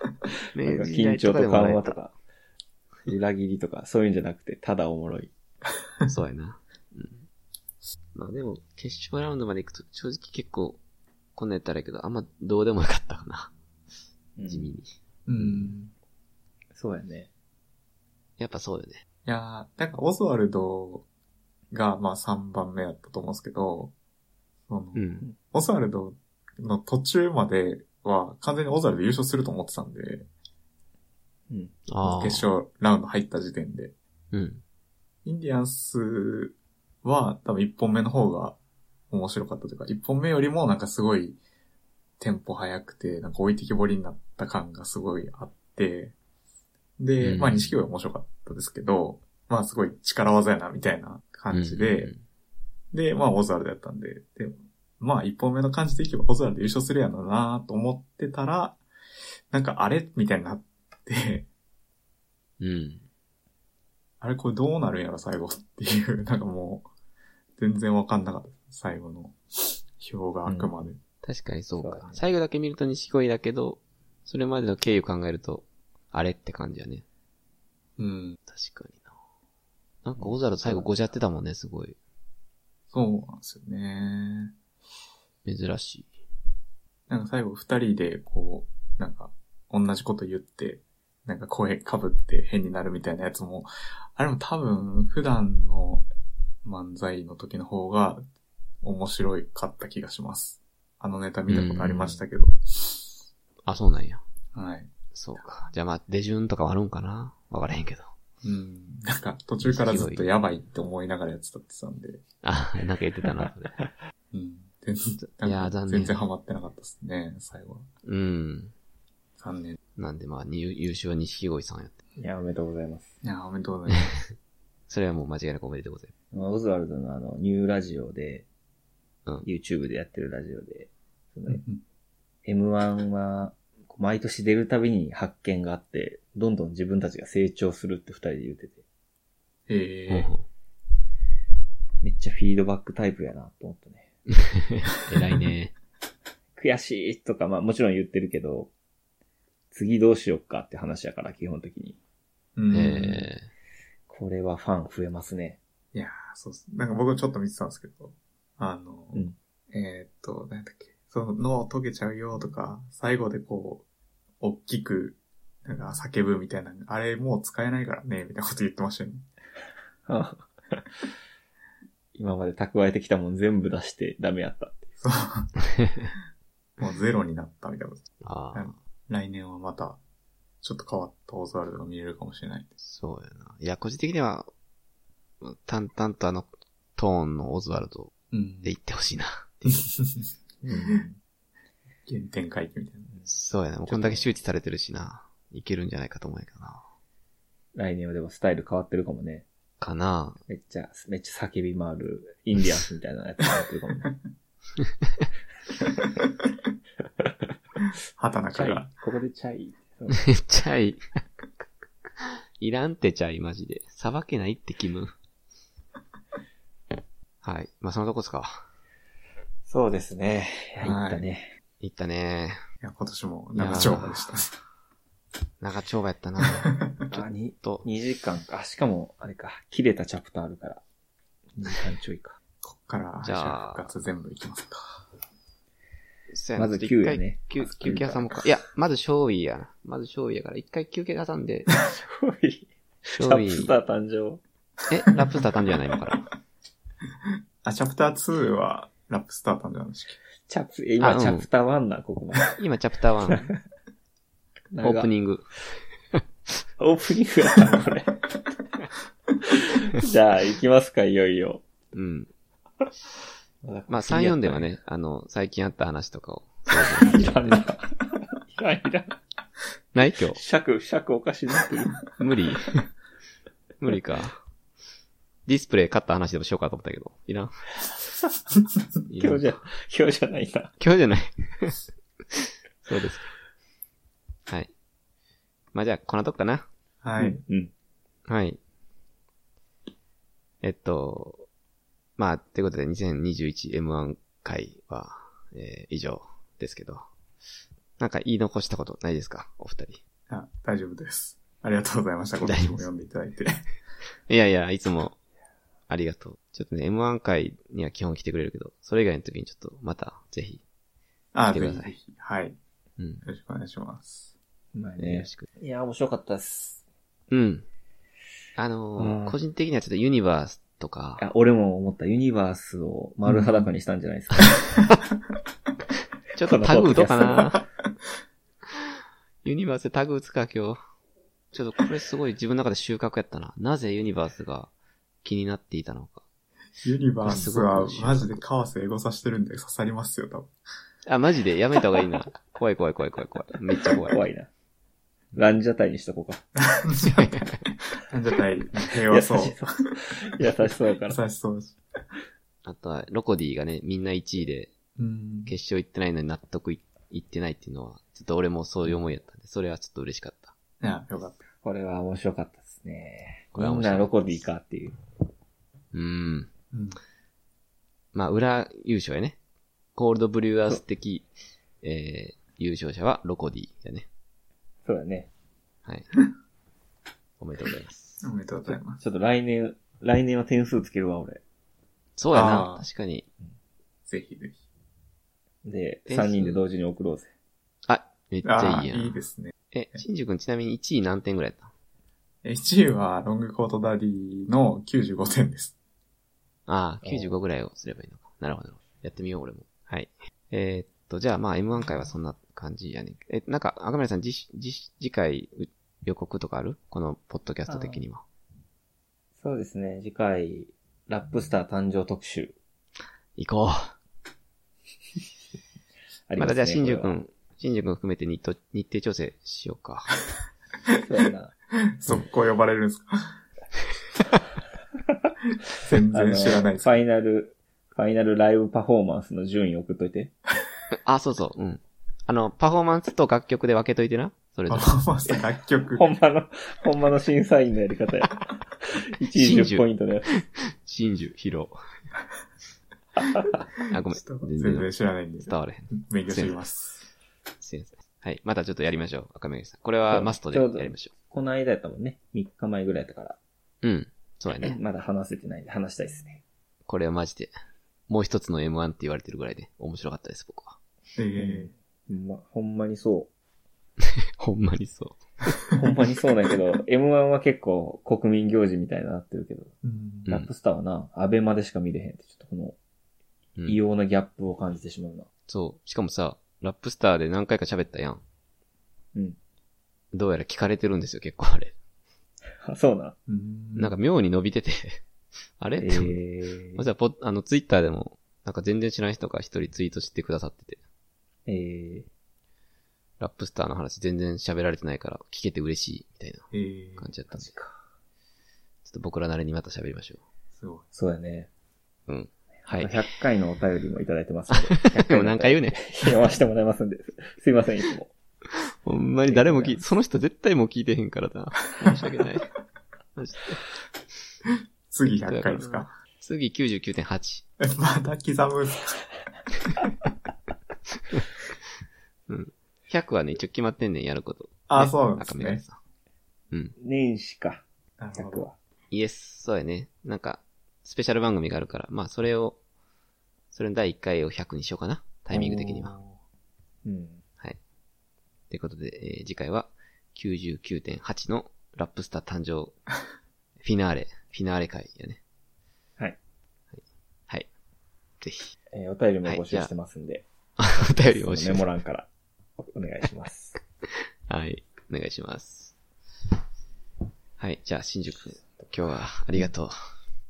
なん明か治時緊代と張とかでも緩笑和えとか、裏切りとか、そういうんじゃなくて、ただおもろい。た。そうやな。うん。まあでも、決勝ラウンドまで行くと、正直結構、こんなんやったらいいけど、あんまどうでもよかったかな。地味に。 うん。そうやね。やっぱそうよね。いやーなんかオズワルドが、まあ3番目だったと思うんですけど、そのうん。オズワルドの途中までは完全にオズワルド優勝すると思ってたんで、うん。ああ。決勝ラウンド入った時点で。うん。インディアンスは多分1本目の方が面白かったというか、1本目よりもなんかすごいテンポ速くて、なんか置いてきぼりになった感がすごいあって、で、うんまあ錦鯉は面白かったですけど、まあすごい力技やなみたいな感じで、うんで、まあオズワルドやったんで、で、まあ1本目の感じでいけばオズワルド優勝するやろうなと思ってたら、なんかあれみたいになって、うん。うん。あれこれどうなるんやろ最後っていう、なんかもう、全然わかんなかった。最後の表があくまで。確かにそうそうだかね。最後だけ見ると錦鯉だけど、それまでの経緯を考えると、あれって感じやね。うん。確かにな。なんかオザル最後ごじゃってたもんね、すごい。そうなんですよね。珍しい。なんか最後二人でこう、なんか同じこと言って、なんか声かぶって変になるみたいなやつも、あれも多分普段の漫才の時の方が面白かった気がします。あのネタ見たことありましたけど。あ、そうなんや。はい。そうか。じゃあまあ、出順とかはあるんかなわからへんけど。うん。なんか途中からずっとやばいって思いながらやってたって言ってたんで。あ、なんか言ってたな、 それ。うん。全い然、やー残念全然ハマってなかったですね、最後は。うん。残念。なんでまあ、に優勝は錦鯉さんやって。いや、おめでとうございます。いやーおめでとうございます。それはもう間違いなくおめでとうございまあオズワルドのあの、ニューラジオで、うん YouTube でやってるラジオで、そのうん M1 は、こう毎年出るたびに発見があって、どんどん自分たちが成長するって二人で言ってて、えます。えほうほめっちゃフィードバックタイプやなと思ったね。う偉いね。悔しいとか、まあもちろん言ってるけど、次どうしよっかって話やから、基本的に。うん。えこれはファン増えますね。いやーそうっす。なんか僕ちょっと見てたんですけど、あの、うんえーっと、なんだっけ、その、脳溶けちゃうよとか、最後でこう、大きく、なんか叫ぶみたいな、あれもう使えないからね、みたいなこと言ってましたよね。 今まで蓄えてきたもん全部出してダメやったって。 そう。もうゼロになったみたいなこと。ー、あうあん、来年はまた、ちょっと変わったオズワルドが見れるかもしれない。そうやな。いや、個人的には、淡々とあの、トーンのオズワルドうんで言ってほしいな。 原点回帰みたいな。そうやな。もうこんだけ周知されてるしな。いけるんじゃないかと思うんやけどな。来年はでもスタイル変わってるかもね。かなめっちゃ、めっちゃ叫び回るインディアンスみたいなやつになってるか もね。畑中が。ここでチャイ。めっちゃいい。いらんってちゃい、マジで。さばけないってキム。はい。まあ、そのとこっすか。そうですね。いや、行っはいたね。いったねいや、今年も長丁場でした。長丁場やったなあ、にと、 2時間か。あしかも、あれか。切れたチャプターあるから。2時間ちょいか。こっから、じじゃゃああ、復活全部いきますか。そうやな まずちょっと9一回やね。休休憩 挟もうか。いや、まず勝利やな。まず勝利やから、一回休憩挟ん で、チ勝ャ利。プター誕生。え、ラップスター誕生やない今から。あ、チャプター2は、ラップスター誕生なんでしたっけチャプ、え今あうんチャプター1な、ここまで。今、チャプター1、 長オっープニング。オープニングやったな、こ れ。じゃあ、行きますか、いよいよ。うん。まあ、3、4では。ね、あの、最近あった話とか を。いらんな。いらん、いらん。ない今日。尺、尺おかしいなってる。無理 無理か。ディスプレイ買った話でもしようかと思ったけど。いらん。いらん今日じゃ、今日じゃないな。今日 じゃない。そうですか。はい。まあじゃあ、こんなとこかな。 はい。。うん。はい。えっと、まあ、ということで 2021M1 回は、えー以上ですけど。なんか言い残したことないですかお二人。あ大丈夫です。ありがとうございました。今大年丈夫もです読んでいただいて。いやいや、いつも、ありがとう。ちょっとね、M1 回には基本来てくれるけど、それ以外の時にちょっと、また、ぜひ。あ、来てぜくひださいぜひ。はい。ようん。ろしくお願いします。まあよねろ。しく。いや、面白かったです。うん。あのーうん個人的にはちょっとユニバースとか、あ、俺も思った。ユニバースを丸裸にしたんじゃないですか。ちょっとタグ打とうか な。ユニバースでタグ打つか、今日。ちょっとこれすごい自分の中で収穫やったな。なぜユニバースが気になっていたのか。ユニバースはあすごいマジで川瀬エゴさしてるんで刺さりますよ、多分。あ、マジでやめた方がいいな。怖い怖い怖い怖い怖い。めっちゃ怖い。怖いな。ランジャタイにしとこうか。 なんじゃない、平優和しそうそう。。優しそう やから。優しそうだし。あとは、ロコディがね、みんな1位でうん。決勝行ってないのに納得いいってないっていうのは、ちょっと俺もそういう思いやったんで、それはちょっと嬉しかった。いや、よかった。これは面白かったですね。これはみ面ん白ないロコディかっていう。うん。うん。まあ、裏優勝やね。コールドブリュアース的、えー、優勝者はロコディやね。そうだね。はい。 おめでとうございます。おめでとうございます。ちょっと来年、来年は点数つけるわ、俺。そうやあな。ー確かに。ぜひぜひ。で、点数3人で同時に送ろうぜ。あ、めっちあゃあ、いいやん。いいですね。え、新宿君ちなみに1位何点ぐらいやっ1位はロングコートダディの95点です。たああ、95ぐらいをすればいいのか。なるほど。やってみよう、俺も。はい。えーっと、じゃあまあ M1 回はそんな感じやねん。え、なんか、赤村さん、じし、じし、次回う予告とかあるこの、ポッドキャスト的には。そうですね。次回、ラップスター誕生特集。行こう。ありままだすね。じゃあ、新これ宿はく。ん、新宿くん含めて日と日程調整しようか。 そうやな。速攻呼ばれるんで すか全あの然知らないですフ。ァイナル、ファイナルライブパフォーマンスの順位送っといて。あ、そうそう、うん。あの、パフォーマンスと楽曲で分けといてな。それぞパれ。フォーマンス楽曲。ほんまの、ほんまの審査員のやり 方や。1位真10珠ポイントのやつ。真珠、披露。あ、ごめん。ちょっと全全然然知らないんで、伝われへん。勉強してみます。すいません。はい。またちょっとやりましょう。赤目さん。これはマストでやりましょこの間やったもんね。3日前ぐらいやったから。う。うん。そうやね。まだ話せてないんで話したいですね。これはマジで。もう一つの M1 って言われてるぐらいで面白かったです、僕は。えほんま、ほんまにそ。ほんまにそうほんまにそうだけど、M1 は結構国民行事みたいになってるけど、えうんうんラップスターはな、アベマでしか見れへんって、ちょっとこのう。うん異様なギャップを感じてしまうな。そう。しかもさ、ラップスターで何回か喋ったやん。うん。どうやら聞かれてるんですよ、結構あれ。あ、 そうな。うんなんか妙に伸びて て、あれえって 思って。ーまあ、じゃあ、ポッあの、ツイッターでも、なんか全然知らない人が一人ツイートしてくださってて、えー、ラップスターの話全然喋られてないから、聞けて嬉しい、みたいなええ感じだったんで、ちょか。っと僕らなりにまた喋りましょすごい。そうやね。う。うん。はい。 100回のお便りもいただいてますので。100でも回のお何便回言うりねん。読ませてもらいますんで。 すいません、いつも。ほんまに誰も聞い、その人絶対もう聞いてへんから な。申し訳ない。マジで次100回ですか次99.8。まだ刻むんですか100はね、一応決まってんねん、やること。あ、ねそうなんです中目ね黒。さん。うん。年始か、なるほ100ど。は。イエス、そうやね。なんか、スペシャル番組があるから、まあ、それを、それの第1回を100にしようかな。タイミング的には。おー。うん。ということで、えー次回は99.8のラップスター誕生フィナーレ、フィナーレ会やね。はいはい。はい。ぜひ。えーお便りも募集してますんで。 お便りをしメモ欄からお願いします。はい。お願いします。はい。じゃあ、新宿、今日はありがとう。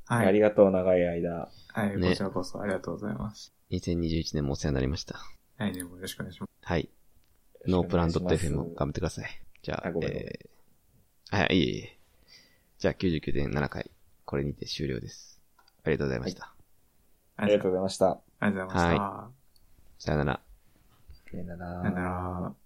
あはい。りがとう、長い間。はい、ねこちらこそありがとうございます。 2021年もお世話になりました。来年もよろしくお願いします。はい。ノープランドット FM もお願いします頑張ってください。じゃあ、あごめんごめんえー、はい、いえいえ。じゃあ、99.7回、これにて終了です。ありがとうございました。あありがとうございました。ありがとうございました。さよなら。さよならさよなら。